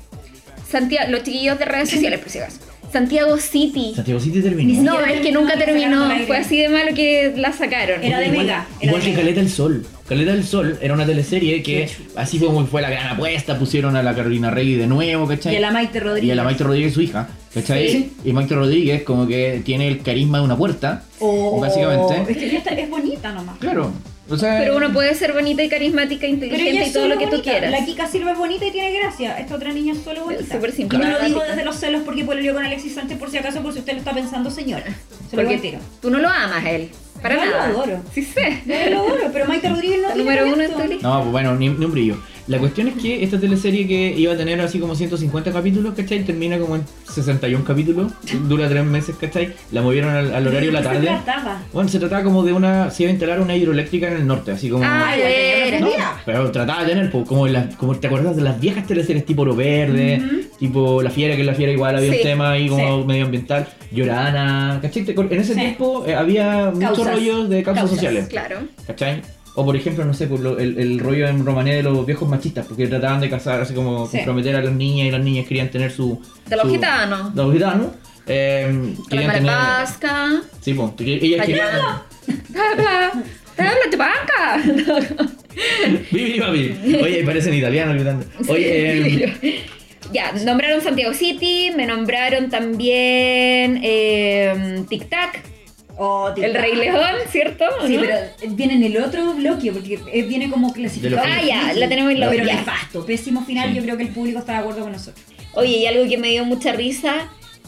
[SPEAKER 2] Santiago, los chiquillos de redes sociales, por si acaso. Santiago City.
[SPEAKER 1] Santiago City terminó.
[SPEAKER 2] No, es que nunca terminó.
[SPEAKER 4] Sacaron al aire.
[SPEAKER 2] Fue así de malo que la sacaron.
[SPEAKER 4] Era de
[SPEAKER 1] Igual-
[SPEAKER 4] Mega. era
[SPEAKER 1] Igual
[SPEAKER 4] de
[SPEAKER 1] que
[SPEAKER 4] Mega.
[SPEAKER 1] Caleta del Sol. Caleta del Sol era una teleserie
[SPEAKER 4] Qué
[SPEAKER 1] que,
[SPEAKER 4] chulo.
[SPEAKER 1] así como fue la gran apuesta, pusieron a la Carolina Rey de nuevo, ¿cachai?
[SPEAKER 4] Y a la Maite Rodríguez.
[SPEAKER 1] Y a la Maite Rodríguez, su hija, ¿cachai?
[SPEAKER 2] Sí.
[SPEAKER 1] Y Maite Rodríguez, como que tiene el carisma de una puerta,
[SPEAKER 4] Oh,
[SPEAKER 1] básicamente.
[SPEAKER 4] Es que ella está- es bonita nomás.
[SPEAKER 1] Claro. O sea,
[SPEAKER 2] Pero uno puede ser bonita y carismática,
[SPEAKER 4] Pero ella
[SPEAKER 2] inteligente
[SPEAKER 4] es
[SPEAKER 2] y todo
[SPEAKER 4] solo
[SPEAKER 2] lo que tú
[SPEAKER 4] bonita.
[SPEAKER 2] quieras.
[SPEAKER 4] La Kika Silva es bonita y tiene gracia. Esta otra niña es solo bonita.
[SPEAKER 2] súper
[SPEAKER 4] Y no lo digo
[SPEAKER 2] simpática.
[SPEAKER 4] desde los celos porque pololió con Alexis Sánchez por si acaso, por si usted lo está pensando, señora. Se lo
[SPEAKER 2] Porque
[SPEAKER 4] retiro.
[SPEAKER 2] tú no lo amas a él. Para
[SPEAKER 4] Yo lo
[SPEAKER 2] nada.
[SPEAKER 4] adoro.
[SPEAKER 2] Sí sé.
[SPEAKER 4] Yo lo adoro, pero Maite Rodríguez no
[SPEAKER 2] El
[SPEAKER 4] tiene
[SPEAKER 2] número uno
[SPEAKER 4] esto.
[SPEAKER 2] en tu lista.
[SPEAKER 1] No, pues bueno, ni, ni un brillo. La cuestión es que esta teleserie que iba a tener así como 150 capítulos, ¿cachai? Termina como en 61 capítulos, dura 3 meses, ¿cachai? La movieron al, al horario de la
[SPEAKER 4] Se
[SPEAKER 1] tarde.
[SPEAKER 4] trataba.
[SPEAKER 1] Bueno, se trataba como de una. Se iba a instalar una hidroeléctrica en el norte, así como.
[SPEAKER 2] Ah,
[SPEAKER 4] ya tenía
[SPEAKER 2] era.
[SPEAKER 1] No, pero trataba de tener, pues, como, las- como te acuerdas de las viejas teleseries tipo Oro Verde, tipo La Fiera, que en La Fiera igual había
[SPEAKER 2] Sí,
[SPEAKER 1] un tema ahí como medioambiental, Llorana, ¿cachai? Te- En ese
[SPEAKER 4] Sí.
[SPEAKER 1] tiempo eh, había muchos
[SPEAKER 4] Causas.
[SPEAKER 1] rollos de causas,
[SPEAKER 4] Causas,
[SPEAKER 1] sociales,
[SPEAKER 2] Claro.
[SPEAKER 1] ¿cachai? O por ejemplo, no sé, por lo- el, el rollo en romané de los viejos machistas, porque trataban de casar, así como
[SPEAKER 4] Sí.
[SPEAKER 1] comprometer a las niñas y las niñas querían tener su...
[SPEAKER 2] De los
[SPEAKER 1] su-
[SPEAKER 2] gitanos.
[SPEAKER 1] De los gitanos. eh,
[SPEAKER 2] La
[SPEAKER 1] querían tener...
[SPEAKER 2] malapasca.
[SPEAKER 1] Sí, pues, que- ellas querían...
[SPEAKER 2] Háblate vaca.
[SPEAKER 1] Vivi, papi. Oye, parecen italianos gritando. Oye, em,
[SPEAKER 2] Ya, nombraron Santiago City, me nombraron también eh, Tic Tac,
[SPEAKER 4] Oh, tío.
[SPEAKER 2] El Rey León, ¿cierto? ¿O
[SPEAKER 4] Sí,
[SPEAKER 2] no?
[SPEAKER 4] pero viene en el otro bloque, porque eh, viene como clasificado.
[SPEAKER 1] De lo-
[SPEAKER 2] Ah, ya, la tenemos en lo-
[SPEAKER 4] Pero
[SPEAKER 2] ya.
[SPEAKER 4] nefasto, pésimo final, yo creo que el público está de acuerdo con nosotros.
[SPEAKER 2] Oye, y algo que me dio mucha risa,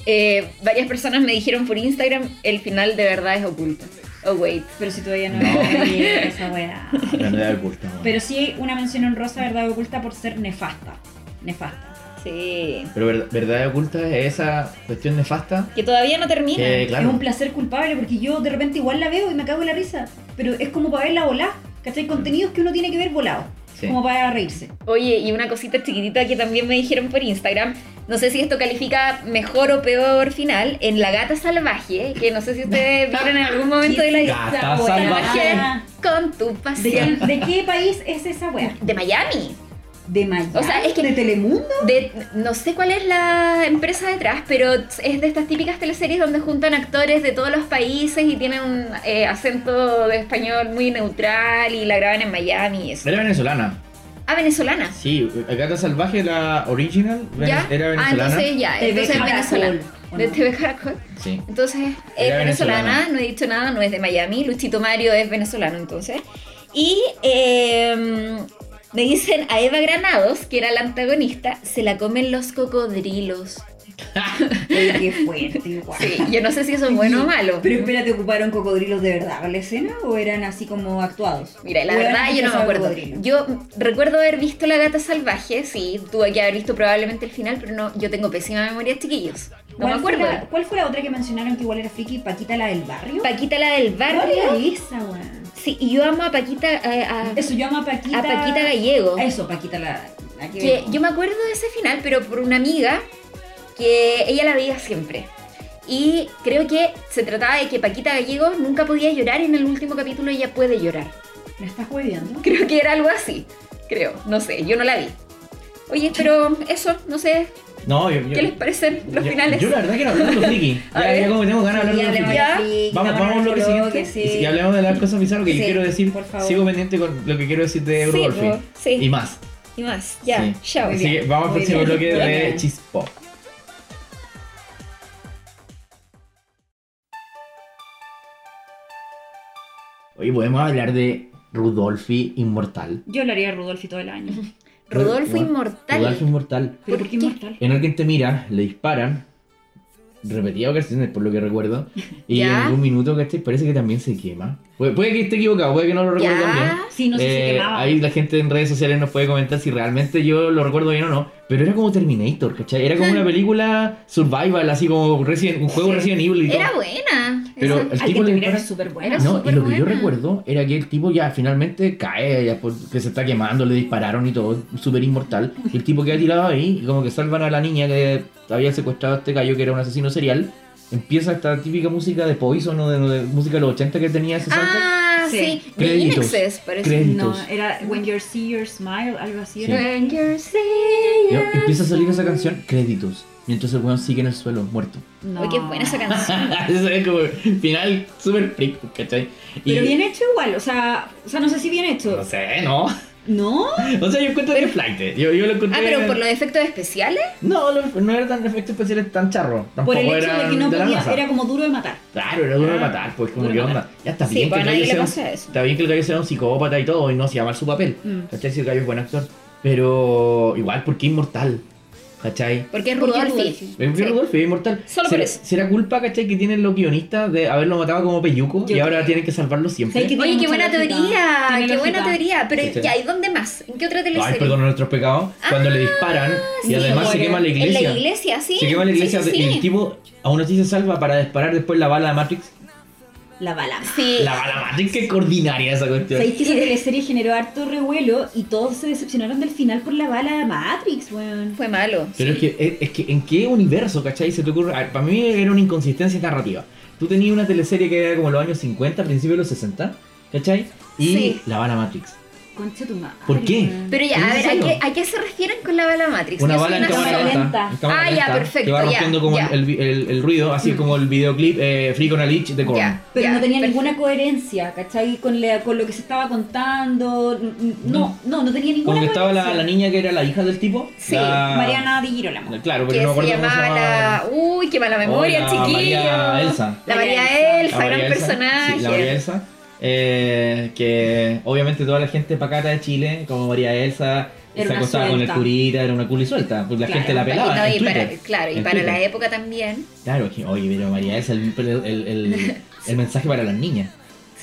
[SPEAKER 2] eh, varias personas me dijeron por Instagram, el final de verdad es oculto. Oh, wait.
[SPEAKER 4] Pero si todavía no,
[SPEAKER 1] No.
[SPEAKER 4] llega esa weá.
[SPEAKER 1] La novedad del culto, ¿no?
[SPEAKER 4] Pero sí hay una mención honrosa, verdad oculta, por ser nefasta. Nefasta.
[SPEAKER 2] Sí.
[SPEAKER 1] Pero ver- verdad oculta es esa cuestión nefasta.
[SPEAKER 2] Que todavía no termina.
[SPEAKER 1] Que,
[SPEAKER 4] Es un
[SPEAKER 1] Eh, claro,
[SPEAKER 4] placer culpable, porque yo de repente igual la veo y me cago en la risa. Pero es como para verla volar. ¿Cachai? Contenidos que uno tiene que ver volado.
[SPEAKER 1] Sí.
[SPEAKER 4] Como para reírse.
[SPEAKER 2] Oye, y una cosita chiquitita que también me dijeron por Instagram, no sé si esto califica mejor o peor final, en La Gata Salvaje, que no sé si ustedes vieron en algún momento de la
[SPEAKER 1] Gata
[SPEAKER 2] esa weá.
[SPEAKER 1] Salvaje.
[SPEAKER 2] Con tu
[SPEAKER 4] ¿De qué,
[SPEAKER 2] pasión.
[SPEAKER 4] de qué país es esa weá?
[SPEAKER 2] De Miami.
[SPEAKER 4] ¿De Miami?
[SPEAKER 2] O sea, es que-
[SPEAKER 4] ¿De Telemundo?
[SPEAKER 2] De, no sé cuál es la empresa detrás, pero es de estas típicas teleseries donde juntan actores de todos los países y tienen un eh, acento de español muy neutral y la graban en Miami y eso.
[SPEAKER 1] era venezolana.
[SPEAKER 2] Ah, venezolana.
[SPEAKER 1] Sí, Gata Salvaje, la original, vene-
[SPEAKER 2] ¿Ya?
[SPEAKER 1] era
[SPEAKER 2] ah,
[SPEAKER 1] venezolana.
[SPEAKER 2] entonces ya,
[SPEAKER 4] TV
[SPEAKER 2] entonces es
[SPEAKER 4] Caracol,
[SPEAKER 2] venezolana.
[SPEAKER 4] ¿o
[SPEAKER 2] De
[SPEAKER 4] no?
[SPEAKER 2] TV Caracol.
[SPEAKER 1] Sí.
[SPEAKER 2] Entonces, es
[SPEAKER 1] Era
[SPEAKER 2] venezolana,
[SPEAKER 1] venezolana.
[SPEAKER 2] no he dicho nada, no es de Miami. Luchito Mario es venezolano, entonces. Y eh, me dicen a Eva Granados, que era la antagonista, se la comen los cocodrilos.
[SPEAKER 4] Oye, qué fuerte, igual.
[SPEAKER 2] Sí, yo no sé si eso es bueno o malo.
[SPEAKER 4] Pero espérate, ¿ocuparon cocodrilos de verdad para la escena o eran así como actuados?
[SPEAKER 2] Mira, la
[SPEAKER 4] ¿O eran
[SPEAKER 2] verdad yo no me
[SPEAKER 4] disfrazados de
[SPEAKER 2] acuerdo.
[SPEAKER 4] cocodrilo?
[SPEAKER 2] Yo recuerdo haber visto La Gata Salvaje, sí, tuve que haber visto probablemente el final, pero no, yo tengo pésima memoria, chiquillos. No me
[SPEAKER 4] ¿Cuál fue
[SPEAKER 2] acuerdo.
[SPEAKER 4] la- ¿Cuál fue la otra que mencionaron que igual era friki? ¿Paquita la del barrio?
[SPEAKER 2] Paquita la del
[SPEAKER 4] ¿Cuál
[SPEAKER 2] barrio.
[SPEAKER 4] era esa, weón?
[SPEAKER 2] Sí, y yo amo a Paquita, eh, a,
[SPEAKER 4] Eso, yo amo a Paquita...
[SPEAKER 2] a Paquita Gallego.
[SPEAKER 4] Eso, Paquita la... la que-
[SPEAKER 2] que yo me acuerdo de ese final, pero por una amiga que ella la veía siempre. Y creo que se trataba de que Paquita Gallego nunca podía llorar y en el último capítulo ella puede llorar.
[SPEAKER 4] ¿Me estás hueveando?
[SPEAKER 2] Creo que era algo así. Creo, no sé, yo no la vi. Oye, pero eso, no sé,
[SPEAKER 1] No, yo, yo-
[SPEAKER 2] ¿qué les parecen los
[SPEAKER 1] yo-
[SPEAKER 2] finales?
[SPEAKER 1] Yo la verdad quiero hablar de los friki.
[SPEAKER 2] A
[SPEAKER 1] ya,
[SPEAKER 2] ver.
[SPEAKER 1] ya como que tengo ganas de
[SPEAKER 4] Sí,
[SPEAKER 1] hablar de los
[SPEAKER 4] hablemos
[SPEAKER 1] friki.
[SPEAKER 2] Ya.
[SPEAKER 4] friki,
[SPEAKER 1] Vamos,
[SPEAKER 4] hablamos
[SPEAKER 1] vamos a lo que
[SPEAKER 4] del blog,
[SPEAKER 1] siguiente.
[SPEAKER 4] sí.
[SPEAKER 1] Y hablemos de las cosas bizarras que
[SPEAKER 4] Sí,
[SPEAKER 1] yo quiero decir.
[SPEAKER 4] por favor.
[SPEAKER 1] Sigo pendiente con lo que quiero decir de
[SPEAKER 2] Sí,
[SPEAKER 1] Eurodolphin.
[SPEAKER 2] po, sí.
[SPEAKER 1] Y más.
[SPEAKER 2] Y más, ya,
[SPEAKER 1] Sí.
[SPEAKER 2] chao.
[SPEAKER 1] Así que vamos al
[SPEAKER 4] Muy
[SPEAKER 1] próximo
[SPEAKER 4] bien.
[SPEAKER 1] bloque de
[SPEAKER 4] Bien.
[SPEAKER 1] Chispo. Hoy podemos hablar de Rudolfi Inmortal.
[SPEAKER 4] Yo hablaría de Rudolfi todo el año.
[SPEAKER 2] Rodolfo
[SPEAKER 1] Ru-
[SPEAKER 2] Inmortal.
[SPEAKER 1] Rudolfi Inmortal.
[SPEAKER 2] ¿Por
[SPEAKER 4] ¿Pero por
[SPEAKER 2] qué?
[SPEAKER 4] qué inmortal?
[SPEAKER 1] En alguien te mira, le disparan. Repetidas ocasiones, por lo que recuerdo. Y
[SPEAKER 2] Ya.
[SPEAKER 1] en algún minuto, ¿cachai? Parece que también se quema. Puede, puede que esté equivocado, puede que no lo recuerde tan bien.
[SPEAKER 2] ya.
[SPEAKER 4] Sí, no sé si
[SPEAKER 1] Eh,
[SPEAKER 4] se quemaba.
[SPEAKER 1] Ahí la gente en redes sociales nos puede comentar si realmente yo lo recuerdo bien o no. Pero era como Terminator, ¿cachai? Era como una película survival, así como Resident- un juego Resident Evil y todo.
[SPEAKER 2] Era buena.
[SPEAKER 1] Pero
[SPEAKER 2] Esa-
[SPEAKER 1] el
[SPEAKER 4] Al
[SPEAKER 1] tipo
[SPEAKER 4] que
[SPEAKER 1] le
[SPEAKER 4] te miraron
[SPEAKER 1] dispara-
[SPEAKER 4] súper bueno.
[SPEAKER 1] No,
[SPEAKER 2] Era
[SPEAKER 1] y lo que yo
[SPEAKER 2] superbuena.
[SPEAKER 1] recuerdo era que el tipo ya finalmente cae, ya porque se está quemando, le dispararon y todo, súper inmortal. Y el tipo queda tirado ahí y como que salvan a la niña que había secuestrado a este gallo que era un asesino serial. Empieza esta típica música de Poison o de, de música de los 80 que tenía ese soundtrack.
[SPEAKER 2] Ah, sí.
[SPEAKER 4] Sí.
[SPEAKER 2] De
[SPEAKER 1] Créditos.
[SPEAKER 2] Inexes, parece.
[SPEAKER 1] Créditos.
[SPEAKER 4] No, era When You See Your Smile, algo así.
[SPEAKER 1] Sí.
[SPEAKER 4] Era.
[SPEAKER 2] When you see
[SPEAKER 1] Y
[SPEAKER 2] your
[SPEAKER 1] Empieza a salir esa canción, créditos. Mientras el weón sigue en el suelo, muerto.
[SPEAKER 4] No.
[SPEAKER 2] Oye, qué buena esa canción.
[SPEAKER 1] Eso es como final súper freak, ¿cachai? Y,
[SPEAKER 4] Pero bien hecho igual, o sea, o sea, no sé si bien hecho.
[SPEAKER 1] No sé, ¿no?
[SPEAKER 4] ¿No?
[SPEAKER 1] O sea, yo encuentro que es flight. ¿eh? Yo, yo lo
[SPEAKER 2] Ah,
[SPEAKER 1] encontré.
[SPEAKER 2] pero por los efectos especiales.
[SPEAKER 1] No, lo- no eran tan efectos especiales tan charro. Tampoco
[SPEAKER 4] Por el hecho
[SPEAKER 1] eran
[SPEAKER 4] de que no
[SPEAKER 1] la
[SPEAKER 4] podía,
[SPEAKER 1] NASA.
[SPEAKER 4] era como duro de matar.
[SPEAKER 1] Claro, era duro de
[SPEAKER 4] Ah,
[SPEAKER 1] matar, pues como
[SPEAKER 4] duro
[SPEAKER 1] que
[SPEAKER 4] de
[SPEAKER 1] onda.
[SPEAKER 4] matar.
[SPEAKER 1] Ya está
[SPEAKER 2] Sí,
[SPEAKER 1] bien que
[SPEAKER 2] pues,
[SPEAKER 1] el
[SPEAKER 2] a nadie
[SPEAKER 1] gallo
[SPEAKER 2] le
[SPEAKER 1] sea un-
[SPEAKER 2] pasa eso.
[SPEAKER 1] Está bien que el gallo sea un psicópata y todo, y no hacía mal su papel.
[SPEAKER 4] Mm.
[SPEAKER 1] ¿Cachai? Si el gallo es buen actor. Pero igual, ¿por qué inmortal? ¿Cachai? Eh,
[SPEAKER 2] Porque es
[SPEAKER 4] ¿Por qué
[SPEAKER 2] Rudolfi.
[SPEAKER 4] Rudolfi?
[SPEAKER 1] Es
[SPEAKER 2] Sí.
[SPEAKER 1] un Rudolfi, es inmortal.
[SPEAKER 2] Solo por
[SPEAKER 1] ¿Será,
[SPEAKER 2] eso.
[SPEAKER 1] será culpa, cachai, que tienen los guionistas de haberlo matado como peñuco
[SPEAKER 4] Yo
[SPEAKER 1] y ahora
[SPEAKER 4] creo.
[SPEAKER 1] tienen que salvarlo siempre?
[SPEAKER 3] ¿Sabes
[SPEAKER 2] Oye,
[SPEAKER 3] Tiene mucha
[SPEAKER 2] qué buena
[SPEAKER 3] lógica.
[SPEAKER 2] teoría,
[SPEAKER 4] Tiene
[SPEAKER 2] qué buena
[SPEAKER 4] lógica.
[SPEAKER 2] teoría.
[SPEAKER 1] Sí.
[SPEAKER 2] Pero ya, ¿y dónde más? ¿En qué otra teleserie?
[SPEAKER 1] Ay, perdona nuestros pecados. Cuando le disparan y
[SPEAKER 2] Sí,
[SPEAKER 1] además se
[SPEAKER 2] bueno.
[SPEAKER 1] quema la iglesia.
[SPEAKER 2] En la iglesia, sí.
[SPEAKER 1] Se quema la iglesia
[SPEAKER 2] Sí, sí,
[SPEAKER 1] y el
[SPEAKER 2] sí.
[SPEAKER 1] tipo aún así se salva para disparar después la bala de Matrix.
[SPEAKER 4] La bala.
[SPEAKER 2] Sí.
[SPEAKER 1] La bala Matrix, qué ordinaria esa cuestión.
[SPEAKER 4] ¿Sabéis que esa teleserie generó harto revuelo y todos se decepcionaron del final por la bala de Matrix, weón?
[SPEAKER 2] Fue malo.
[SPEAKER 1] Pero es que, es, es que, ¿en qué universo, cachai? Se te ocurre. a ver, para mí era una inconsistencia narrativa. Tú tenías una teleserie que era como los años 50, principios de los 60, ¿cachai? Y
[SPEAKER 2] Sí.
[SPEAKER 1] la bala Matrix.
[SPEAKER 4] Concha tu madre.
[SPEAKER 1] ¿Por qué?
[SPEAKER 4] weón.
[SPEAKER 1] ¿Pero
[SPEAKER 2] Pero ya, a
[SPEAKER 1] en
[SPEAKER 2] ver, ¿a
[SPEAKER 1] serio?
[SPEAKER 2] qué, a qué se refieren con la bala Matrix?
[SPEAKER 1] Una
[SPEAKER 2] Yo soy
[SPEAKER 1] bala en cámara
[SPEAKER 2] sola.
[SPEAKER 1] lenta.
[SPEAKER 4] lenta.
[SPEAKER 1] en cámara
[SPEAKER 2] Ah, ya,
[SPEAKER 1] lenta, Que
[SPEAKER 2] perfecto,
[SPEAKER 1] va
[SPEAKER 2] ya,
[SPEAKER 1] rompiendo como
[SPEAKER 2] ya. Mm.
[SPEAKER 1] El, el- el ruido, así como el videoclip eh, Freak on a Leech de Korn.
[SPEAKER 2] Ya,
[SPEAKER 4] Pero
[SPEAKER 2] ya,
[SPEAKER 4] no tenía
[SPEAKER 2] perfecto.
[SPEAKER 4] ninguna coherencia, ¿cachai? Con, la- con lo que se estaba contando. n- n- No, no, no, tenía ninguna
[SPEAKER 1] Como que estaba la, la
[SPEAKER 4] coherencia.
[SPEAKER 1] niña que era la hija del tipo.
[SPEAKER 2] Sí,
[SPEAKER 1] la-
[SPEAKER 4] Mariana Di Girolamo.
[SPEAKER 1] la- Claro, pero
[SPEAKER 2] Que
[SPEAKER 1] no me
[SPEAKER 2] se
[SPEAKER 1] acuerdo cómo
[SPEAKER 2] llamaba la... Uy, qué mala
[SPEAKER 1] Hola,
[SPEAKER 2] memoria, chiquillo.
[SPEAKER 1] María Elsa.
[SPEAKER 2] La
[SPEAKER 4] María
[SPEAKER 2] María Elsa, gran
[SPEAKER 1] María Elsa,
[SPEAKER 2] personaje.
[SPEAKER 1] sí, la María Elsa. eh, que obviamente toda la gente pacata de Chile, como María Elsa,
[SPEAKER 4] Era
[SPEAKER 1] se
[SPEAKER 4] una
[SPEAKER 1] acostaba con el
[SPEAKER 4] suelta.
[SPEAKER 1] curita, era una cool y suelta. Pues la
[SPEAKER 4] Claro,
[SPEAKER 1] gente la
[SPEAKER 2] Y
[SPEAKER 1] pelaba.
[SPEAKER 2] no,
[SPEAKER 1] en
[SPEAKER 2] y para-
[SPEAKER 1] Twitter,
[SPEAKER 2] claro, y
[SPEAKER 1] en
[SPEAKER 2] para
[SPEAKER 1] Twitter.
[SPEAKER 2] la época también.
[SPEAKER 1] Claro, que- oye, pero María Elsa, el, el, el- el mensaje para las niñas.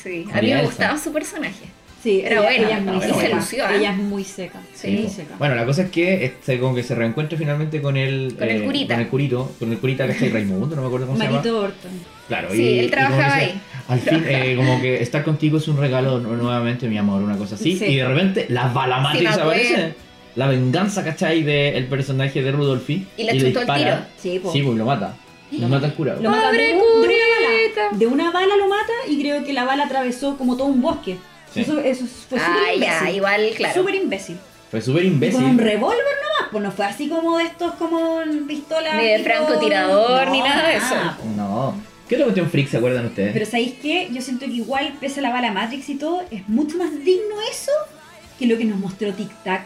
[SPEAKER 2] Sí, a mí
[SPEAKER 1] María
[SPEAKER 2] me
[SPEAKER 1] Elsa.
[SPEAKER 2] gustaba su personaje.
[SPEAKER 4] Sí,
[SPEAKER 2] Era buena,
[SPEAKER 4] ella es muy
[SPEAKER 1] era
[SPEAKER 4] seca.
[SPEAKER 1] buena.
[SPEAKER 2] Lució, ¿eh?
[SPEAKER 4] Ella es muy seca.
[SPEAKER 2] Sí,
[SPEAKER 4] muy
[SPEAKER 1] po.
[SPEAKER 4] seca.
[SPEAKER 1] Bueno, la cosa es que este, como que se reencuentra finalmente con el, eh,
[SPEAKER 2] Con el curita.
[SPEAKER 1] Con el curito, con el curita que está Raimundo, no me acuerdo cómo se llama.
[SPEAKER 4] Marito Orton.
[SPEAKER 1] Claro,
[SPEAKER 2] Sí,
[SPEAKER 1] como
[SPEAKER 2] él trabajaba
[SPEAKER 1] que se-
[SPEAKER 2] ahí.
[SPEAKER 1] Al fin, eh, como que estar contigo es un regalo nu- nuevamente, mi amor, una cosa así.
[SPEAKER 4] Sí.
[SPEAKER 1] Y de repente la balamatrix
[SPEAKER 2] Sí, me acuerdo.
[SPEAKER 1] aparece. La venganza, ¿cachai? Del personaje de Rudolfi.
[SPEAKER 2] Y le
[SPEAKER 1] le
[SPEAKER 2] chutó el
[SPEAKER 1] dispara.
[SPEAKER 4] Sí, po.
[SPEAKER 1] Sí, pues lo mata. Lo mata al cura. pues.
[SPEAKER 4] Lo mata
[SPEAKER 2] ¡Pobre
[SPEAKER 4] de, un- de una
[SPEAKER 2] curita!
[SPEAKER 4] bala. De una bala lo mata y creo que la bala atravesó como todo un bosque.
[SPEAKER 1] Sí.
[SPEAKER 4] Eso, eso fue súper
[SPEAKER 2] Ah, ya,
[SPEAKER 4] imbécil.
[SPEAKER 2] igual, claro.
[SPEAKER 4] Súper imbécil.
[SPEAKER 1] Fue súper
[SPEAKER 4] Y Con un
[SPEAKER 1] imbécil.
[SPEAKER 4] revólver nomás, pues no fue así como de estos como en pistola.
[SPEAKER 2] Ni de
[SPEAKER 4] tipo-
[SPEAKER 2] francotirador, ni nada de
[SPEAKER 4] nada,
[SPEAKER 2] eso.
[SPEAKER 4] po.
[SPEAKER 1] No. ¿Qué otra cuestión freak se acuerdan ustedes?
[SPEAKER 4] Pero ¿sabéis qué? Yo siento que igual, pese a la bala Matrix y todo, es mucho más digno eso que lo que nos mostró Tic Tac.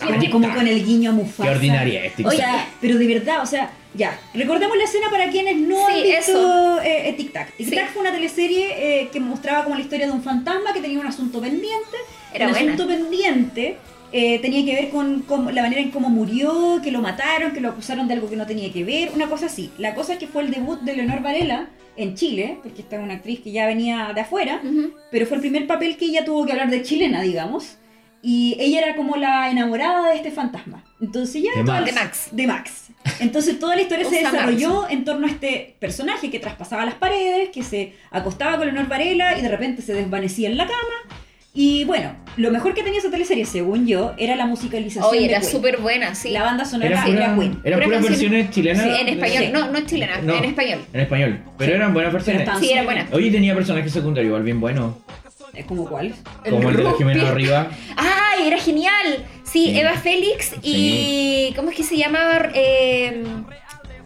[SPEAKER 1] Ah,
[SPEAKER 4] Como,
[SPEAKER 1] Tic
[SPEAKER 4] como
[SPEAKER 1] Tac.
[SPEAKER 4] con el guiño a Mufasa.
[SPEAKER 1] Qué ordinaria es, Tic
[SPEAKER 4] O
[SPEAKER 1] Tac.
[SPEAKER 4] sea, pero de verdad, o sea, ya, recordemos la escena para quienes no
[SPEAKER 2] Sí,
[SPEAKER 4] han visto
[SPEAKER 2] eso.
[SPEAKER 4] eh, eh, Tic Tac. Tic
[SPEAKER 2] Sí.
[SPEAKER 4] Tac fue una teleserie eh, que mostraba como la historia de un fantasma que tenía un asunto pendiente.
[SPEAKER 2] Era
[SPEAKER 4] el
[SPEAKER 2] buena.
[SPEAKER 4] asunto pendiente eh, tenía que ver con, cómo- la manera en cómo murió, que lo mataron, que lo acusaron de algo que no tenía que ver, una cosa así. La cosa es que fue el debut de Leonor Varela en Chile, porque esta es una actriz que ya venía de afuera,
[SPEAKER 2] Ujú.
[SPEAKER 4] pero fue el primer papel que ella tuvo que hablar de chilena, digamos. Y ella era como la enamorada de este fantasma. Entonces ya...
[SPEAKER 1] De
[SPEAKER 4] toda
[SPEAKER 1] Max.
[SPEAKER 2] De Max.
[SPEAKER 4] de Max. Entonces toda la historia se
[SPEAKER 2] Usa Max.
[SPEAKER 4] desarrolló en torno a este personaje que traspasaba las paredes, que se acostaba con Leonor Varela y de repente se desvanecía en la cama. Y bueno, lo mejor que tenía esa teleserie, según yo, era la musicalización.
[SPEAKER 2] Oye,
[SPEAKER 4] de
[SPEAKER 2] era
[SPEAKER 4] Queen.
[SPEAKER 2] súper buena, sí.
[SPEAKER 4] La banda sonora
[SPEAKER 1] Era
[SPEAKER 4] era,
[SPEAKER 1] pura-
[SPEAKER 4] Queen.
[SPEAKER 1] Eran
[SPEAKER 2] Puras
[SPEAKER 1] puras
[SPEAKER 2] canciones-
[SPEAKER 1] versiones chilenas.
[SPEAKER 2] Sí, en español.
[SPEAKER 1] Sí.
[SPEAKER 2] No, no es chilena,
[SPEAKER 1] No.
[SPEAKER 2] en español.
[SPEAKER 1] En español. Pero eran buenas
[SPEAKER 4] Pero
[SPEAKER 1] versiones.
[SPEAKER 4] estaban
[SPEAKER 2] Sí, era
[SPEAKER 4] súper-
[SPEAKER 2] buena.
[SPEAKER 1] Hoy tenía personajes secundarios igual bien buenos.
[SPEAKER 4] Es como cuál.
[SPEAKER 1] Como el de la Jimena
[SPEAKER 2] Rupi.
[SPEAKER 1] Arriba.
[SPEAKER 2] ¡Ay, era genial! Sí,
[SPEAKER 1] Sí.
[SPEAKER 2] Eva Félix y. ¿Cómo es que se llamaba? Eh,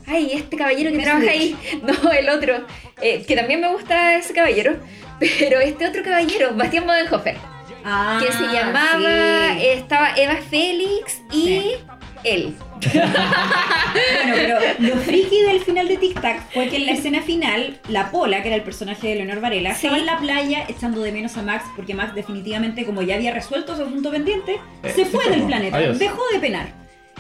[SPEAKER 2] ay, este caballero que trabaja ahí. No, el otro. Eh, que también me gusta ese caballero. Pero este otro caballero, Bastián Bodenhofer.
[SPEAKER 4] Ah,
[SPEAKER 2] que se llamaba.
[SPEAKER 4] sí.
[SPEAKER 2] Estaba Eva Félix y.
[SPEAKER 4] Sí.
[SPEAKER 2] él.
[SPEAKER 4] Bueno, pero lo friki del final de Tic Tac fue que en la escena final, la Pola, que era el personaje de Leonor Varela,
[SPEAKER 2] Sí.
[SPEAKER 4] estaba en la playa echando de menos a Max porque Max definitivamente, como ya había resuelto su asunto pendiente,
[SPEAKER 1] Eh,
[SPEAKER 4] se fue
[SPEAKER 1] se
[SPEAKER 4] del
[SPEAKER 1] fue.
[SPEAKER 4] planeta,
[SPEAKER 1] Adiós.
[SPEAKER 4] dejó de penar.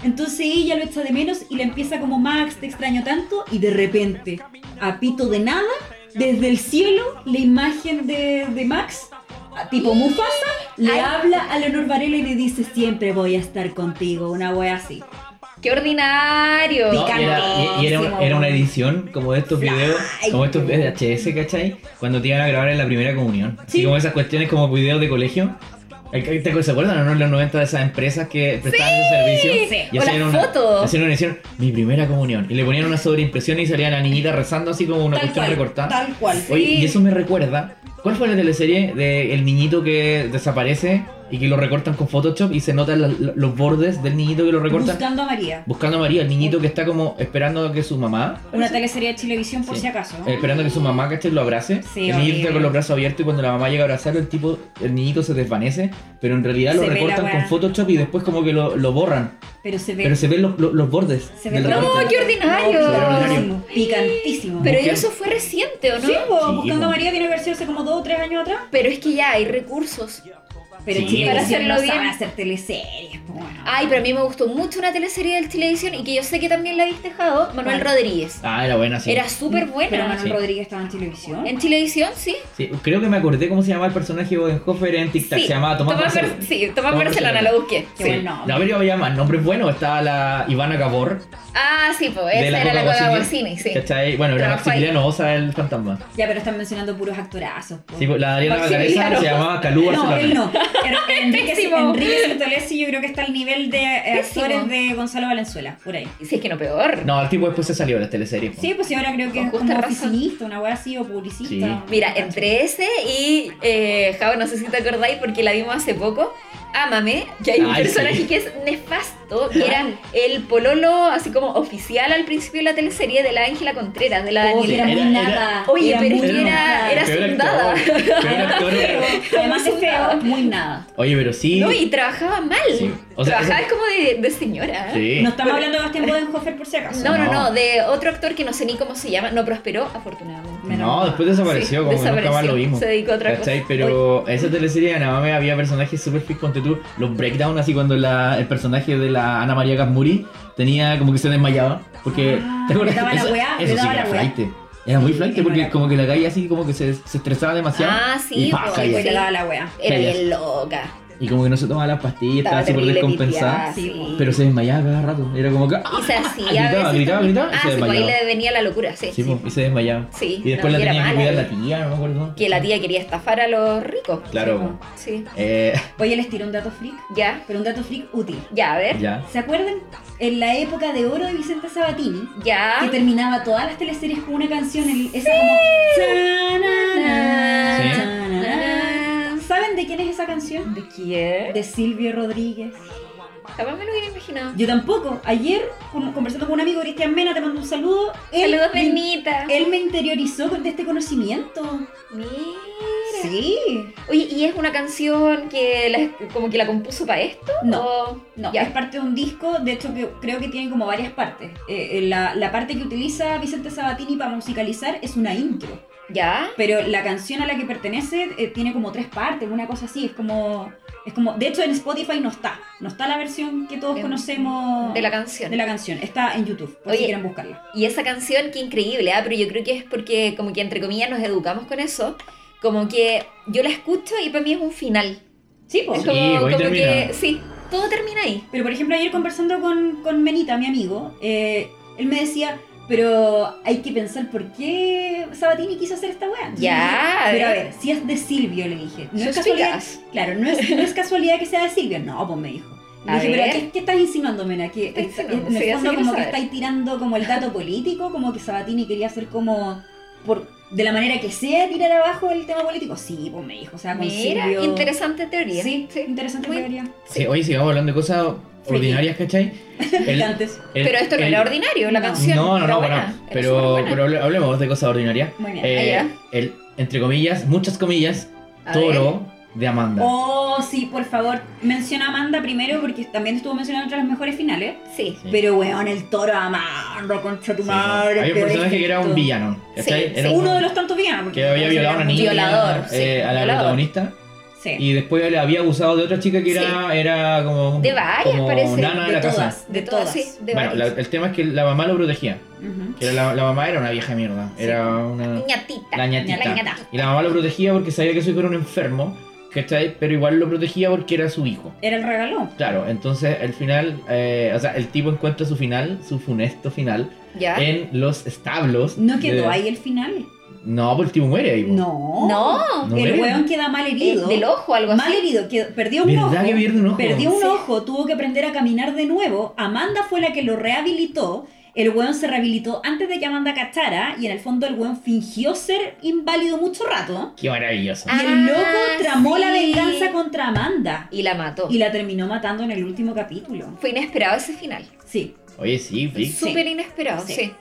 [SPEAKER 4] Entonces ella lo echa de menos y le empieza como Max, te extraño tanto, y de repente, a pito de nada, desde el cielo, la imagen de, de Max, a- tipo Mufasa, le
[SPEAKER 2] Ay.
[SPEAKER 4] habla a Leonor Varela y le dice, siempre voy a estar contigo, una wea así.
[SPEAKER 2] ¡Qué ordinario!
[SPEAKER 1] No, y era, y- y era-
[SPEAKER 4] Picantísimo.
[SPEAKER 1] era una edición como de estos videos,
[SPEAKER 4] Ay,
[SPEAKER 1] como estos
[SPEAKER 4] qué
[SPEAKER 1] VHS, ¿cachai? Cuando te iban a grabar en la primera comunión. Así
[SPEAKER 4] Sí.
[SPEAKER 1] como esas cuestiones como videos de colegio. Ay, ¿Te acuerdas, ¿se acuerdan o no en los 90 de esas empresas que prestaban ese servicio?
[SPEAKER 2] Sí.
[SPEAKER 1] Y
[SPEAKER 2] O
[SPEAKER 1] hacían
[SPEAKER 2] las
[SPEAKER 1] una,
[SPEAKER 2] fotos.
[SPEAKER 1] hacían una edición, mi primera comunión. Y le ponían una sobreimpresión y salía la niñita rezando así como una
[SPEAKER 4] Tal
[SPEAKER 1] cuestión
[SPEAKER 4] cual,
[SPEAKER 1] recortada.
[SPEAKER 4] tal cual.
[SPEAKER 1] Oye,
[SPEAKER 2] Sí.
[SPEAKER 1] y eso me recuerda. ¿Cuál fue la teleserie de el niñito que desaparece y que lo recortan con Photoshop y se notan la- la- los bordes del niñito que lo recortan?
[SPEAKER 4] Buscando a María.
[SPEAKER 1] Buscando a María, el niñito que está como esperando a que su mamá,
[SPEAKER 4] Una teleserie de Chilevisión por
[SPEAKER 1] Sí.
[SPEAKER 4] si acaso.
[SPEAKER 1] eh, esperando a que su mamá, ¿cachai? Lo abrace.
[SPEAKER 4] Ah. Sí,
[SPEAKER 1] el niñito
[SPEAKER 4] horrible.
[SPEAKER 1] está con los brazos abiertos y cuando la mamá llega a abrazarlo, el tipo, el niñito se desvanece, pero en realidad lo
[SPEAKER 4] Se ve la
[SPEAKER 1] recortan
[SPEAKER 4] weá.
[SPEAKER 1] con Photoshop y después como que lo, lo borran.
[SPEAKER 4] Pero se ve.
[SPEAKER 1] Pero se ven los, los- los bordes.
[SPEAKER 4] Se ve
[SPEAKER 1] del
[SPEAKER 4] el-
[SPEAKER 2] ¡No,
[SPEAKER 1] recorte.
[SPEAKER 2] qué ordinario!
[SPEAKER 1] Se ve ordinario.
[SPEAKER 4] Picantísimo.
[SPEAKER 2] Pero
[SPEAKER 1] Busquen-
[SPEAKER 2] eso fue reciente, ¿o no?
[SPEAKER 4] Sí, po,
[SPEAKER 1] Sí,
[SPEAKER 4] Buscando
[SPEAKER 1] po.
[SPEAKER 4] a María tiene que haber sido hace como dos o tres años atrás.
[SPEAKER 2] Pero es que ya hay recursos.
[SPEAKER 4] Pero
[SPEAKER 1] Sí,
[SPEAKER 4] Chile
[SPEAKER 1] para
[SPEAKER 2] hacerlo
[SPEAKER 4] no sabe
[SPEAKER 2] bien.
[SPEAKER 4] hacer teleseries. po, bueno.
[SPEAKER 2] Ay, pero a mí me gustó mucho una teleserie del Televisión y que yo sé que también la habéis dejado, Manuel
[SPEAKER 4] ¿Cuál?
[SPEAKER 2] Rodríguez.
[SPEAKER 1] Ah, era buena, sí.
[SPEAKER 2] Era súper
[SPEAKER 4] Pero
[SPEAKER 2] buena.
[SPEAKER 4] Manuel
[SPEAKER 1] Sí.
[SPEAKER 4] Rodríguez estaba en televisión.
[SPEAKER 2] En Televisión, sí.
[SPEAKER 1] Sí, creo que me acordé cómo se llamaba el personaje de Bodenhofer en Tic Tac.
[SPEAKER 2] Sí,
[SPEAKER 1] se llamaba Tomás
[SPEAKER 2] Tomás Bar-
[SPEAKER 1] Barcelona.
[SPEAKER 2] Sí, Tomás Barcelona, la busqué.
[SPEAKER 4] Qué
[SPEAKER 1] Sí.
[SPEAKER 4] buen nombre.
[SPEAKER 1] No, pero había más nombres buenos. Estaba la Ivana Gabor.
[SPEAKER 2] Ah, sí, pues esa era la
[SPEAKER 1] Coca
[SPEAKER 2] Coca
[SPEAKER 1] Guacini,
[SPEAKER 2] Guacini, sí.
[SPEAKER 1] ¿Cachai? Bueno, era
[SPEAKER 2] Trabajo ahí.
[SPEAKER 1] Maximiliano Osa el fantasma.
[SPEAKER 4] Ya, pero están mencionando puros actorazos. po.
[SPEAKER 1] Sí, pues, la Dariana Valcareza
[SPEAKER 2] Maximiliano.
[SPEAKER 1] se llamaba Calú
[SPEAKER 4] No,
[SPEAKER 1] Barcelona.
[SPEAKER 4] él no. Era- Enrique,
[SPEAKER 2] Pésimo.
[SPEAKER 4] Enrique Santolesi yo creo que está al nivel de eh,
[SPEAKER 2] Pésimo.
[SPEAKER 4] actores de Gonzalo Valenzuela, por ahí.
[SPEAKER 2] Si es que no peor.
[SPEAKER 1] No, el tipo después se salió de la teleserie. po.
[SPEAKER 4] Sí, pues sí, ahora creo que
[SPEAKER 2] Con
[SPEAKER 4] es
[SPEAKER 2] justa
[SPEAKER 4] como
[SPEAKER 2] razón.
[SPEAKER 4] oficinista, una wea así, o publicista.
[SPEAKER 1] Sí.
[SPEAKER 4] no
[SPEAKER 2] Mira,
[SPEAKER 4] cacho.
[SPEAKER 2] entre ese y eh, Javo, no sé si te acordáis porque la vimos hace poco, Ámame, que hay un
[SPEAKER 1] Ay,
[SPEAKER 2] personaje
[SPEAKER 1] sí.
[SPEAKER 2] que es nefasto, que era el pololo así como oficial al principio de la teleserie de la Ángela Contreras, de la
[SPEAKER 4] Oh,
[SPEAKER 2] Daniela.
[SPEAKER 4] era muy
[SPEAKER 1] Era- era-
[SPEAKER 4] nada.
[SPEAKER 2] Oye, pero es
[SPEAKER 4] muy
[SPEAKER 2] que era,
[SPEAKER 4] nada.
[SPEAKER 2] era
[SPEAKER 1] Peor
[SPEAKER 2] sundada.
[SPEAKER 1] actor, peor actor.
[SPEAKER 4] Además es feo, muy nada.
[SPEAKER 1] Oye, pero sí.
[SPEAKER 2] No, y trabajaba mal.
[SPEAKER 1] Sí. O sea,
[SPEAKER 2] trabajaba
[SPEAKER 1] esa-
[SPEAKER 2] como de, de señora.
[SPEAKER 1] Sí.
[SPEAKER 4] No estamos hablando de Bastián Bodenhofer por si acaso.
[SPEAKER 2] No, no,
[SPEAKER 1] No.
[SPEAKER 2] no, de otro actor que no sé ni cómo se llama, no prosperó, afortunadamente.
[SPEAKER 4] menos
[SPEAKER 1] No,
[SPEAKER 4] mal.
[SPEAKER 1] después desapareció,
[SPEAKER 2] Sí,
[SPEAKER 1] como que nunca más
[SPEAKER 2] desapareció.
[SPEAKER 1] lo vimos.
[SPEAKER 2] Se dedicó a otra
[SPEAKER 1] ¿Cachai?
[SPEAKER 2] cosa.
[SPEAKER 1] Pero esa teleserie de Anamame había personajes super fit ponte tú. Los breakdown, así cuando la- el personaje de la Ana María Gasmuri tenía como que se desmayaba. Porque.
[SPEAKER 4] Ah,
[SPEAKER 1] ¿te acuerdas?
[SPEAKER 4] le daba la
[SPEAKER 1] Eso-
[SPEAKER 4] weá, le
[SPEAKER 1] eso sí
[SPEAKER 4] daba
[SPEAKER 1] que era
[SPEAKER 4] la weá.
[SPEAKER 1] flight. Era muy
[SPEAKER 4] Sí,
[SPEAKER 1] flight
[SPEAKER 4] es
[SPEAKER 1] porque
[SPEAKER 4] verdad.
[SPEAKER 1] como que la calle así como que se, se estresaba demasiado.
[SPEAKER 2] Ah, sí,
[SPEAKER 1] y, pa,
[SPEAKER 2] pues,
[SPEAKER 1] caía.
[SPEAKER 4] Pues
[SPEAKER 2] Sí.
[SPEAKER 4] le daba la wea.
[SPEAKER 2] Era
[SPEAKER 1] Callas.
[SPEAKER 2] bien loca.
[SPEAKER 1] y como que no se tomaba las pastillas, estaba, súper
[SPEAKER 2] terrible
[SPEAKER 1] descompensada.
[SPEAKER 2] pitiada, sí.
[SPEAKER 1] Pero se desmayaba cada rato. Era como que. ¡ah!
[SPEAKER 2] Y se hacía.
[SPEAKER 1] Gritaba,
[SPEAKER 2] a veces
[SPEAKER 1] gritaba,
[SPEAKER 2] también.
[SPEAKER 1] gritaba y se
[SPEAKER 2] Ah, sí, pues ahí
[SPEAKER 1] desmayaba.
[SPEAKER 2] le venía la locura, sí.
[SPEAKER 1] Sí,
[SPEAKER 2] sí.
[SPEAKER 1] po, y se desmayaba.
[SPEAKER 2] Sí,
[SPEAKER 1] y después la
[SPEAKER 2] no, y era
[SPEAKER 1] tenía que
[SPEAKER 2] mala,
[SPEAKER 1] cuidar la tía, no me acuerdo.
[SPEAKER 2] Que la tía quería estafar a los ricos.
[SPEAKER 1] Claro. po.
[SPEAKER 2] Sí. pues.
[SPEAKER 1] Eh,
[SPEAKER 4] Oye, les tiro un dato freak,
[SPEAKER 2] Ya,
[SPEAKER 4] pero un dato freak útil.
[SPEAKER 2] ya, a ver.
[SPEAKER 1] ya.
[SPEAKER 4] ¿Se acuerdan? En la época de oro de Vicente Sabatini,
[SPEAKER 2] Ya.
[SPEAKER 4] que terminaba todas las teleseries con una canción, el- esa como...
[SPEAKER 1] Sí.
[SPEAKER 4] Tanana,
[SPEAKER 2] Ah,
[SPEAKER 4] ¿Saben de quién es esa canción?
[SPEAKER 2] ¿De quién?
[SPEAKER 4] De Silvio Rodríguez.
[SPEAKER 2] Jamás me lo hubiera imaginado.
[SPEAKER 4] Yo tampoco. Ayer, con- conversando con un amigo, Cristian Mena, te mando un saludo. Él-
[SPEAKER 2] Saludos, Benita.
[SPEAKER 4] Él me interiorizó con- de este conocimiento.
[SPEAKER 2] Mira.
[SPEAKER 4] Sí.
[SPEAKER 2] Oye, ¿y es una canción que la- como que la compuso para esto?
[SPEAKER 4] No,
[SPEAKER 2] ¿O-
[SPEAKER 4] no.
[SPEAKER 2] Ya.
[SPEAKER 4] Es parte de un disco, de hecho que creo que tiene como varias partes. Eh, eh, la, la parte que utiliza Vicente Sabatini para musicalizar es una intro.
[SPEAKER 2] ¿Ya?
[SPEAKER 4] Pero la canción a la que pertenece eh, tiene como tres partes, una cosa así. Es como. Es como. De hecho en Spotify no está. No está la versión que todos
[SPEAKER 2] Em,
[SPEAKER 4] conocemos
[SPEAKER 2] De la canción.
[SPEAKER 4] de la canción. Está en YouTube, por
[SPEAKER 2] Oye.
[SPEAKER 4] si quieren buscarla.
[SPEAKER 2] Y esa canción, qué increíble, ¿ah? pero yo creo que es porque, como que entre comillas, nos educamos con eso. Como que yo la escucho y para mí es un final.
[SPEAKER 4] Sí, pues.
[SPEAKER 2] Es como,
[SPEAKER 1] pues ahí
[SPEAKER 2] como que,
[SPEAKER 1] termina.
[SPEAKER 2] sí, todo termina ahí.
[SPEAKER 4] Pero por ejemplo, ayer conversando con, con Menita, mi amigo, eh, él me decía, pero hay que pensar por qué Sabatini quiso hacer esta weá.
[SPEAKER 2] Ya, eh. a
[SPEAKER 4] Pero a
[SPEAKER 2] ver.
[SPEAKER 4] ver, si es de Silvio, le dije. No es casualidad.
[SPEAKER 2] Suspicaz.
[SPEAKER 4] Claro, no es, no es casualidad que sea de Silvio. No, pues me dijo. Le
[SPEAKER 2] A
[SPEAKER 4] dije, pero
[SPEAKER 2] ver.
[SPEAKER 4] ¿qué, qué estás insinuando, Mena? Que
[SPEAKER 2] Estoy
[SPEAKER 4] está-
[SPEAKER 2] insinuando, sí,
[SPEAKER 4] en
[SPEAKER 2] así
[SPEAKER 4] el fondo
[SPEAKER 2] quiero
[SPEAKER 4] como que
[SPEAKER 2] saber.
[SPEAKER 4] estáis tirando como el dato político, como que Sabatini quería hacer como por de la manera que sea tirar abajo el tema político. Sí, pues me dijo. O sea, con
[SPEAKER 2] Ah, Mira,
[SPEAKER 4] Silvio.
[SPEAKER 2] interesante teoría.
[SPEAKER 4] Sí, interesante
[SPEAKER 2] Muy-
[SPEAKER 4] teoría.
[SPEAKER 1] Sí, oye, sigamos hablando de cosas ordinarias, ¿cachai? El-
[SPEAKER 4] Antes.
[SPEAKER 1] el-
[SPEAKER 2] pero esto no
[SPEAKER 1] el-
[SPEAKER 2] era ordinario, la
[SPEAKER 4] No.
[SPEAKER 2] canción.
[SPEAKER 1] No, no,
[SPEAKER 2] era
[SPEAKER 1] no,
[SPEAKER 2] buena,
[SPEAKER 1] bueno.
[SPEAKER 2] era
[SPEAKER 1] Pero,
[SPEAKER 2] superbuena.
[SPEAKER 1] pero hable- hablemos de cosas ordinarias.
[SPEAKER 4] Muy bien.
[SPEAKER 1] Eh,
[SPEAKER 2] Ah,
[SPEAKER 1] el, entre comillas, muchas comillas,
[SPEAKER 2] A
[SPEAKER 1] toro de Amanda.
[SPEAKER 4] Oh, sí, por favor, menciona a Amanda primero porque también estuvo mencionada entre las mejores finales.
[SPEAKER 2] ver, Sí.
[SPEAKER 1] Sí.
[SPEAKER 4] Pero weón, el toro Amanda contra tu
[SPEAKER 1] Sí, no.
[SPEAKER 4] madre.
[SPEAKER 1] pues. Había un
[SPEAKER 4] peor
[SPEAKER 1] personaje
[SPEAKER 4] es
[SPEAKER 1] que era un
[SPEAKER 4] todo.
[SPEAKER 1] villano, ¿cachai?
[SPEAKER 2] Sí,
[SPEAKER 1] Era
[SPEAKER 2] sí.
[SPEAKER 1] un-
[SPEAKER 4] Uno de los tantos villanos. porque
[SPEAKER 1] que había
[SPEAKER 4] todos
[SPEAKER 1] violado a
[SPEAKER 4] eran
[SPEAKER 1] una niña,
[SPEAKER 2] Violador, sí,
[SPEAKER 1] eh, a la
[SPEAKER 2] violador.
[SPEAKER 1] protagonista,
[SPEAKER 4] Sí.
[SPEAKER 1] y después le había abusado de otra chica que era, era como,
[SPEAKER 2] De varias,
[SPEAKER 1] como
[SPEAKER 2] parece.
[SPEAKER 1] nana de,
[SPEAKER 4] de
[SPEAKER 1] la
[SPEAKER 4] todas,
[SPEAKER 1] casa.
[SPEAKER 4] de
[SPEAKER 2] De todas,
[SPEAKER 4] todas.
[SPEAKER 2] sí, de
[SPEAKER 1] bueno, la-
[SPEAKER 2] varias.
[SPEAKER 1] el tema es que la mamá lo protegía.
[SPEAKER 4] Ujú.
[SPEAKER 1] Que era la, la mamá era una vieja mierda.
[SPEAKER 4] Sí.
[SPEAKER 1] Era una.
[SPEAKER 2] ñatita.
[SPEAKER 1] La ñatita.
[SPEAKER 2] La ñata.
[SPEAKER 1] Y la mamá lo protegía porque sabía que su hijo era un enfermo, ¿cachai? Pero igual lo protegía porque era su hijo.
[SPEAKER 4] Era el regalo.
[SPEAKER 1] Claro, entonces el final, eh, o sea, el tipo encuentra su final, su funesto final,
[SPEAKER 2] ¿Ya?
[SPEAKER 1] en los establos.
[SPEAKER 4] No quedó
[SPEAKER 1] de-
[SPEAKER 4] ahí el final.
[SPEAKER 1] No, pues el tipo muere ahí. po.
[SPEAKER 4] No.
[SPEAKER 2] No.
[SPEAKER 1] No
[SPEAKER 4] El
[SPEAKER 1] era.
[SPEAKER 4] weón queda mal
[SPEAKER 2] eh,
[SPEAKER 4] herido.
[SPEAKER 2] del ojo, algo así.
[SPEAKER 4] mal herido, quedó- perdió un
[SPEAKER 1] ¿Verdad
[SPEAKER 4] ojo.
[SPEAKER 1] que pierde un ojo?
[SPEAKER 4] Perdió un
[SPEAKER 2] Sí.
[SPEAKER 4] ojo, tuvo que aprender a caminar de nuevo. Amanda fue la que lo rehabilitó. El weón se rehabilitó antes de que Amanda cachara y en el fondo el weón fingió ser inválido mucho rato.
[SPEAKER 1] Qué maravilloso.
[SPEAKER 2] Ah,
[SPEAKER 4] Y el loco tramó la
[SPEAKER 2] sí.
[SPEAKER 4] venganza contra Amanda
[SPEAKER 2] Y la mató.
[SPEAKER 4] y la terminó matando en el último capítulo.
[SPEAKER 2] Fue inesperado ese final.
[SPEAKER 4] Sí,
[SPEAKER 1] Oye, sí, Vic,
[SPEAKER 2] Súper inesperado,
[SPEAKER 4] Sí.
[SPEAKER 2] sí.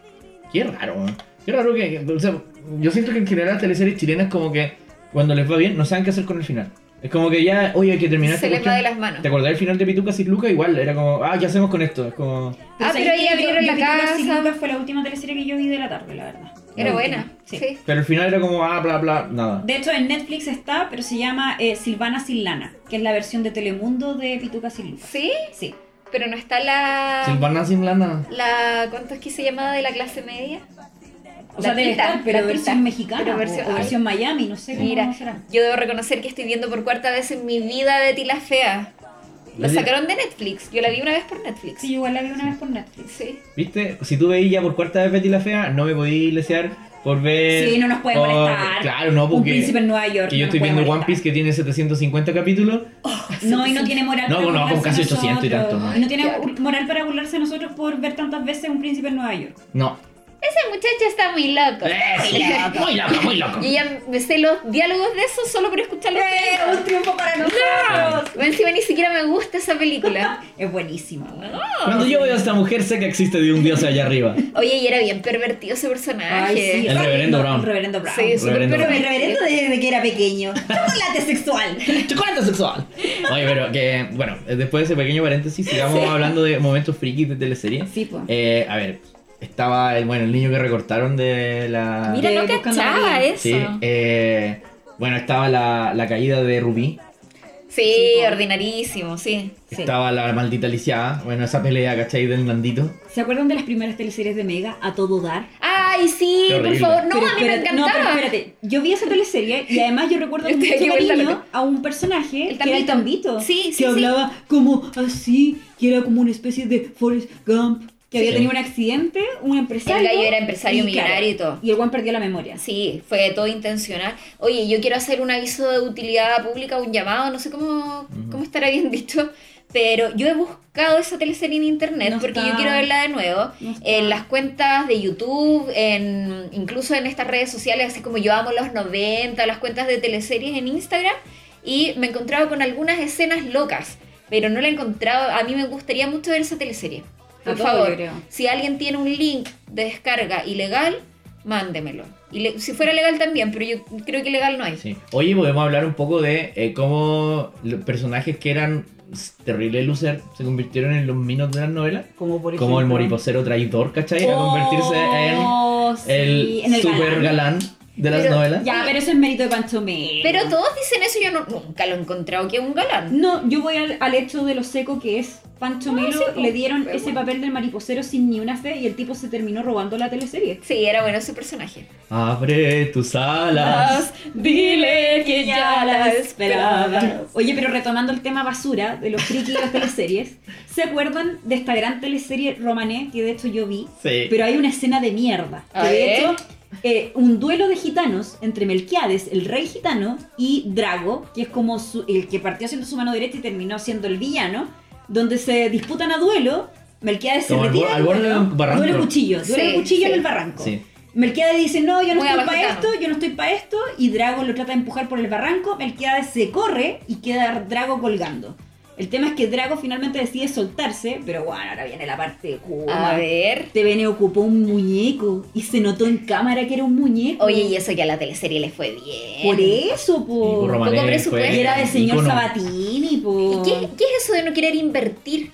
[SPEAKER 1] Qué raro, ¿eh? Qué raro que. que- O sea, yo siento que en general las teleseries chilenas, como que cuando les va bien, no saben qué hacer con el final. Es como que ya, oye, hay que terminar
[SPEAKER 2] Se
[SPEAKER 1] esta
[SPEAKER 2] les va de
[SPEAKER 1] cuestión.
[SPEAKER 2] las manos.
[SPEAKER 1] ¿Te acordás del final de Pituca sin Luca? Igual, era como, ah, ¿qué hacemos con esto? Es como.
[SPEAKER 2] Ah,
[SPEAKER 4] ¿sabes
[SPEAKER 2] pero ahí
[SPEAKER 4] qué? Yo-
[SPEAKER 2] abrieron
[SPEAKER 4] yo
[SPEAKER 2] la
[SPEAKER 4] Peter Pan sin
[SPEAKER 2] casa.
[SPEAKER 4] Lucas fue la última teleserie que yo vi de la tarde, la verdad.
[SPEAKER 2] Era
[SPEAKER 1] Muy
[SPEAKER 2] buena.
[SPEAKER 4] sí.
[SPEAKER 2] sí.
[SPEAKER 1] Pero al final era como, ah, bla, bla, nada.
[SPEAKER 4] De hecho, en Netflix está, pero se llama eh, Silvana Sin Lana, que es la versión de Telemundo de Pituca Sin Lucas.
[SPEAKER 2] Sí,
[SPEAKER 4] Sí.
[SPEAKER 2] pero no está la.
[SPEAKER 1] Silvana Simlana.
[SPEAKER 2] la ¿Cuánto es que se llamaba de la clase media?
[SPEAKER 4] O sea,
[SPEAKER 2] La
[SPEAKER 4] debe
[SPEAKER 2] tita,
[SPEAKER 4] estar, pero
[SPEAKER 2] la
[SPEAKER 4] versión
[SPEAKER 2] tita,
[SPEAKER 4] mexicana
[SPEAKER 2] pero
[SPEAKER 4] o-
[SPEAKER 2] versión-
[SPEAKER 4] o, versión Miami, no sé cómo
[SPEAKER 2] Mira,
[SPEAKER 4] será.
[SPEAKER 2] yo debo reconocer que estoy viendo por cuarta vez en mi vida Betty la Fea. Lo
[SPEAKER 1] Betty-
[SPEAKER 2] sacaron de Netflix. Yo la vi una vez por Netflix.
[SPEAKER 4] Sí, yo igual la vi una vez por Netflix.
[SPEAKER 2] Sí.
[SPEAKER 1] ¿Viste? Si tú veías ya por cuarta vez Betty la Fea, no me podí lesear por ver.
[SPEAKER 4] Sí, no nos puede
[SPEAKER 1] por-
[SPEAKER 4] molestar.
[SPEAKER 1] Eh, oh, Claro, no,
[SPEAKER 4] Un
[SPEAKER 1] porque.
[SPEAKER 4] príncipe en Nueva York.
[SPEAKER 1] que yo estoy
[SPEAKER 4] no nos puede
[SPEAKER 1] viendo One
[SPEAKER 4] molestar.
[SPEAKER 1] Piece que tiene 750 capítulos.
[SPEAKER 4] No, y no tiene moral
[SPEAKER 1] No,
[SPEAKER 4] para
[SPEAKER 1] bueno,
[SPEAKER 4] burlarse
[SPEAKER 1] con casi
[SPEAKER 4] de
[SPEAKER 1] 800 y tanto,
[SPEAKER 4] nosotros.
[SPEAKER 1] ¿no?
[SPEAKER 4] Y no tiene
[SPEAKER 2] Claro.
[SPEAKER 4] moral para burlarse de nosotros por ver tantas veces un príncipe en Nueva York.
[SPEAKER 1] No.
[SPEAKER 2] Ese muchacho está muy loco.
[SPEAKER 4] Eh.
[SPEAKER 1] Eso, muy loco, muy loco.
[SPEAKER 2] Y ya me sé los diálogos de eso solo por escucharlos.
[SPEAKER 4] Eh. ¡Un triunfo para nosotros!
[SPEAKER 2] Encima ni siquiera me gusta esa película.
[SPEAKER 4] Es buenísimo. weón.
[SPEAKER 1] Cuando yo veo a esta mujer, sé que existe de un dios allá arriba.
[SPEAKER 2] Oye, y era bien pervertido ese personaje.
[SPEAKER 1] El
[SPEAKER 4] Ay,
[SPEAKER 1] reverendo
[SPEAKER 4] no,
[SPEAKER 1] Brown.
[SPEAKER 4] El reverendo Brown.
[SPEAKER 2] Sí, súper
[SPEAKER 1] Reverendo
[SPEAKER 4] Pero el
[SPEAKER 2] pervertido.
[SPEAKER 4] reverendo desde que era pequeño. ¡Chocolate sexual!
[SPEAKER 1] ¡Chocolate sexual! Oye, pero que, bueno, eh, después de ese pequeño paréntesis, sigamos hablando de momentos frikis de teleserie.
[SPEAKER 4] Sí, pues.
[SPEAKER 1] Eh, a ver, estaba el, bueno, el niño que recortaron de la.
[SPEAKER 2] Mira,
[SPEAKER 4] De
[SPEAKER 2] no
[SPEAKER 4] Buscando a
[SPEAKER 2] cachaba
[SPEAKER 4] María.
[SPEAKER 2] eso.
[SPEAKER 1] Sí, eh, bueno, estaba la, la caída de Rubí,
[SPEAKER 2] Sí, ordinarísimo, sí.
[SPEAKER 4] Sí.
[SPEAKER 1] estaba la maldita lisiada, bueno, esa pelea, ¿cachai? Del Nandito.
[SPEAKER 4] ¿Se acuerdan de las primeras teleseries de Mega? A todo dar.
[SPEAKER 2] Ay, sí,
[SPEAKER 1] Qué
[SPEAKER 2] por
[SPEAKER 1] horrible.
[SPEAKER 2] favor. No,
[SPEAKER 4] Pero
[SPEAKER 2] a mí me
[SPEAKER 4] espérate, no,
[SPEAKER 2] encantaba.
[SPEAKER 4] pero espérate. Yo vi esa teleserie y además yo recuerdo con
[SPEAKER 2] Estoy
[SPEAKER 4] mucho
[SPEAKER 2] aquí vuelta
[SPEAKER 4] cariño
[SPEAKER 2] loca.
[SPEAKER 4] a un personaje
[SPEAKER 2] El
[SPEAKER 4] que era el
[SPEAKER 2] Tambito.
[SPEAKER 4] Tambito.
[SPEAKER 2] Sí,
[SPEAKER 4] que
[SPEAKER 2] sí, sí.
[SPEAKER 4] hablaba como así, que era como una especie de Forrest Gump. Que había
[SPEAKER 1] Sí.
[SPEAKER 4] tenido un accidente, un empresario.
[SPEAKER 2] El gallo era empresario millonario y todo.
[SPEAKER 4] Y el Juan perdió la memoria.
[SPEAKER 2] Sí, fue todo intencional. Oye, yo quiero hacer un aviso de utilidad pública, un llamado, no sé cómo, cómo estará bien dicho, pero yo he buscado esa teleserie en internet
[SPEAKER 4] No
[SPEAKER 2] porque
[SPEAKER 4] está.
[SPEAKER 2] yo quiero verla de nuevo
[SPEAKER 4] No está.
[SPEAKER 2] en las cuentas de YouTube, en incluso en estas redes sociales, así como yo amo los 90, las cuentas de teleseries en Instagram, y me encontraba con algunas escenas locas, pero no la he encontrado. A mí me gustaría mucho ver esa teleserie.
[SPEAKER 4] A
[SPEAKER 2] Por
[SPEAKER 4] todo,
[SPEAKER 2] favor,
[SPEAKER 4] yo creo.
[SPEAKER 2] si alguien tiene un link de descarga ilegal, mándemelo. Y le- si fuera legal también, pero yo creo que legal no hay.
[SPEAKER 1] Sí. Oye, podemos hablar un poco de eh, cómo los personajes que eran terribles lucer se convirtieron en los minos de las novelas.
[SPEAKER 3] Como por
[SPEAKER 1] Como el
[SPEAKER 3] ejemplo-
[SPEAKER 1] moripocero traidor, ¿cachai? A convertirse en
[SPEAKER 4] Oh, sí,
[SPEAKER 1] el,
[SPEAKER 4] en el
[SPEAKER 1] super galán de las
[SPEAKER 2] Pero-
[SPEAKER 1] novelas.
[SPEAKER 4] Ya, pero eso es mérito de Pancho Melo.
[SPEAKER 2] Pero todos dicen eso, yo no- nunca lo he encontrado que un galán.
[SPEAKER 4] No, yo voy al, al hecho de lo seco que es. Pancho Melo
[SPEAKER 2] Ah, sí, po.
[SPEAKER 4] le dieron
[SPEAKER 2] Pero
[SPEAKER 4] ese
[SPEAKER 2] bueno.
[SPEAKER 4] papel del mariposero sin ni una fe y el tipo se terminó robando la teleserie.
[SPEAKER 2] Sí, era bueno ese personaje.
[SPEAKER 1] Abre tus
[SPEAKER 4] Ah.
[SPEAKER 1] alas.
[SPEAKER 2] Dile que
[SPEAKER 4] Oye, pero retomando el tema basura de los frikis de las teleseries, ¿se acuerdan de esta gran teleserie Romané que de hecho yo vi?
[SPEAKER 1] Sí.
[SPEAKER 4] Pero hay una escena de mierda.
[SPEAKER 2] A
[SPEAKER 4] que de
[SPEAKER 2] ver.
[SPEAKER 4] hecho, eh, un duelo de gitanos entre Melquiades, el rey gitano, y Drago, que es como su- el que partió siendo su mano derecha y terminó siendo el villano, donde se disputan a duelo. Melquiades se
[SPEAKER 1] Como al
[SPEAKER 4] retira.
[SPEAKER 1] bor- al borde de un barranco.
[SPEAKER 4] duelo cuchillo, duelo
[SPEAKER 2] Sí,
[SPEAKER 4] cuchillo
[SPEAKER 2] sí.
[SPEAKER 4] en el barranco.
[SPEAKER 1] Sí.
[SPEAKER 4] Melquiades dice, no, yo no
[SPEAKER 2] Muy
[SPEAKER 4] estoy para
[SPEAKER 2] abajitano.
[SPEAKER 4] esto, yo no estoy para esto, y Drago lo trata de empujar por el barranco, Melquiades se corre y queda Drago colgando. El tema es que Drago finalmente decide soltarse, pero bueno, ahora viene la parte de
[SPEAKER 2] A
[SPEAKER 4] Kuma.
[SPEAKER 2] ver.
[SPEAKER 4] TVN ocupó un muñeco y se notó en cámara que era un muñeco.
[SPEAKER 2] Oye, y eso que a la teleserie le fue bien.
[SPEAKER 4] Por eso,
[SPEAKER 1] Y
[SPEAKER 4] po.
[SPEAKER 1] Romané
[SPEAKER 2] Poco
[SPEAKER 1] fue
[SPEAKER 2] presupuesto.
[SPEAKER 4] Y era de señor
[SPEAKER 1] ícono.
[SPEAKER 4] Sabatini,
[SPEAKER 2] ¿Y
[SPEAKER 4] po.
[SPEAKER 2] qué, qué es eso de no querer invertir?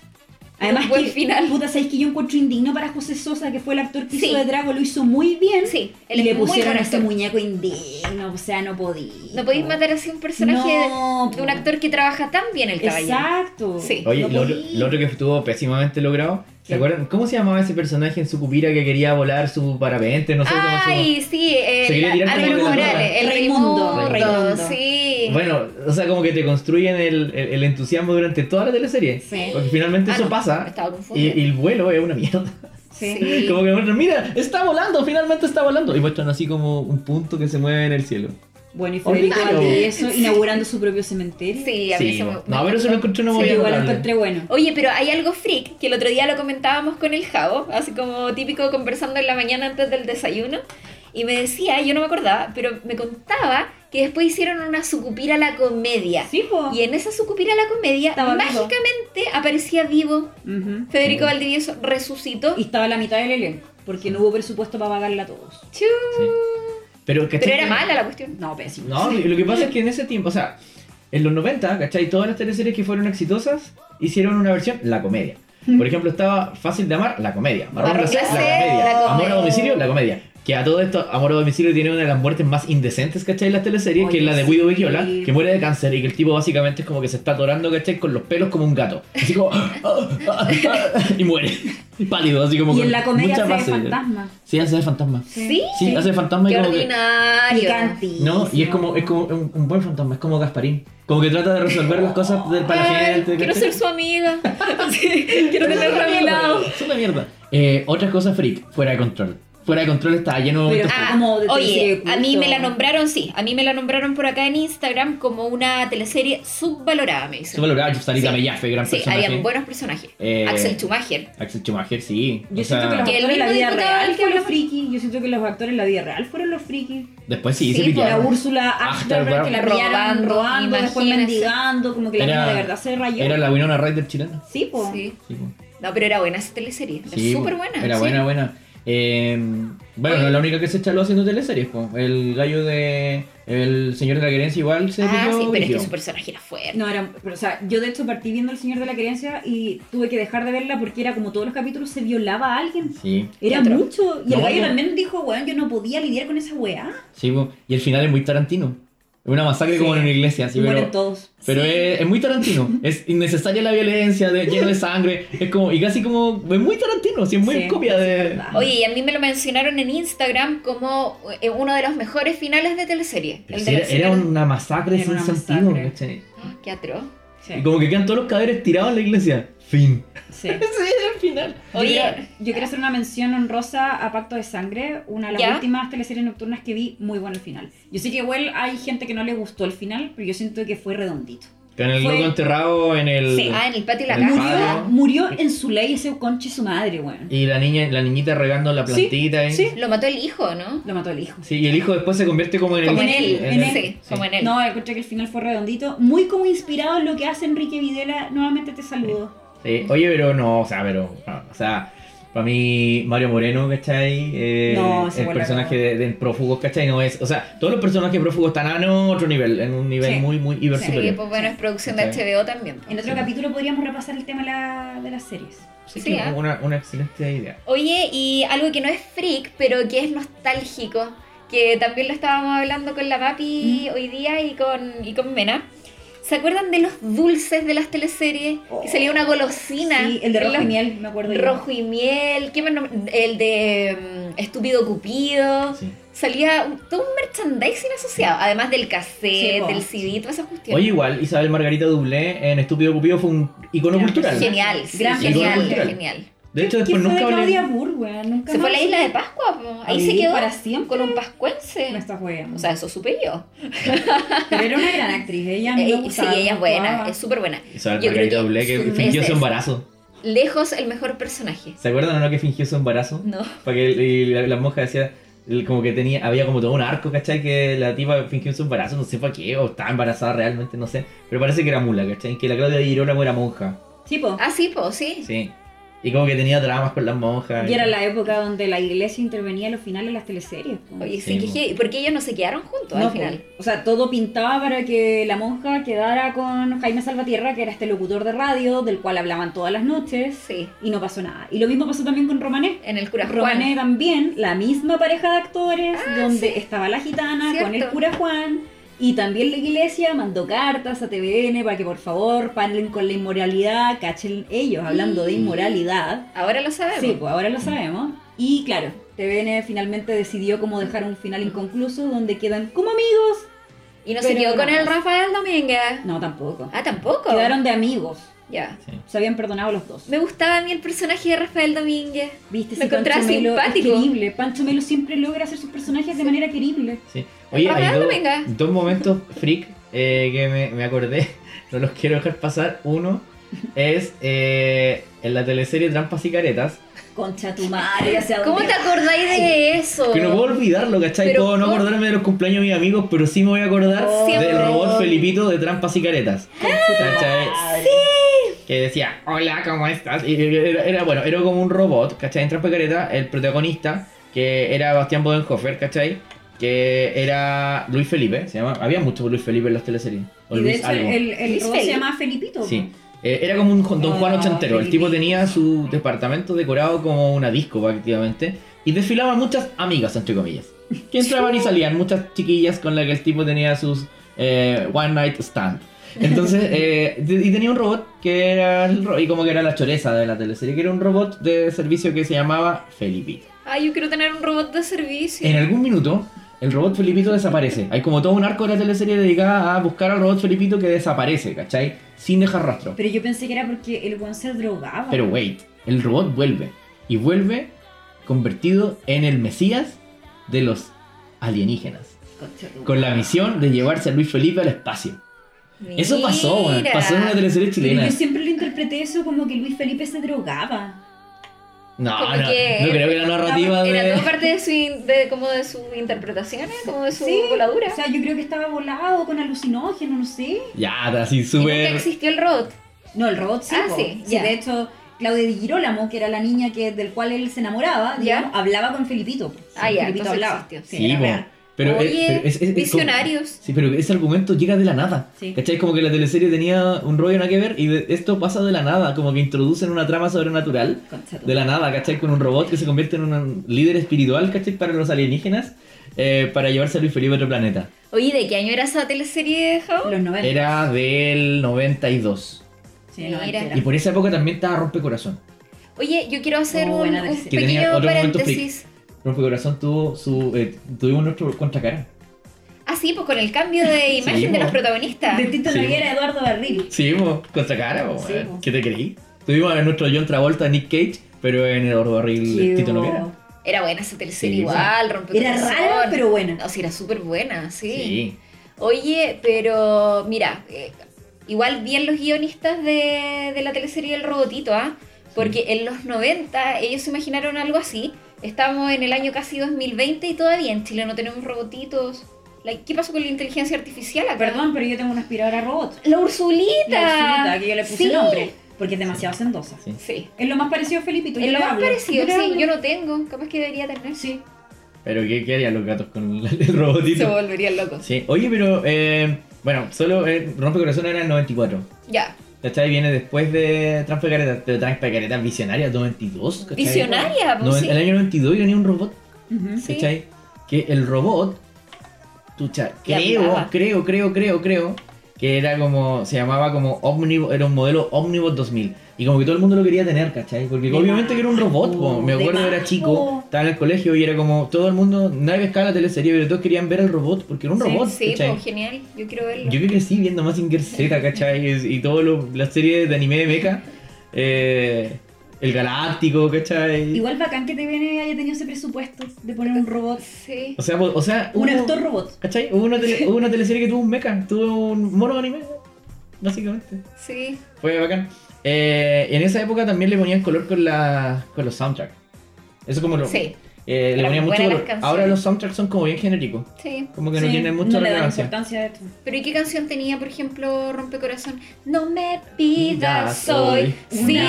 [SPEAKER 4] Además
[SPEAKER 2] Buen
[SPEAKER 4] que,
[SPEAKER 2] final.
[SPEAKER 4] puta, ¿sabéis que yo encuentro indigno para José Sosa, que fue el actor que
[SPEAKER 2] Sí.
[SPEAKER 4] hizo de Drago? Lo hizo muy bien.
[SPEAKER 2] Sí, él
[SPEAKER 4] Y
[SPEAKER 2] es
[SPEAKER 4] le
[SPEAKER 2] muy
[SPEAKER 4] pusieron
[SPEAKER 2] buen
[SPEAKER 4] ese
[SPEAKER 2] actor.
[SPEAKER 4] muñeco indigno, o sea, no podía.
[SPEAKER 2] No podéis matar así un personaje de-
[SPEAKER 4] No,
[SPEAKER 2] de,
[SPEAKER 4] po.
[SPEAKER 2] un actor que trabaja tan bien el caballero.
[SPEAKER 4] Exacto.
[SPEAKER 2] Sí.
[SPEAKER 1] Oye,
[SPEAKER 4] No
[SPEAKER 1] lo, otro-
[SPEAKER 4] podí.
[SPEAKER 1] lo otro que estuvo pésimamente logrado. ¿Se
[SPEAKER 4] ¿Qué?
[SPEAKER 1] acuerdan? ¿Cómo se llamaba ese personaje en su cupira que quería volar su parapente? No sé cómo se
[SPEAKER 2] Ay, sí,
[SPEAKER 1] Se quería
[SPEAKER 2] el
[SPEAKER 1] tirar como
[SPEAKER 2] Álvaro
[SPEAKER 1] de la
[SPEAKER 2] Morales,
[SPEAKER 1] nada.
[SPEAKER 2] el Raimundo,
[SPEAKER 4] Raimundo, Raimundo.
[SPEAKER 2] sí.
[SPEAKER 1] Bueno, o sea, como que te construyen el, el- el entusiasmo durante toda la teleserie.
[SPEAKER 4] Sí.
[SPEAKER 1] Porque finalmente
[SPEAKER 2] Ah,
[SPEAKER 1] eso
[SPEAKER 2] no, me
[SPEAKER 1] pasa.
[SPEAKER 2] estaba
[SPEAKER 1] Y,
[SPEAKER 2] confundiendo.
[SPEAKER 1] y el vuelo es una mierda.
[SPEAKER 4] Sí.
[SPEAKER 2] Sí.
[SPEAKER 1] Como que bueno, mira, está volando, finalmente está volando. Y muestran así como un punto que se mueve en el cielo.
[SPEAKER 4] Bueno, y Federico
[SPEAKER 1] Horrible.
[SPEAKER 4] Valdivieso inaugurando su propio cementerio.
[SPEAKER 2] Sí, a mí
[SPEAKER 1] Sí,
[SPEAKER 2] se me-
[SPEAKER 1] no, pero eso lo encontré una
[SPEAKER 4] Sí,
[SPEAKER 1] voy
[SPEAKER 4] igual lo encontré bueno.
[SPEAKER 2] Oye, pero hay algo freak que el otro día lo comentábamos con el Javo, así como típico conversando en la mañana antes del desayuno. Y me decía, yo no me acordaba, pero me contaba que después hicieron una sucupira a la comedia.
[SPEAKER 4] Sí, po.
[SPEAKER 2] Y en esa sucupira a la comedia,
[SPEAKER 4] Estaba vivo.
[SPEAKER 2] mágicamente aparecía vivo
[SPEAKER 4] Ujú.
[SPEAKER 2] Federico Valdivieso, resucitó.
[SPEAKER 4] Y estaba a la mitad del elenco, porque no hubo presupuesto para pagarla a todos.
[SPEAKER 2] Chu.
[SPEAKER 1] Pero, ¿cachai?
[SPEAKER 2] Pero era mala la cuestión.
[SPEAKER 4] No, pésimo.
[SPEAKER 1] No, lo que pasa es que en ese tiempo, o sea, en los 90, ¿cachai? Todas las teleseries que fueron exitosas hicieron una versión, la
[SPEAKER 4] Mm.
[SPEAKER 1] comedia. Por ejemplo, estaba Fácil de Amar, la comedia. Marrón
[SPEAKER 4] Ah,
[SPEAKER 2] Marrón
[SPEAKER 1] Glacé,
[SPEAKER 2] Glacé,
[SPEAKER 1] la comedia.
[SPEAKER 2] la
[SPEAKER 1] Amor a
[SPEAKER 2] comedia.
[SPEAKER 1] domicilio, la comedia. Que a todo esto, Amor a domicilio tiene una de las muertes más indecentes, ¿cachai? En las teleseries, que
[SPEAKER 4] Oye,
[SPEAKER 1] es la de
[SPEAKER 4] sí.
[SPEAKER 1] Guido Vigiola, que muere de cáncer y que el tipo básicamente es como que se está atorando, ¿cachai? Con los pelos como un gato. Así como. ah, ah, ah, y muere. Pálido, así como.
[SPEAKER 4] Y
[SPEAKER 1] con
[SPEAKER 4] en la comedia
[SPEAKER 1] mucha
[SPEAKER 4] se
[SPEAKER 1] base.
[SPEAKER 4] fantasma.
[SPEAKER 1] Sí, hace de fantasma.
[SPEAKER 2] Sí,
[SPEAKER 1] Sí, hace de fantasma y
[SPEAKER 2] qué
[SPEAKER 1] como que-
[SPEAKER 2] ordinario.
[SPEAKER 4] Picantísimo.
[SPEAKER 1] No, y es como, es como un, un buen fantasma, es como Gasparín. Como que trata de resolver las cosas del, para la
[SPEAKER 2] Ay,
[SPEAKER 1] gente.
[SPEAKER 2] quiero
[SPEAKER 1] ¿cachai?
[SPEAKER 2] ser su amiga. Sí, quiero tenerla a mi lado.
[SPEAKER 1] Es una mierda. Eh, otra cosa freak, fuera de control. Fuera de control está lleno de
[SPEAKER 4] Pero-
[SPEAKER 1] momentos
[SPEAKER 2] Ah,
[SPEAKER 4] como de teleserie
[SPEAKER 2] oye,
[SPEAKER 4] de
[SPEAKER 2] a mí
[SPEAKER 4] culto.
[SPEAKER 2] me la nombraron, sí, a mí me la nombraron por acá en Instagram como una teleserie subvalorada, me dicen.
[SPEAKER 1] subvalorados. Sarita
[SPEAKER 2] Sí.
[SPEAKER 1] Mellafe, gran
[SPEAKER 2] Sí,
[SPEAKER 1] personaje.
[SPEAKER 2] habían buenos personajes.
[SPEAKER 1] Eh,
[SPEAKER 2] Axel Schumacher.
[SPEAKER 1] Axel Schumacher, sí.
[SPEAKER 4] Yo
[SPEAKER 1] O
[SPEAKER 4] siento que
[SPEAKER 1] sea,
[SPEAKER 4] los
[SPEAKER 2] Que el
[SPEAKER 4] actores en la
[SPEAKER 2] mismo
[SPEAKER 4] vida
[SPEAKER 2] diputado
[SPEAKER 4] real
[SPEAKER 2] que
[SPEAKER 4] fueron los
[SPEAKER 2] habló.
[SPEAKER 4] frikis. Yo siento que los actores en la vida real fueron los frikis.
[SPEAKER 1] Después sí,
[SPEAKER 2] Sí, pues,
[SPEAKER 1] se
[SPEAKER 4] La
[SPEAKER 1] pillaron.
[SPEAKER 4] Úrsula
[SPEAKER 1] Hasta
[SPEAKER 4] Ashton, que la
[SPEAKER 2] robando,
[SPEAKER 4] pillaron robando, después
[SPEAKER 2] imagínense.
[SPEAKER 4] mendigando, como que la
[SPEAKER 1] Era-
[SPEAKER 4] niña de verdad se rayó.
[SPEAKER 1] Era la Winona Ryder chilena.
[SPEAKER 4] Sí, po.
[SPEAKER 2] Sí.
[SPEAKER 1] Sí, po.
[SPEAKER 2] No, pero era buena esa teleserie. Era
[SPEAKER 1] Sí, po.
[SPEAKER 2] súper buena.
[SPEAKER 1] Era
[SPEAKER 2] sí. Ah,
[SPEAKER 1] buena, buena. Eh, bueno,
[SPEAKER 2] Oye.
[SPEAKER 1] no es la única que se echaló haciendo teleseries, po. El gallo de. El señor de la querencia igual se
[SPEAKER 2] Ah,
[SPEAKER 1] pilló
[SPEAKER 2] sí, pero es que
[SPEAKER 1] brígido.
[SPEAKER 2] su personaje era fuerte.
[SPEAKER 4] No, era, pero, o sea, yo de hecho partí viendo El Señor de la Creencia y tuve que dejar de verla porque era como todos los capítulos se violaba a alguien.
[SPEAKER 1] Sí,
[SPEAKER 4] Era
[SPEAKER 2] Otro.
[SPEAKER 4] mucho. Y
[SPEAKER 1] No,
[SPEAKER 4] el gallo
[SPEAKER 1] no.
[SPEAKER 4] también dijo, weón, yo no podía lidiar con esa weá.
[SPEAKER 1] sí, po. Y el final es muy tarantino. Es una masacre como en una iglesia,
[SPEAKER 4] Y
[SPEAKER 1] sí,
[SPEAKER 4] mueren
[SPEAKER 1] pero.
[SPEAKER 4] todos.
[SPEAKER 1] Pero es, es muy Tarantino. es innecesaria la violencia, de, lleno de sangre. Es como, y casi como, es muy Tarantino, si es muy
[SPEAKER 4] Sí,
[SPEAKER 1] copia
[SPEAKER 4] sí, es
[SPEAKER 1] de.
[SPEAKER 4] verdad.
[SPEAKER 2] Oye, y a mí me lo mencionaron en Instagram como eh, uno de los mejores finales de teleserie.
[SPEAKER 1] Pero
[SPEAKER 2] El
[SPEAKER 1] si
[SPEAKER 2] de la
[SPEAKER 1] era, era
[SPEAKER 2] serie-
[SPEAKER 1] una masacre
[SPEAKER 4] Era
[SPEAKER 1] sin
[SPEAKER 4] una
[SPEAKER 1] sentido,
[SPEAKER 4] masacre.
[SPEAKER 1] ¿cachai?
[SPEAKER 2] Ah, Qué atroz.
[SPEAKER 4] Sí,
[SPEAKER 1] Y como que quedan todos los cadáveres tirados en la iglesia. Fin. Ese
[SPEAKER 4] sí.
[SPEAKER 1] era el final.
[SPEAKER 2] Oye,
[SPEAKER 4] Yo quiero hacer una mención honrosa a Pacto de Sangre, una de las
[SPEAKER 2] ¿Ya?
[SPEAKER 4] últimas teleseries nocturnas que vi, muy bueno el final. Yo sé que igual hay gente que no le gustó el final, pero yo siento que fue redondito.
[SPEAKER 1] Con el
[SPEAKER 4] Fue-
[SPEAKER 1] loco enterrado en el.
[SPEAKER 4] Sí,
[SPEAKER 2] ah, en el patio de la
[SPEAKER 1] Eh, El
[SPEAKER 2] casa.
[SPEAKER 1] padre.
[SPEAKER 4] Murió, murió en su ley ese conche su madre, weón.
[SPEAKER 1] Y la niña, la niñita regando la
[SPEAKER 4] Sí,
[SPEAKER 1] plantita. ahí.
[SPEAKER 4] sí.
[SPEAKER 2] Lo mató el hijo, ¿no?
[SPEAKER 4] Lo mató el hijo.
[SPEAKER 1] Sí, y el hijo después se convierte como en el.
[SPEAKER 2] Como en él,
[SPEAKER 4] en él,
[SPEAKER 2] sí,
[SPEAKER 1] sí.
[SPEAKER 2] como en él.
[SPEAKER 4] No, encontré que el final fue redondito. Muy como inspirado en lo que hace Enrique Videla. Nuevamente te saludo.
[SPEAKER 1] Sí, Eh, Oye, pero no, o sea, pero. no, o sea, para mí, Mario Moreno, ¿cachai? Eh,
[SPEAKER 4] No, se
[SPEAKER 1] el
[SPEAKER 4] vuelve
[SPEAKER 1] personaje
[SPEAKER 4] loco.
[SPEAKER 1] de- del prófugo, ¿cachai? No es. O sea, todos los personajes prófugos están a no, otro nivel, en un nivel
[SPEAKER 4] Sí.
[SPEAKER 1] muy, muy hiper
[SPEAKER 4] Sí,
[SPEAKER 2] Sí,
[SPEAKER 1] superior.
[SPEAKER 2] pues bueno, es producción de
[SPEAKER 1] Sí.
[SPEAKER 2] HBO también.
[SPEAKER 4] En otro
[SPEAKER 1] Sí.
[SPEAKER 4] capítulo podríamos repasar el tema de, la- de las series.
[SPEAKER 1] Sí,
[SPEAKER 2] sí,
[SPEAKER 1] que
[SPEAKER 2] ¿eh?
[SPEAKER 1] una, una excelente idea.
[SPEAKER 2] Oye, y algo que no es freak, pero que es nostálgico, que también lo estábamos hablando con la papi
[SPEAKER 4] Mm.
[SPEAKER 2] hoy día y con, y con Mena. ¿Se acuerdan de los dulces de las teleseries? que salía una golosina.
[SPEAKER 4] Sí, el de rojo
[SPEAKER 2] Los-
[SPEAKER 4] y miel, me acuerdo. yo.
[SPEAKER 2] Rojo y miel, ¿qué más nom- El de mm, Estúpido Cupido.
[SPEAKER 1] Sí.
[SPEAKER 2] Salía un- todo un merchandising asociado, además del
[SPEAKER 4] Sí,
[SPEAKER 2] cassette,
[SPEAKER 4] po.
[SPEAKER 2] del CD, todas esas cuestiones.
[SPEAKER 1] Oye, igual, Isabel Margarita Dublé en Estúpido Cupido fue un icono
[SPEAKER 4] Gran
[SPEAKER 1] cultural.
[SPEAKER 4] personaje.
[SPEAKER 2] genial, sí,
[SPEAKER 4] Gran
[SPEAKER 2] genial,
[SPEAKER 1] personaje.
[SPEAKER 2] genial.
[SPEAKER 1] De hecho,
[SPEAKER 4] ¿Qué
[SPEAKER 1] después
[SPEAKER 4] fue de
[SPEAKER 1] nunca hablé.
[SPEAKER 4] Claudia Burr, weón? Nunca
[SPEAKER 2] Se fue a la
[SPEAKER 4] más.
[SPEAKER 2] isla de Pascua, po. ahí
[SPEAKER 4] A
[SPEAKER 2] se
[SPEAKER 4] vivir
[SPEAKER 2] quedó
[SPEAKER 4] para siempre.
[SPEAKER 2] con un pascuense.
[SPEAKER 4] No estás weón.
[SPEAKER 2] O sea, eso supe yo.
[SPEAKER 4] pero era una gran actriz. Ella me
[SPEAKER 2] Eh, sí,
[SPEAKER 4] gustaba,
[SPEAKER 2] ella es buena,
[SPEAKER 4] actuaba.
[SPEAKER 2] es súper buena.
[SPEAKER 1] Isabel
[SPEAKER 2] Yo creo
[SPEAKER 1] Margarita
[SPEAKER 2] que
[SPEAKER 1] Dublé que
[SPEAKER 2] sus
[SPEAKER 1] fingió
[SPEAKER 2] meses.
[SPEAKER 1] su embarazo.
[SPEAKER 2] Lejos el mejor personaje.
[SPEAKER 1] ¿Se acuerdan o no que fingió su embarazo?
[SPEAKER 2] No.
[SPEAKER 1] Para que y la, la monja decía, el- como que tenía, había como todo un arco, ¿cachai? Que la tipa fingió su embarazo, no sé para qué, o estaba embarazada realmente, no sé. Pero parece que era mula, ¿cachai? Que la Claudia de Girolamo era monja,
[SPEAKER 4] Sí, po.
[SPEAKER 2] Ah, sí, pues sí.
[SPEAKER 1] sí. Y como que tenía dramas con las monjas.
[SPEAKER 4] Y era la época donde la iglesia intervenía en los finales de las teleseries. po.
[SPEAKER 2] Oye,
[SPEAKER 1] Sí,
[SPEAKER 2] sí, que
[SPEAKER 1] po.
[SPEAKER 2] heavy. ¿Por qué ellos no se quedaron juntos
[SPEAKER 4] No,
[SPEAKER 2] al final?
[SPEAKER 4] po. O sea, todo pintaba para que la monja quedara con Jaime Salvatierra, que era este locutor de radio, del cual hablaban todas las noches,
[SPEAKER 2] Sí.
[SPEAKER 4] y no pasó nada. Y lo mismo pasó también con Romané.
[SPEAKER 2] En el cura
[SPEAKER 4] Romané
[SPEAKER 2] Juan. Ah,
[SPEAKER 4] también, la misma pareja de actores, donde estaba la gitana con el
[SPEAKER 2] Cierto.
[SPEAKER 4] cura Juan. Y también la iglesia mandó cartas a TVN para que por favor paren con la inmoralidad, cachen ellos hablando
[SPEAKER 2] Mm.
[SPEAKER 4] de inmoralidad.
[SPEAKER 2] Ahora lo sabemos.
[SPEAKER 4] Sí, pues ahora lo sabemos. Y claro, TVN finalmente decidió como dejar un final inconcluso donde quedan como amigos.
[SPEAKER 2] y no se
[SPEAKER 4] pero
[SPEAKER 2] quedó con
[SPEAKER 4] no.
[SPEAKER 2] el Rafael Domínguez.
[SPEAKER 4] No, tampoco.
[SPEAKER 2] Ah, tampoco.
[SPEAKER 4] Quedaron de amigos.
[SPEAKER 2] Ya.
[SPEAKER 4] Se habían perdonado los dos.
[SPEAKER 2] Me gustaba a mí el personaje de Rafael Domínguez.
[SPEAKER 4] Viste,
[SPEAKER 2] Lo
[SPEAKER 4] si Pancho
[SPEAKER 2] encontraba
[SPEAKER 4] Melo es
[SPEAKER 2] simpático.
[SPEAKER 4] querible. Pancho Melo siempre logra hacer sus personajes de manera querible.
[SPEAKER 1] Sí. Oye,
[SPEAKER 2] Ah,
[SPEAKER 1] hay
[SPEAKER 2] bueno,
[SPEAKER 1] dos,
[SPEAKER 4] ¿eh?
[SPEAKER 2] venga.
[SPEAKER 1] dos momentos freak eh, que me, me acordé, no los quiero dejar pasar. Uno es eh, en la teleserie Trampas y Caretas,
[SPEAKER 4] Concha tu madre, hacia
[SPEAKER 2] ¿Cómo te acordáis de eso?
[SPEAKER 1] que no puedo olvidarlo, ¿cachai?
[SPEAKER 2] Pero
[SPEAKER 1] puedo no
[SPEAKER 2] por-
[SPEAKER 1] acordarme de los cumpleaños de mis amigos, pero sí me voy a acordar
[SPEAKER 2] Oh,
[SPEAKER 1] del
[SPEAKER 2] siempre.
[SPEAKER 1] robot Felipito de Trampas y Caretas. ¿Cachai? Que decía, hola, ¿cómo estás? Y era, era- bueno, era como un robot, ¿cachai? En Trampa y Careta, el protagonista, que era Bastián Bodenhofer, ¿cachai? Que era Luis Felipe, se llama. Había mucho Luis Felipe en las teleseries. O
[SPEAKER 4] Y de
[SPEAKER 1] Luis
[SPEAKER 4] hecho,
[SPEAKER 1] algo.
[SPEAKER 4] el, el
[SPEAKER 2] Luis
[SPEAKER 4] robot se
[SPEAKER 2] Felipe.
[SPEAKER 4] llama Felipito.
[SPEAKER 1] Sí. Eh, era como un Don Juan
[SPEAKER 4] Ah,
[SPEAKER 1] ochentero. El tipo
[SPEAKER 4] Felipito.
[SPEAKER 1] tenía su departamento decorado como una disco, prácticamente. Y desfilaban muchas amigas, entre comillas. Que entraban y salían muchas chiquillas con las que el tipo tenía sus eh, One Night Stand. Entonces, eh, de- y tenía un robot que era, el ro- y como que era la choreza de la teleserie, que era un robot de servicio que se llamaba Felipito.
[SPEAKER 2] Ay, yo quiero tener un robot de servicio.
[SPEAKER 1] En algún minuto, el robot Felipito desaparece. Hay como todo un arco de la teleserie dedicada a buscar al robot Felipito que desaparece, ¿cachai? Sin dejar rastro.
[SPEAKER 4] Pero yo pensé que era porque el weón se drogaba.
[SPEAKER 1] Pero wait, el robot vuelve. Y vuelve convertido en el Mesías de los alienígenas.
[SPEAKER 4] Concha tu-
[SPEAKER 1] Con la misión de llevarse a Luis Felipe al espacio. Eso pasó, weón,
[SPEAKER 2] Mira.
[SPEAKER 1] pasó en una teleserie
[SPEAKER 4] Pero
[SPEAKER 1] chilena.
[SPEAKER 4] yo siempre lo interpreté eso como que Luis Felipe se drogaba.
[SPEAKER 1] No, no,
[SPEAKER 2] Como
[SPEAKER 1] no
[SPEAKER 2] que
[SPEAKER 1] creo que la narrativa
[SPEAKER 2] era todo
[SPEAKER 1] de...
[SPEAKER 2] parte de su, in- de, como de sus interpretaciones, como de su
[SPEAKER 4] Sí,
[SPEAKER 2] voladura.
[SPEAKER 4] O sea, yo creo que estaba volado con alucinógeno, no sé.
[SPEAKER 1] Ya, así
[SPEAKER 2] Y nunca
[SPEAKER 1] súper...
[SPEAKER 2] existió el robot.
[SPEAKER 4] No, el robot sí.
[SPEAKER 2] Ah,
[SPEAKER 4] po.
[SPEAKER 2] sí,
[SPEAKER 4] Sí,
[SPEAKER 2] ya.
[SPEAKER 4] De hecho, Claudia Di Girolamo, que era la niña que, del cual él se enamoraba,
[SPEAKER 2] Ya.
[SPEAKER 4] digamos, hablaba con Felipito. po.
[SPEAKER 2] Ah, ya,
[SPEAKER 4] Felipito
[SPEAKER 2] entonces
[SPEAKER 4] hablaba.
[SPEAKER 2] existió, sí,
[SPEAKER 1] Sí,
[SPEAKER 4] era
[SPEAKER 1] po.
[SPEAKER 4] real.
[SPEAKER 1] pero,
[SPEAKER 2] Oye,
[SPEAKER 1] es, pero es- es- es como-
[SPEAKER 2] visionarios.
[SPEAKER 1] sí, pero ese argumento llega de la nada.
[SPEAKER 4] Sí.
[SPEAKER 1] ¿Cachai? Como que la teleserie tenía un rollo nada que ver y de- esto pasa de la nada, como que introducen una trama sobrenatural.
[SPEAKER 4] Concha tu-
[SPEAKER 1] de la nada, ¿cachai? Con un robot que se convierte en un líder espiritual, ¿cachai? Para los alienígenas, eh, para llevarse a Luis Felipe a otro planeta.
[SPEAKER 2] Oye, ¿de qué año era esa teleserie, Jao?
[SPEAKER 4] Los 90.
[SPEAKER 1] Era del 92.
[SPEAKER 4] Sí, 90
[SPEAKER 2] Mira.
[SPEAKER 4] era.
[SPEAKER 1] Y por esa época también estaba Rompecorazón.
[SPEAKER 2] Oye, yo quiero hacer
[SPEAKER 4] Oh,
[SPEAKER 2] un,
[SPEAKER 4] buena
[SPEAKER 2] un
[SPEAKER 4] teleserie.
[SPEAKER 1] Que tenía
[SPEAKER 2] pequeño
[SPEAKER 1] otro momento
[SPEAKER 2] paréntesis.
[SPEAKER 1] Rompecorazón tuvo su. eh, tuvimos nuestro contracara.
[SPEAKER 2] Ah, sí, pues con el cambio de imagen de
[SPEAKER 1] po.
[SPEAKER 2] los protagonistas.
[SPEAKER 4] De Tito
[SPEAKER 1] Sí,
[SPEAKER 4] Noguera, Eduardo Barril.
[SPEAKER 1] Sí, po, contracara, po,
[SPEAKER 4] Sí,
[SPEAKER 1] eh,
[SPEAKER 4] po.
[SPEAKER 1] ¿qué te creí? Tuvimos a nuestro John Travolta, Nick Cage, pero en el oro barril Tito Noguera.
[SPEAKER 2] Era buena esa teleserie
[SPEAKER 1] Sí,
[SPEAKER 2] igual, rompe
[SPEAKER 4] Era rara, pero buena.
[SPEAKER 2] No, sí, era súper buena, sí. Oye, pero mira, eh, igual bien los guionistas de, de la teleserie El Robotito, ¿ah? Porque en los 90 ellos se imaginaron algo así. Estamos en el año casi 2020 y todavía en Chile no tenemos robotitos. Like, ¿Qué pasó con la inteligencia artificial acá?
[SPEAKER 4] Perdón, pero yo tengo una aspiradora robot.
[SPEAKER 2] La Ursulita.
[SPEAKER 4] La Ursulita, que yo le puse
[SPEAKER 2] Sí.
[SPEAKER 4] nombre. Porque es demasiado sendosa.
[SPEAKER 1] Sí.
[SPEAKER 2] Sí.
[SPEAKER 4] Es lo más parecido a Felipito. yo
[SPEAKER 2] Es lo
[SPEAKER 4] le
[SPEAKER 2] más
[SPEAKER 4] hablo.
[SPEAKER 2] parecido,
[SPEAKER 4] le
[SPEAKER 2] sí.
[SPEAKER 4] hablo.
[SPEAKER 2] Yo no tengo, capaz que debería tener. Sí.
[SPEAKER 1] Pero ¿qué, qué harían los gatos con el, el
[SPEAKER 2] Se
[SPEAKER 1] robotito?
[SPEAKER 2] volverían locos.
[SPEAKER 1] Sí. Oye, pero. eh, bueno, solo eh, Rompecorazón era el 94.
[SPEAKER 2] Ya.
[SPEAKER 1] ¿Cachai? Viene después de Transpacareta, pero Transpacareta visionaria, 92, ¿cachai?
[SPEAKER 2] Visionaria, pues
[SPEAKER 1] Noven-
[SPEAKER 2] sí.
[SPEAKER 1] El año 92 yo tenía un robot,
[SPEAKER 4] Ujú.
[SPEAKER 2] Sí.
[SPEAKER 1] ¿cachai? Que el robot, tucha,
[SPEAKER 2] Que
[SPEAKER 1] creo,
[SPEAKER 2] hablaba.
[SPEAKER 1] creo, creo, creo, creo, que era como, se llamaba como Omnibus, era un modelo Omnibus 2000. Y como que todo el mundo lo quería tener, ¿cachai? Porque
[SPEAKER 4] De
[SPEAKER 1] obviamente que era un robot,
[SPEAKER 4] majo,
[SPEAKER 1] po. me
[SPEAKER 4] de
[SPEAKER 1] acuerdo era
[SPEAKER 4] majo.
[SPEAKER 1] chico, estaba en el colegio y era como, todo el mundo, nadie pescaba la teleserie, pero todos querían ver al robot, porque era un
[SPEAKER 4] Sí,
[SPEAKER 1] robot,
[SPEAKER 2] Sí,
[SPEAKER 1] ¿cachai?
[SPEAKER 2] pues genial. Yo quiero verlo.
[SPEAKER 1] Yo que crecí viendo Mazinger Z, ¿cachai? Y, y todas las series de anime de mecha. eh, el Galáctico, ¿cachai?
[SPEAKER 4] Igual bacán que TVN haya tenido ese presupuesto de poner un robot.
[SPEAKER 2] Sí.
[SPEAKER 1] O sea, po- o sea
[SPEAKER 4] Un
[SPEAKER 1] hubo-
[SPEAKER 4] actor robot.
[SPEAKER 1] ¿Cachai? Hubo una, tele- hubo una teleserie que tuvo un mecha, tuvo un mono de anime, básicamente.
[SPEAKER 2] Sí.
[SPEAKER 1] Fue bacán. Eh, en esa época también le ponían color con, la, con los soundtracks. Eso como lo...
[SPEAKER 2] Sí.
[SPEAKER 1] eh, le
[SPEAKER 2] Eran
[SPEAKER 1] ponían mucho
[SPEAKER 2] buenas las
[SPEAKER 1] color.
[SPEAKER 2] canciones.
[SPEAKER 1] Ahora los soundtracks son como bien genéricos.
[SPEAKER 2] Sí.
[SPEAKER 1] Como que no
[SPEAKER 4] Sí,
[SPEAKER 1] tienen mucha
[SPEAKER 4] no le dan
[SPEAKER 1] relevancia.
[SPEAKER 4] importancia a esto.
[SPEAKER 2] Pero ¿y qué canción tenía, por ejemplo, Rompecorazón? No me pidas soy.
[SPEAKER 1] Una
[SPEAKER 2] Sí.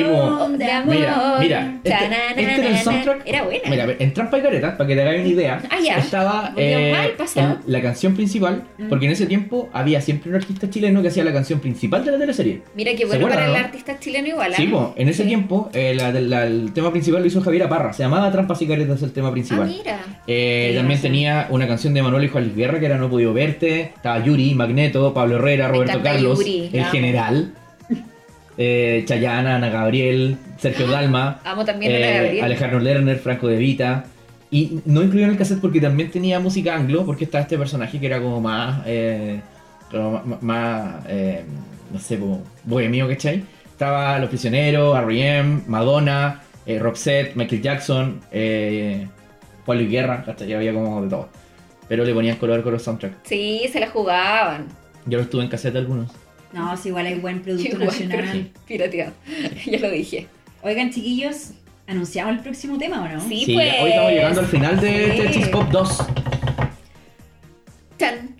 [SPEAKER 1] canción.
[SPEAKER 4] bo.
[SPEAKER 2] De amor.
[SPEAKER 1] Mira, mira, este-
[SPEAKER 2] Tananana.
[SPEAKER 1] este era el soundtrack.
[SPEAKER 2] Era buena.
[SPEAKER 1] Mira, a ver, en Trampa y Careta, para que te hagáis una idea,
[SPEAKER 2] Ah, ya.
[SPEAKER 1] estaba
[SPEAKER 2] Volvió
[SPEAKER 1] eh,
[SPEAKER 2] mal pasado.
[SPEAKER 1] el- la canción principal,
[SPEAKER 4] Mm.
[SPEAKER 1] porque en ese tiempo había siempre un artista chileno que hacía la canción principal de la teleserie.
[SPEAKER 2] Mira qué
[SPEAKER 1] ¿Se
[SPEAKER 2] bueno
[SPEAKER 1] acuerdan,
[SPEAKER 2] para el
[SPEAKER 1] no?
[SPEAKER 2] artista chileno igual. ¿ah?
[SPEAKER 1] Sí, po, en ese
[SPEAKER 2] Sí.
[SPEAKER 1] tiempo eh, la- la- el tema principal lo hizo Javier Aparra, se llamaba Trampas y Caretas el tema
[SPEAKER 2] Ah,
[SPEAKER 1] principal.
[SPEAKER 2] mira.
[SPEAKER 1] Eh,
[SPEAKER 4] Sí,
[SPEAKER 1] también
[SPEAKER 4] sí.
[SPEAKER 1] tenía una canción de Manuel y Juan Luis Guerra que era No he podido verte. Estaba Yuri, Magneto, Pablo Herrera,
[SPEAKER 2] Me
[SPEAKER 1] Roberto
[SPEAKER 2] encanta
[SPEAKER 1] Carlos,
[SPEAKER 2] Yuri,
[SPEAKER 1] El
[SPEAKER 2] la amo.
[SPEAKER 1] General, eh, Chayana, Ana Gabriel,
[SPEAKER 2] Ah.
[SPEAKER 1] Sergio Dalma,
[SPEAKER 2] Amo también a
[SPEAKER 1] eh,
[SPEAKER 2] la Gabriel.
[SPEAKER 1] Alejandro Lerner, Franco De Vita. Y no incluían el cassette porque también tenía música anglo, porque estaba este personaje que era como más. eh, como ma- más. eh, no sé, como bohemio, ¿cachai? Estaba Los Prisioneros, R.E.M., Madonna, eh, Roxette, Michael Jackson, eh, Juan Luis Guerra, ¿cachai? Había como de todo. Pero le ponían color con los soundtracks.
[SPEAKER 2] Sí, se la jugaban.
[SPEAKER 1] Yo los tuve en cassette algunos.
[SPEAKER 4] No, sí, igual hay buen
[SPEAKER 2] Qué
[SPEAKER 4] producto
[SPEAKER 2] guay,
[SPEAKER 4] nacional.
[SPEAKER 2] pero- Pirateado. ya lo dije.
[SPEAKER 4] Oigan, chiquillos, ¿anunciamos el próximo tema o no?
[SPEAKER 1] Ah,
[SPEAKER 2] Sí,
[SPEAKER 1] sí,
[SPEAKER 2] pues.
[SPEAKER 1] hoy estamos llegando al final de
[SPEAKER 2] Sí.
[SPEAKER 1] este Cheese Pop 2.
[SPEAKER 2] Chan.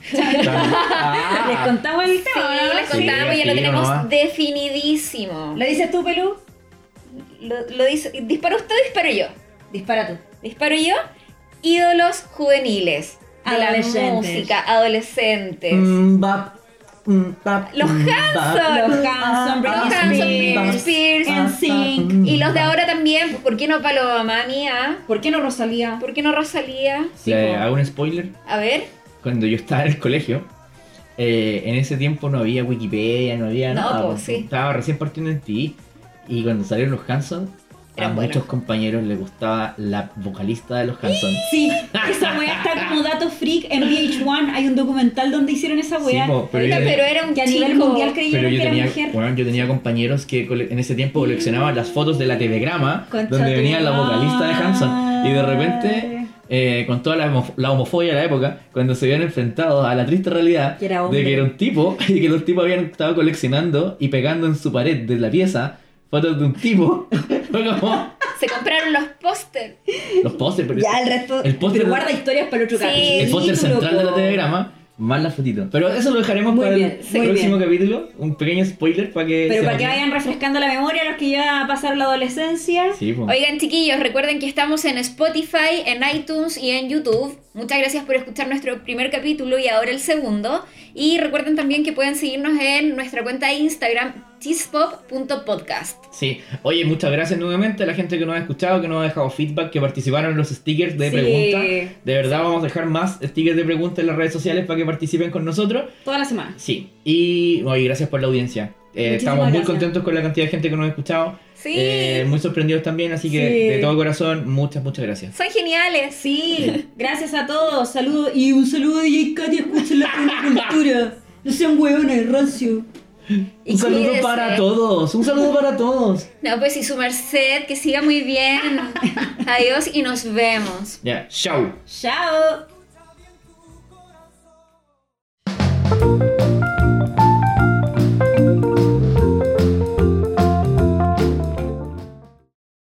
[SPEAKER 1] Ah.
[SPEAKER 4] Les contamos el
[SPEAKER 2] Sí,
[SPEAKER 4] tema. ¿no?
[SPEAKER 2] les
[SPEAKER 1] Sí,
[SPEAKER 2] contamos, ya lo
[SPEAKER 1] sí,
[SPEAKER 2] tenemos
[SPEAKER 1] nomás.
[SPEAKER 2] definidísimo.
[SPEAKER 4] ¿Lo dices tú, Pelú?
[SPEAKER 2] Lo, lo dice, ¿Dispara usted o disparo yo?
[SPEAKER 4] Dispara tú.
[SPEAKER 2] Disparo yo. Ídolos juveniles. De la
[SPEAKER 4] Adolescentes.
[SPEAKER 2] música, adolescentes.
[SPEAKER 1] Mm, bap, mm, bap,
[SPEAKER 2] Los
[SPEAKER 1] mm, bap.
[SPEAKER 2] Hanson.
[SPEAKER 4] Los Hanson,
[SPEAKER 2] Ah. Los
[SPEAKER 4] Britney
[SPEAKER 2] Hanson,
[SPEAKER 4] Spears,
[SPEAKER 2] Britney Spears,
[SPEAKER 4] NSYNC,
[SPEAKER 2] Y los de ahora también, pues, ¿por qué no Paloma mía?
[SPEAKER 4] ¿Por qué no Rosalía?
[SPEAKER 2] ¿Por qué no Rosalía?
[SPEAKER 1] Le
[SPEAKER 4] po.
[SPEAKER 1] hago un pues. spoiler.
[SPEAKER 2] A ver.
[SPEAKER 1] Cuando yo estaba en el colegio, eh, en ese tiempo no había Wikipedia, no había
[SPEAKER 2] No,
[SPEAKER 1] nada.
[SPEAKER 2] po,
[SPEAKER 1] pues,
[SPEAKER 2] sí.
[SPEAKER 1] Estaba recién partiendo en ti. Y cuando salieron los Hanson, a
[SPEAKER 2] Eran
[SPEAKER 1] muchos
[SPEAKER 2] buenos.
[SPEAKER 1] compañeros les gustaba la vocalista de los Hanson.
[SPEAKER 4] Sí, esa weá está como dato freak en VH1. Hay un documental donde hicieron esa
[SPEAKER 1] Sí,
[SPEAKER 4] weá.
[SPEAKER 1] po, pero,
[SPEAKER 2] Oiga,
[SPEAKER 1] yo,
[SPEAKER 2] pero era un
[SPEAKER 4] que a nivel
[SPEAKER 2] chico.
[SPEAKER 4] mundial
[SPEAKER 1] pero
[SPEAKER 4] creyeron
[SPEAKER 1] yo
[SPEAKER 4] que
[SPEAKER 1] tenía,
[SPEAKER 4] era mujer. Mm.
[SPEAKER 1] bueno, yo tenía compañeros que cole- en ese tiempo coleccionaban las fotos de la telegrama
[SPEAKER 4] Concha
[SPEAKER 1] donde
[SPEAKER 4] tu
[SPEAKER 1] venía la vocalista de Hanson. Y de repente,
[SPEAKER 4] madre.
[SPEAKER 1] eh, con toda la, homo- la homofobia de la época, cuando se vieron enfrentados a la triste realidad
[SPEAKER 4] Que era
[SPEAKER 1] de
[SPEAKER 4] hombre.
[SPEAKER 1] que era un tipo y que los tipos habían estado coleccionando y pegando en su pared de la pieza fotos de un tipo. Fue como
[SPEAKER 2] Se compraron los pósters.
[SPEAKER 1] los pósters, pero
[SPEAKER 4] Ya, el resto.
[SPEAKER 1] El póster-
[SPEAKER 4] pero guarda historias para el otro
[SPEAKER 2] Sí.
[SPEAKER 4] capítulo.
[SPEAKER 1] el póster central de la
[SPEAKER 4] loco.
[SPEAKER 1] telegrama. Más las fotitos. Pero eso lo dejaremos
[SPEAKER 4] Muy
[SPEAKER 1] para
[SPEAKER 4] bien,
[SPEAKER 1] el
[SPEAKER 4] sí, muy
[SPEAKER 1] próximo capítulo. Un pequeño spoiler para que.
[SPEAKER 4] Pero
[SPEAKER 1] se
[SPEAKER 4] para que
[SPEAKER 1] motiven.
[SPEAKER 4] vayan refrescando la memoria los que ya pasaron la adolescencia.
[SPEAKER 1] Sí, po.
[SPEAKER 2] Oigan, chiquillos, recuerden que estamos en Spotify, en iTunes y en YouTube. Muchas gracias por escuchar nuestro primer capítulo y ahora el segundo. Y recuerden también que pueden seguirnos en nuestra cuenta de Instagram, cheesepop.podcast.
[SPEAKER 1] Sí, oye, muchas gracias nuevamente a la gente que nos ha escuchado, que nos ha dejado feedback, que participaron en los stickers de
[SPEAKER 4] Sí.
[SPEAKER 1] pregunta. De verdad, vamos a dejar más stickers de pregunta en las redes sociales para que participen con nosotros.
[SPEAKER 4] Toda la semana.
[SPEAKER 1] Sí, y oye, gracias por la audiencia. Eh,
[SPEAKER 4] Muchísimas
[SPEAKER 1] estamos muy
[SPEAKER 4] gracias.
[SPEAKER 1] contentos con la cantidad de gente que nos ha escuchado.
[SPEAKER 2] Sí,
[SPEAKER 1] Eh, muy sorprendidos también, así que
[SPEAKER 4] Sí.
[SPEAKER 1] de todo corazón, muchas, muchas gracias.
[SPEAKER 2] son geniales.
[SPEAKER 4] Sí, gracias a todos. Saludos.
[SPEAKER 3] Y un saludo de J. Katia, escuchen la cultura. No sean hueones, rancio.
[SPEAKER 2] Y
[SPEAKER 1] un saludo
[SPEAKER 2] cuídense.
[SPEAKER 1] para todos, un saludo para todos.
[SPEAKER 2] No, pues y su merced, que siga muy bien. Adiós y nos vemos.
[SPEAKER 1] Ya, chao.
[SPEAKER 4] Chao.